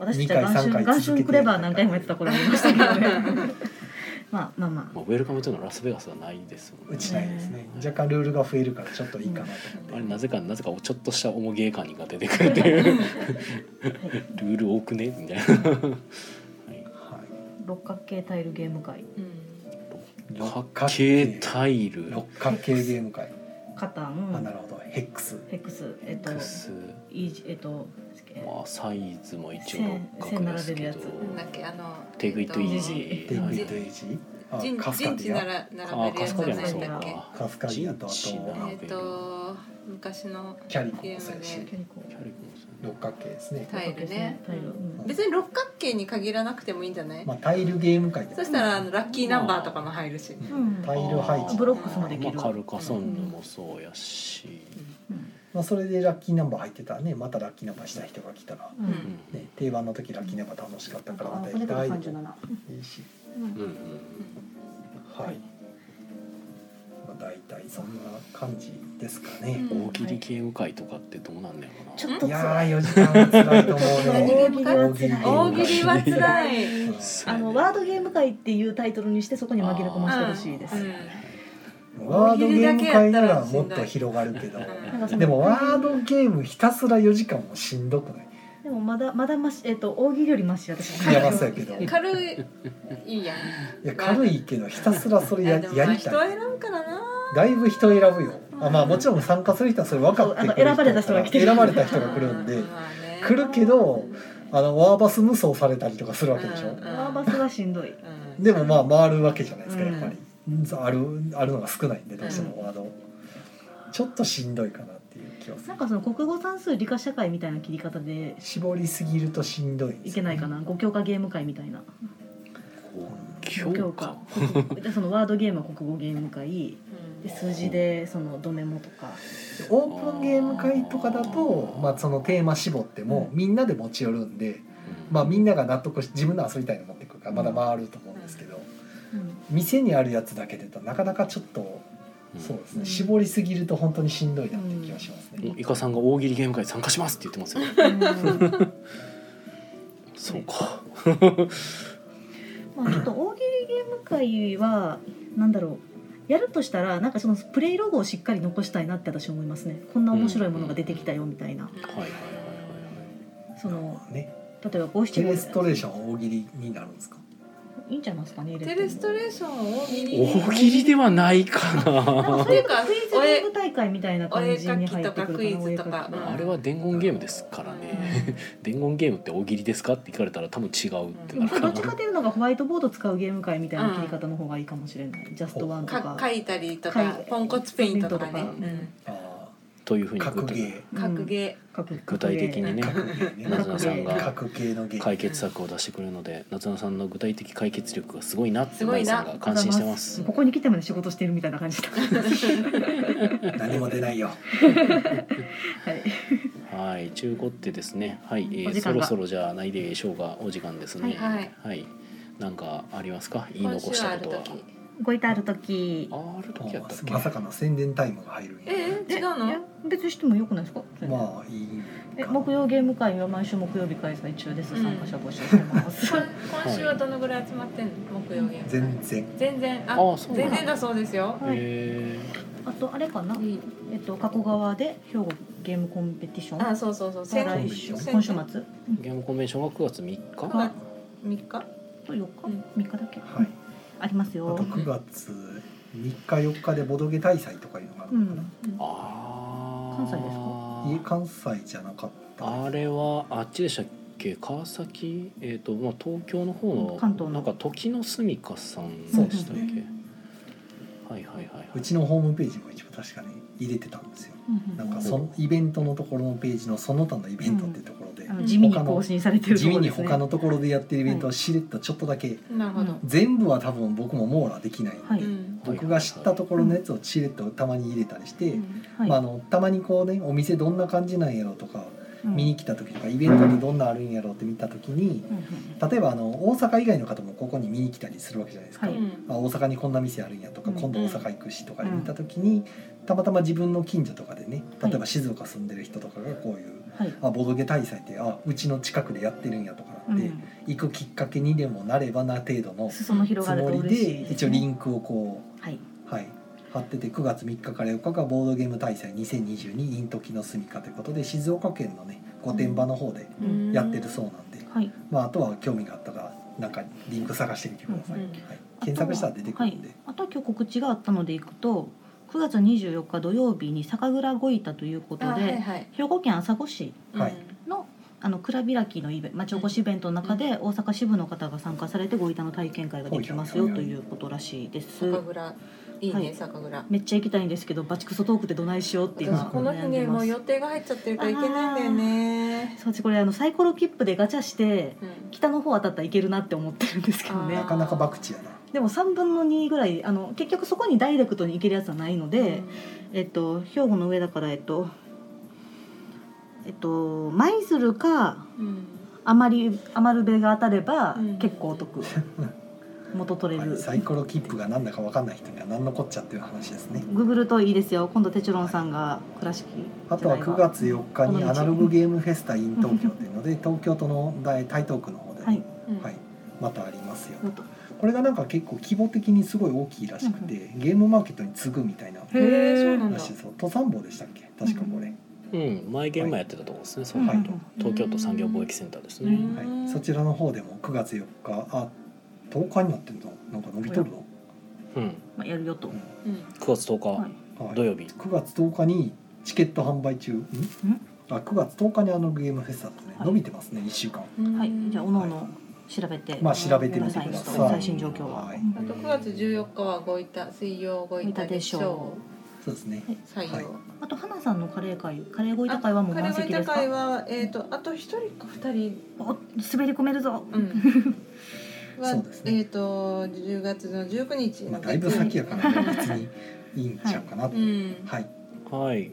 [SPEAKER 5] 私たちは
[SPEAKER 2] 二回三
[SPEAKER 5] ガンシュン
[SPEAKER 2] 回
[SPEAKER 5] ガンシュンクレバー何回もやってた頃ありましたけどね。 まあまあまあ。
[SPEAKER 1] まあ、ウェルカムトゥのラスベガスはないですもん
[SPEAKER 2] う
[SPEAKER 1] ね
[SPEAKER 2] ちないですね若干ルールが増えるからちょっといいかなと思って、
[SPEAKER 1] あれなぜかなぜかちょっとした重芸感が出てくるっていうルール多くねみたいなはい
[SPEAKER 2] は
[SPEAKER 5] 六角形タイルゲーム会。
[SPEAKER 4] うん
[SPEAKER 2] い、
[SPEAKER 1] 角形タイル
[SPEAKER 2] 六角形ゲーム会、
[SPEAKER 5] カタ
[SPEAKER 2] あな
[SPEAKER 5] ン。
[SPEAKER 2] るほどヘックス
[SPEAKER 5] ヘックス。えっと
[SPEAKER 1] ク。ス
[SPEAKER 5] イージえっと。なんだっけ
[SPEAKER 1] まあサイズも一応
[SPEAKER 5] 線
[SPEAKER 1] 六角ですけ
[SPEAKER 5] 線並べるやつ
[SPEAKER 1] ど
[SPEAKER 4] なんだっけあの
[SPEAKER 1] テグイットイージ
[SPEAKER 2] デイ
[SPEAKER 1] ー
[SPEAKER 2] ビ
[SPEAKER 1] はい
[SPEAKER 2] ッド・エイジあ
[SPEAKER 4] 陣
[SPEAKER 2] カスカ
[SPEAKER 4] 陣
[SPEAKER 2] デ
[SPEAKER 4] 地
[SPEAKER 2] ィ
[SPEAKER 4] な
[SPEAKER 2] ア
[SPEAKER 4] ら
[SPEAKER 1] あ
[SPEAKER 4] 並
[SPEAKER 1] あ
[SPEAKER 4] べる
[SPEAKER 1] カ
[SPEAKER 4] や
[SPEAKER 1] ス
[SPEAKER 4] つ
[SPEAKER 1] カリア
[SPEAKER 4] は
[SPEAKER 1] もそう
[SPEAKER 4] 何だっけ
[SPEAKER 1] か
[SPEAKER 2] カスカディアとあ
[SPEAKER 1] 陣地
[SPEAKER 2] と
[SPEAKER 1] な
[SPEAKER 4] えっ、と昔の
[SPEAKER 2] キャリコ
[SPEAKER 4] ゲ
[SPEAKER 2] も
[SPEAKER 4] ー
[SPEAKER 2] そう
[SPEAKER 4] ム
[SPEAKER 2] やし
[SPEAKER 4] で
[SPEAKER 5] キャリコ
[SPEAKER 1] キャリコもそうね
[SPEAKER 2] 六角形ですね、
[SPEAKER 4] タイルね
[SPEAKER 5] タイル。うん
[SPEAKER 4] 別に六角形に限らなくてもいいんじゃない、
[SPEAKER 2] まあ、タイルゲーム会で
[SPEAKER 4] そしたらあのラッキーナンバーとかも入るし、
[SPEAKER 5] うん
[SPEAKER 2] タイル配置
[SPEAKER 5] ブロックスもできる
[SPEAKER 1] まあ、カルカソンヌもそうやし、
[SPEAKER 2] まあ、それでラッキーナンバー入ってたらねまたラッキーナンバーした人が来たら、
[SPEAKER 5] う。
[SPEAKER 1] うん
[SPEAKER 2] ね、定番の時ラッキーナンバー楽しかったからまたやりたい
[SPEAKER 5] 三十七。
[SPEAKER 2] いいし
[SPEAKER 1] んうんうん
[SPEAKER 2] はい、まあ、大体そんな感じですかね、
[SPEAKER 4] うん
[SPEAKER 1] 大喜利ゲーム会とかってどうなんだろうな
[SPEAKER 5] ちょっ
[SPEAKER 2] い
[SPEAKER 5] と
[SPEAKER 2] やー4時間は辛いと思うよ
[SPEAKER 5] 大喜利は辛い
[SPEAKER 4] 大喜利は辛い、うん
[SPEAKER 2] うん
[SPEAKER 5] あのワードゲーム会っていうタイトルにしてそこに紛れ込ませてほしいです。
[SPEAKER 2] ワードゲーム会ならもっと広がるけど
[SPEAKER 5] なんかその
[SPEAKER 2] でもワードゲームひたすら4時間もしんどくない
[SPEAKER 5] でもまだまだましえっ、と大喜利よりマシ私も。
[SPEAKER 2] いやまあそうやけどい
[SPEAKER 4] 軽いいいやん
[SPEAKER 2] や軽いけどひたすらそれや
[SPEAKER 4] あでもまあ
[SPEAKER 2] やり
[SPEAKER 4] 人
[SPEAKER 2] たい
[SPEAKER 4] 選ぶからな
[SPEAKER 2] だいぶ人選ぶよあまあもちろん参加する人はそれ分かってくる
[SPEAKER 5] そうあの選ばれた人が来てる
[SPEAKER 2] 選ばれた人が来るんで
[SPEAKER 4] まあね
[SPEAKER 2] 来るけどあのワーバス無双されたりとかするわけでしょ
[SPEAKER 4] うん
[SPEAKER 5] ワーバスはしんどい。
[SPEAKER 4] うん
[SPEAKER 2] でもまあ回るわけじゃないですか
[SPEAKER 5] うん
[SPEAKER 2] やっぱり、あるあるのが少ないんでどうしてもワードちょっとしんどいかなっていう気はする
[SPEAKER 5] なんかその国語算数理科社会みたいな切り方で
[SPEAKER 2] 絞りすぎるとしんどいんで
[SPEAKER 5] い
[SPEAKER 2] すよ
[SPEAKER 5] けないかな。五教科ゲーム会みたいな。
[SPEAKER 1] 教
[SPEAKER 5] 教
[SPEAKER 1] 科
[SPEAKER 5] 科。国語でそのワードゲームは国語ゲーム会。
[SPEAKER 4] うん
[SPEAKER 5] で数字でそのドメモとか。
[SPEAKER 2] オープンゲーム会とかだと、まあ、そのテーマ絞ってもみんなで持ち寄るんで、まあ、みんなが納得し自分の遊びたいの持ってくるからまだ回ると思うんですけど
[SPEAKER 5] うん
[SPEAKER 2] 店にあるやつだけでとなかなかちょっとそうですね絞りすぎると本当にしんどいなって気がしますね。
[SPEAKER 1] もうイカさんが大喜利ゲーム会参加しますって言ってますよ。
[SPEAKER 5] うん
[SPEAKER 1] そうか。
[SPEAKER 5] まあ、ちょっと大喜利ゲーム会はなんだろうやるとしたらなんかそのプレイログをしっかり残したいなって私思いますねこんな面白いものが出てきたよみたいな、
[SPEAKER 1] はいはいはいはい
[SPEAKER 5] その
[SPEAKER 2] ね
[SPEAKER 5] 例えば五七
[SPEAKER 2] テ
[SPEAKER 5] 五
[SPEAKER 2] レストレーション大喜利になるんですか
[SPEAKER 5] いいんじゃないですかね入れて
[SPEAKER 4] テ
[SPEAKER 5] も
[SPEAKER 4] レストレーションをギリギリ
[SPEAKER 1] 大喜利ではないか
[SPEAKER 5] なんか
[SPEAKER 1] な
[SPEAKER 5] そういうクイズゲーム大会みたいな感じに入ってくるかな
[SPEAKER 4] お絵描きとかクイズとか
[SPEAKER 5] お絵描き
[SPEAKER 1] あれは伝言ゲームですからね伝言ゲームって大喜利ですかって聞かれたら多分違うって
[SPEAKER 5] で
[SPEAKER 1] な
[SPEAKER 5] も
[SPEAKER 1] るか
[SPEAKER 5] ど
[SPEAKER 1] な
[SPEAKER 5] っちかというのがホワイトボード使うゲーム会みたいな切り方の方がいいかもしれない、ジャストワンとか
[SPEAKER 4] か書いたりと
[SPEAKER 5] か
[SPEAKER 4] か
[SPEAKER 5] い
[SPEAKER 4] ポンコツペイントとかね
[SPEAKER 5] ペイントとか
[SPEAKER 2] あ
[SPEAKER 1] というふう
[SPEAKER 2] ー
[SPEAKER 1] に
[SPEAKER 2] 格
[SPEAKER 1] 具
[SPEAKER 2] ゲ
[SPEAKER 5] う
[SPEAKER 2] ー
[SPEAKER 5] ん
[SPEAKER 4] 格ゲ
[SPEAKER 5] 格
[SPEAKER 1] 具体的にね
[SPEAKER 2] 格ゲーね
[SPEAKER 1] なずなさんが
[SPEAKER 2] 格ゲーのゲー
[SPEAKER 1] 解決策を出してくれるので夏菜さんの具体的解決力がすごいなって
[SPEAKER 4] すご
[SPEAKER 1] 舞
[SPEAKER 4] いな
[SPEAKER 1] さんが感心してます
[SPEAKER 5] ここに来てまで仕事してるみたいな 感じだ
[SPEAKER 2] 何も出ないよ
[SPEAKER 5] はい
[SPEAKER 1] はい中古ってですねはい、え
[SPEAKER 5] お
[SPEAKER 1] ー、
[SPEAKER 5] 時
[SPEAKER 1] そ
[SPEAKER 5] 間
[SPEAKER 1] ろ
[SPEAKER 5] が
[SPEAKER 1] そろじゃないでしょうがお時間ですね
[SPEAKER 4] はいはい
[SPEAKER 1] なんかありますか
[SPEAKER 4] ー
[SPEAKER 1] 言い
[SPEAKER 4] 今
[SPEAKER 1] 残
[SPEAKER 4] 週
[SPEAKER 1] したこ
[SPEAKER 4] ある
[SPEAKER 1] とは
[SPEAKER 4] 時
[SPEAKER 5] ごいたある時
[SPEAKER 1] あある時やったっけ
[SPEAKER 2] まさかの宣伝タイムが入るんや
[SPEAKER 4] えー違う
[SPEAKER 5] いや
[SPEAKER 4] の
[SPEAKER 5] 別にしてもよくないですか
[SPEAKER 2] まあいい
[SPEAKER 5] え
[SPEAKER 2] か
[SPEAKER 5] 木曜ゲーム会は毎週木曜日開催中です、
[SPEAKER 4] うん
[SPEAKER 5] 参加者募集してます
[SPEAKER 4] こん今週はどのぐらい集まってんの木曜ゲーム
[SPEAKER 2] 全然
[SPEAKER 4] 全然あ
[SPEAKER 1] あそうなん
[SPEAKER 4] 全
[SPEAKER 1] だ
[SPEAKER 4] 然だそうですよ
[SPEAKER 5] はい
[SPEAKER 1] へ
[SPEAKER 5] あとあれかな、
[SPEAKER 4] いい
[SPEAKER 5] えっと、加古川で兵庫ゲームコンペティション
[SPEAKER 4] あそうそうそう
[SPEAKER 5] 再
[SPEAKER 4] 先
[SPEAKER 5] 来
[SPEAKER 2] 来
[SPEAKER 5] 週
[SPEAKER 2] 週
[SPEAKER 5] 今週末
[SPEAKER 4] 先
[SPEAKER 5] と
[SPEAKER 1] ーゲームコンベンションが9月3日
[SPEAKER 4] 9月3日
[SPEAKER 5] 4日、
[SPEAKER 4] うん
[SPEAKER 5] 3日だけ、
[SPEAKER 2] はい
[SPEAKER 5] あります
[SPEAKER 2] あ
[SPEAKER 5] よ
[SPEAKER 2] と9月3日4日でボドゲ大祭とかいうのがあ
[SPEAKER 5] う
[SPEAKER 2] るのか
[SPEAKER 5] ん
[SPEAKER 2] な、
[SPEAKER 1] ああ
[SPEAKER 5] 関西で
[SPEAKER 2] 家関西じゃなかった
[SPEAKER 1] あれはあっちでしたっけ川崎えっ、とまあ東京の方の
[SPEAKER 5] 関東の
[SPEAKER 1] なんか時の住香さんでしたっけ、
[SPEAKER 4] そうですね
[SPEAKER 1] はいはいはいはいう
[SPEAKER 2] ちのホームページも一応確かに入れてたんですよ
[SPEAKER 5] うん
[SPEAKER 2] なんかそのイベントのところのページのその他のイベントっていうところで
[SPEAKER 5] あ、の地味に更新されてると
[SPEAKER 2] 地
[SPEAKER 5] こ
[SPEAKER 2] 味
[SPEAKER 5] ろ
[SPEAKER 2] に
[SPEAKER 5] ですね
[SPEAKER 2] 他のところでやってるイベントをしれっとちょっとだけ
[SPEAKER 4] なるほど、
[SPEAKER 2] 全部は多分僕も網羅できないんで、
[SPEAKER 5] はい
[SPEAKER 4] うん
[SPEAKER 2] 僕が知ったところのやつをしれっとたまに入れたりして、
[SPEAKER 5] はい
[SPEAKER 2] まあ、あのたまにこうねお店どんな感じなんやろとか
[SPEAKER 5] うん
[SPEAKER 2] 見に来た時とかイベントでどんなあるんやろって見た時に
[SPEAKER 5] うん
[SPEAKER 2] 例えばあの大阪以外の方もここに見に来たりするわけじゃないですか、
[SPEAKER 5] はい
[SPEAKER 4] うん
[SPEAKER 2] あ大阪にこんな店あるんやとか
[SPEAKER 5] うん
[SPEAKER 2] 今度大阪行くしとかで見た時にたまたま自分の近所とかでね
[SPEAKER 5] はい
[SPEAKER 2] 例えば静岡住んでる人とかがこういう
[SPEAKER 5] はい
[SPEAKER 2] あボドゲ大祭ってあうちの近くでやってるんやとかなって、行くきっかけにでもなればな程度
[SPEAKER 5] うん、
[SPEAKER 2] の
[SPEAKER 5] 裾野広
[SPEAKER 2] つ
[SPEAKER 5] がる
[SPEAKER 2] も
[SPEAKER 5] と
[SPEAKER 2] り
[SPEAKER 5] 嬉しい
[SPEAKER 2] で
[SPEAKER 5] です
[SPEAKER 2] 一応
[SPEAKER 5] ね
[SPEAKER 2] リンクをこ
[SPEAKER 5] はいう
[SPEAKER 2] はい貼ってて9月3日から4日がボードゲーム大祭2022イントキの住みかということで静岡県のね御殿場の方で
[SPEAKER 5] うん
[SPEAKER 2] やってるそうなんで、
[SPEAKER 5] はい
[SPEAKER 2] まあ、あとは興味があったらなんかリンク探してみてください、
[SPEAKER 4] うん
[SPEAKER 2] はい、検索したら出てくるんで、
[SPEAKER 5] あとは今日告知があったのでいくと9月24日土曜日に酒蔵ごいたということで、
[SPEAKER 4] あはいはい
[SPEAKER 5] 兵庫県朝来市
[SPEAKER 2] はい
[SPEAKER 5] のあの蔵開きのイベ町おこしイベントの中で大阪支部の方が参加されてごいたの体験会ができますよ
[SPEAKER 2] はい
[SPEAKER 5] ということらしいです
[SPEAKER 4] うん、。酒蔵いいね、
[SPEAKER 5] はい
[SPEAKER 4] 酒蔵
[SPEAKER 5] めっちゃ行きたいんですけどバチクソトークでどないしようっていうの
[SPEAKER 4] 私この日ねもう予定が入っちゃってるからいけないんだよね
[SPEAKER 5] そう私これあのサイコロ切符でガチャして
[SPEAKER 4] うん
[SPEAKER 5] 北の方当たったらいけるなって思ってるんですけど
[SPEAKER 4] あ
[SPEAKER 5] ね
[SPEAKER 2] なかなか博打やな
[SPEAKER 5] でも3分の2ぐらいあの結局そこにダイレクトに行けるやつはないので、
[SPEAKER 4] うん
[SPEAKER 5] えっと、兵庫の上だからえっとえっと舞鶴か
[SPEAKER 4] うん
[SPEAKER 5] あまり余るべが当たれば
[SPEAKER 4] うん
[SPEAKER 5] 結構お 得、元取れ
[SPEAKER 2] はい、
[SPEAKER 5] る、
[SPEAKER 2] サイコロ切符が何だか分かんない人には何のこっちゃっていう話ですね
[SPEAKER 5] ググるといいですよ今度テチロンさんが倉敷
[SPEAKER 2] あとは9月4日にアナログゲームフェスタ in 東京っていうので東京都の大台東区の方で、
[SPEAKER 5] はい
[SPEAKER 4] うん
[SPEAKER 2] はいまたありますよ
[SPEAKER 5] よと
[SPEAKER 2] これがなんか結構規模的にすごい大きいらしくて、ゲームマーケットに次ぐみたいな
[SPEAKER 4] へえそうなん
[SPEAKER 2] ら
[SPEAKER 4] だ
[SPEAKER 2] しいですよ登山坊でしたっけ確かこれ、
[SPEAKER 1] うん前ゲームやってたところですね、そう
[SPEAKER 5] はい
[SPEAKER 1] なると東京都産業貿易センターですね、
[SPEAKER 4] うん
[SPEAKER 2] はい、そちらの方でも9月4日あ10日になってんだなんか伸びとるの、
[SPEAKER 1] うん、
[SPEAKER 5] まあ、やるよと、
[SPEAKER 4] うん
[SPEAKER 1] 9月10日、
[SPEAKER 5] はい
[SPEAKER 2] はい
[SPEAKER 1] 土曜日
[SPEAKER 2] 9月10日にチケット販売中んあ9月10日にあのゲームフェスタですね、
[SPEAKER 5] はい
[SPEAKER 2] 伸びてますね1週間
[SPEAKER 4] うん
[SPEAKER 5] はい、じゃあおのおの調べて、
[SPEAKER 2] まあ調べてみてく
[SPEAKER 5] さい
[SPEAKER 2] ださい
[SPEAKER 5] 最新状況は、
[SPEAKER 2] はい
[SPEAKER 4] あと9月14日はごいた水曜ごいたでしょ
[SPEAKER 2] そうですね
[SPEAKER 4] う採
[SPEAKER 2] はい
[SPEAKER 4] 用
[SPEAKER 5] あと花さんのカレー会カレーごいた会はもう
[SPEAKER 4] カレ
[SPEAKER 5] 満
[SPEAKER 4] ーご
[SPEAKER 5] 席
[SPEAKER 4] い
[SPEAKER 5] で
[SPEAKER 4] た
[SPEAKER 5] すか
[SPEAKER 4] 会はえっとあと1人か2人
[SPEAKER 5] お滑り込めるぞ、
[SPEAKER 4] うん は
[SPEAKER 2] そうですね
[SPEAKER 4] えっと10月の19日
[SPEAKER 2] まあ、
[SPEAKER 4] の
[SPEAKER 2] だいぶ先やから別にいいんちゃうかなと、
[SPEAKER 4] う
[SPEAKER 2] はい
[SPEAKER 4] ん
[SPEAKER 1] はい。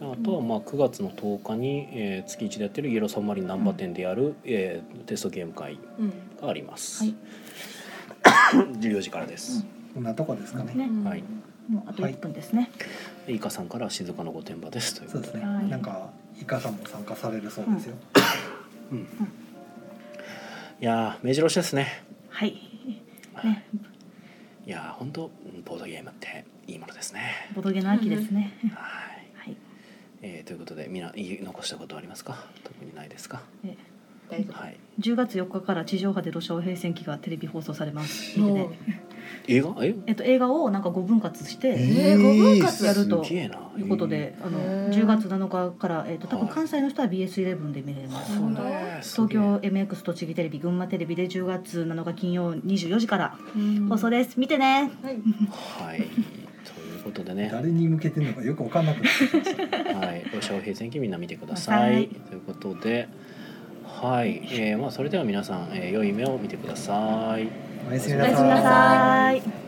[SPEAKER 1] あとはまあ9月の10日に、えー月1でやってるイエローサンマリン難波店でやる、えーテストゲーム会
[SPEAKER 4] うん
[SPEAKER 1] があります。
[SPEAKER 5] はい
[SPEAKER 1] 14時からです。
[SPEAKER 2] こんなとこですかね、
[SPEAKER 5] ね
[SPEAKER 4] うん
[SPEAKER 1] はい
[SPEAKER 5] もうあと1分ですね、
[SPEAKER 1] イカさんから静かの御殿場ですという
[SPEAKER 2] そ
[SPEAKER 1] こ
[SPEAKER 2] う
[SPEAKER 1] と
[SPEAKER 2] です
[SPEAKER 1] で。
[SPEAKER 2] ね、
[SPEAKER 5] はい
[SPEAKER 2] なんかイカさんも参加されるそうですよ、
[SPEAKER 1] うんいやー目白押しですね
[SPEAKER 5] はいね
[SPEAKER 1] いやー本当ボードゲームっていいものですね
[SPEAKER 5] ボドゲの秋ですね、
[SPEAKER 1] はい、
[SPEAKER 5] はい
[SPEAKER 1] えーということでみんな言い残したことはありますか特にないですか
[SPEAKER 5] え
[SPEAKER 4] 大丈
[SPEAKER 1] はい
[SPEAKER 5] 10月4日から地上波でロシア和平戦記がテレビ放送されます
[SPEAKER 4] 夫。
[SPEAKER 5] 見て
[SPEAKER 4] もう
[SPEAKER 5] ね
[SPEAKER 1] 映画え
[SPEAKER 5] えっと、映画をなんか5分割して
[SPEAKER 4] えー五分割
[SPEAKER 5] やると
[SPEAKER 1] すげえな
[SPEAKER 5] いうことで、あの
[SPEAKER 4] へー
[SPEAKER 5] 10月7日から、えっと、多分
[SPEAKER 1] はい
[SPEAKER 5] 関西の人は BS11 で見れます、
[SPEAKER 1] うん
[SPEAKER 4] なるほ
[SPEAKER 1] すげえ
[SPEAKER 5] 東京 MX 栃木テレビ群馬テレビで10月7日金曜24時から
[SPEAKER 4] うん
[SPEAKER 5] 放送です、見てね
[SPEAKER 4] はい。
[SPEAKER 1] はいということでね
[SPEAKER 2] 誰に向けてるのかよく分かんなくなってきましたね
[SPEAKER 1] はい、ご商品選挙みんな見てください。
[SPEAKER 5] はい
[SPEAKER 1] ということで、はい、えーまあそれでは皆さん、えー良い夢を見てください。
[SPEAKER 2] おやすみ
[SPEAKER 5] お
[SPEAKER 2] な
[SPEAKER 5] やすみ
[SPEAKER 2] さ
[SPEAKER 5] ないさい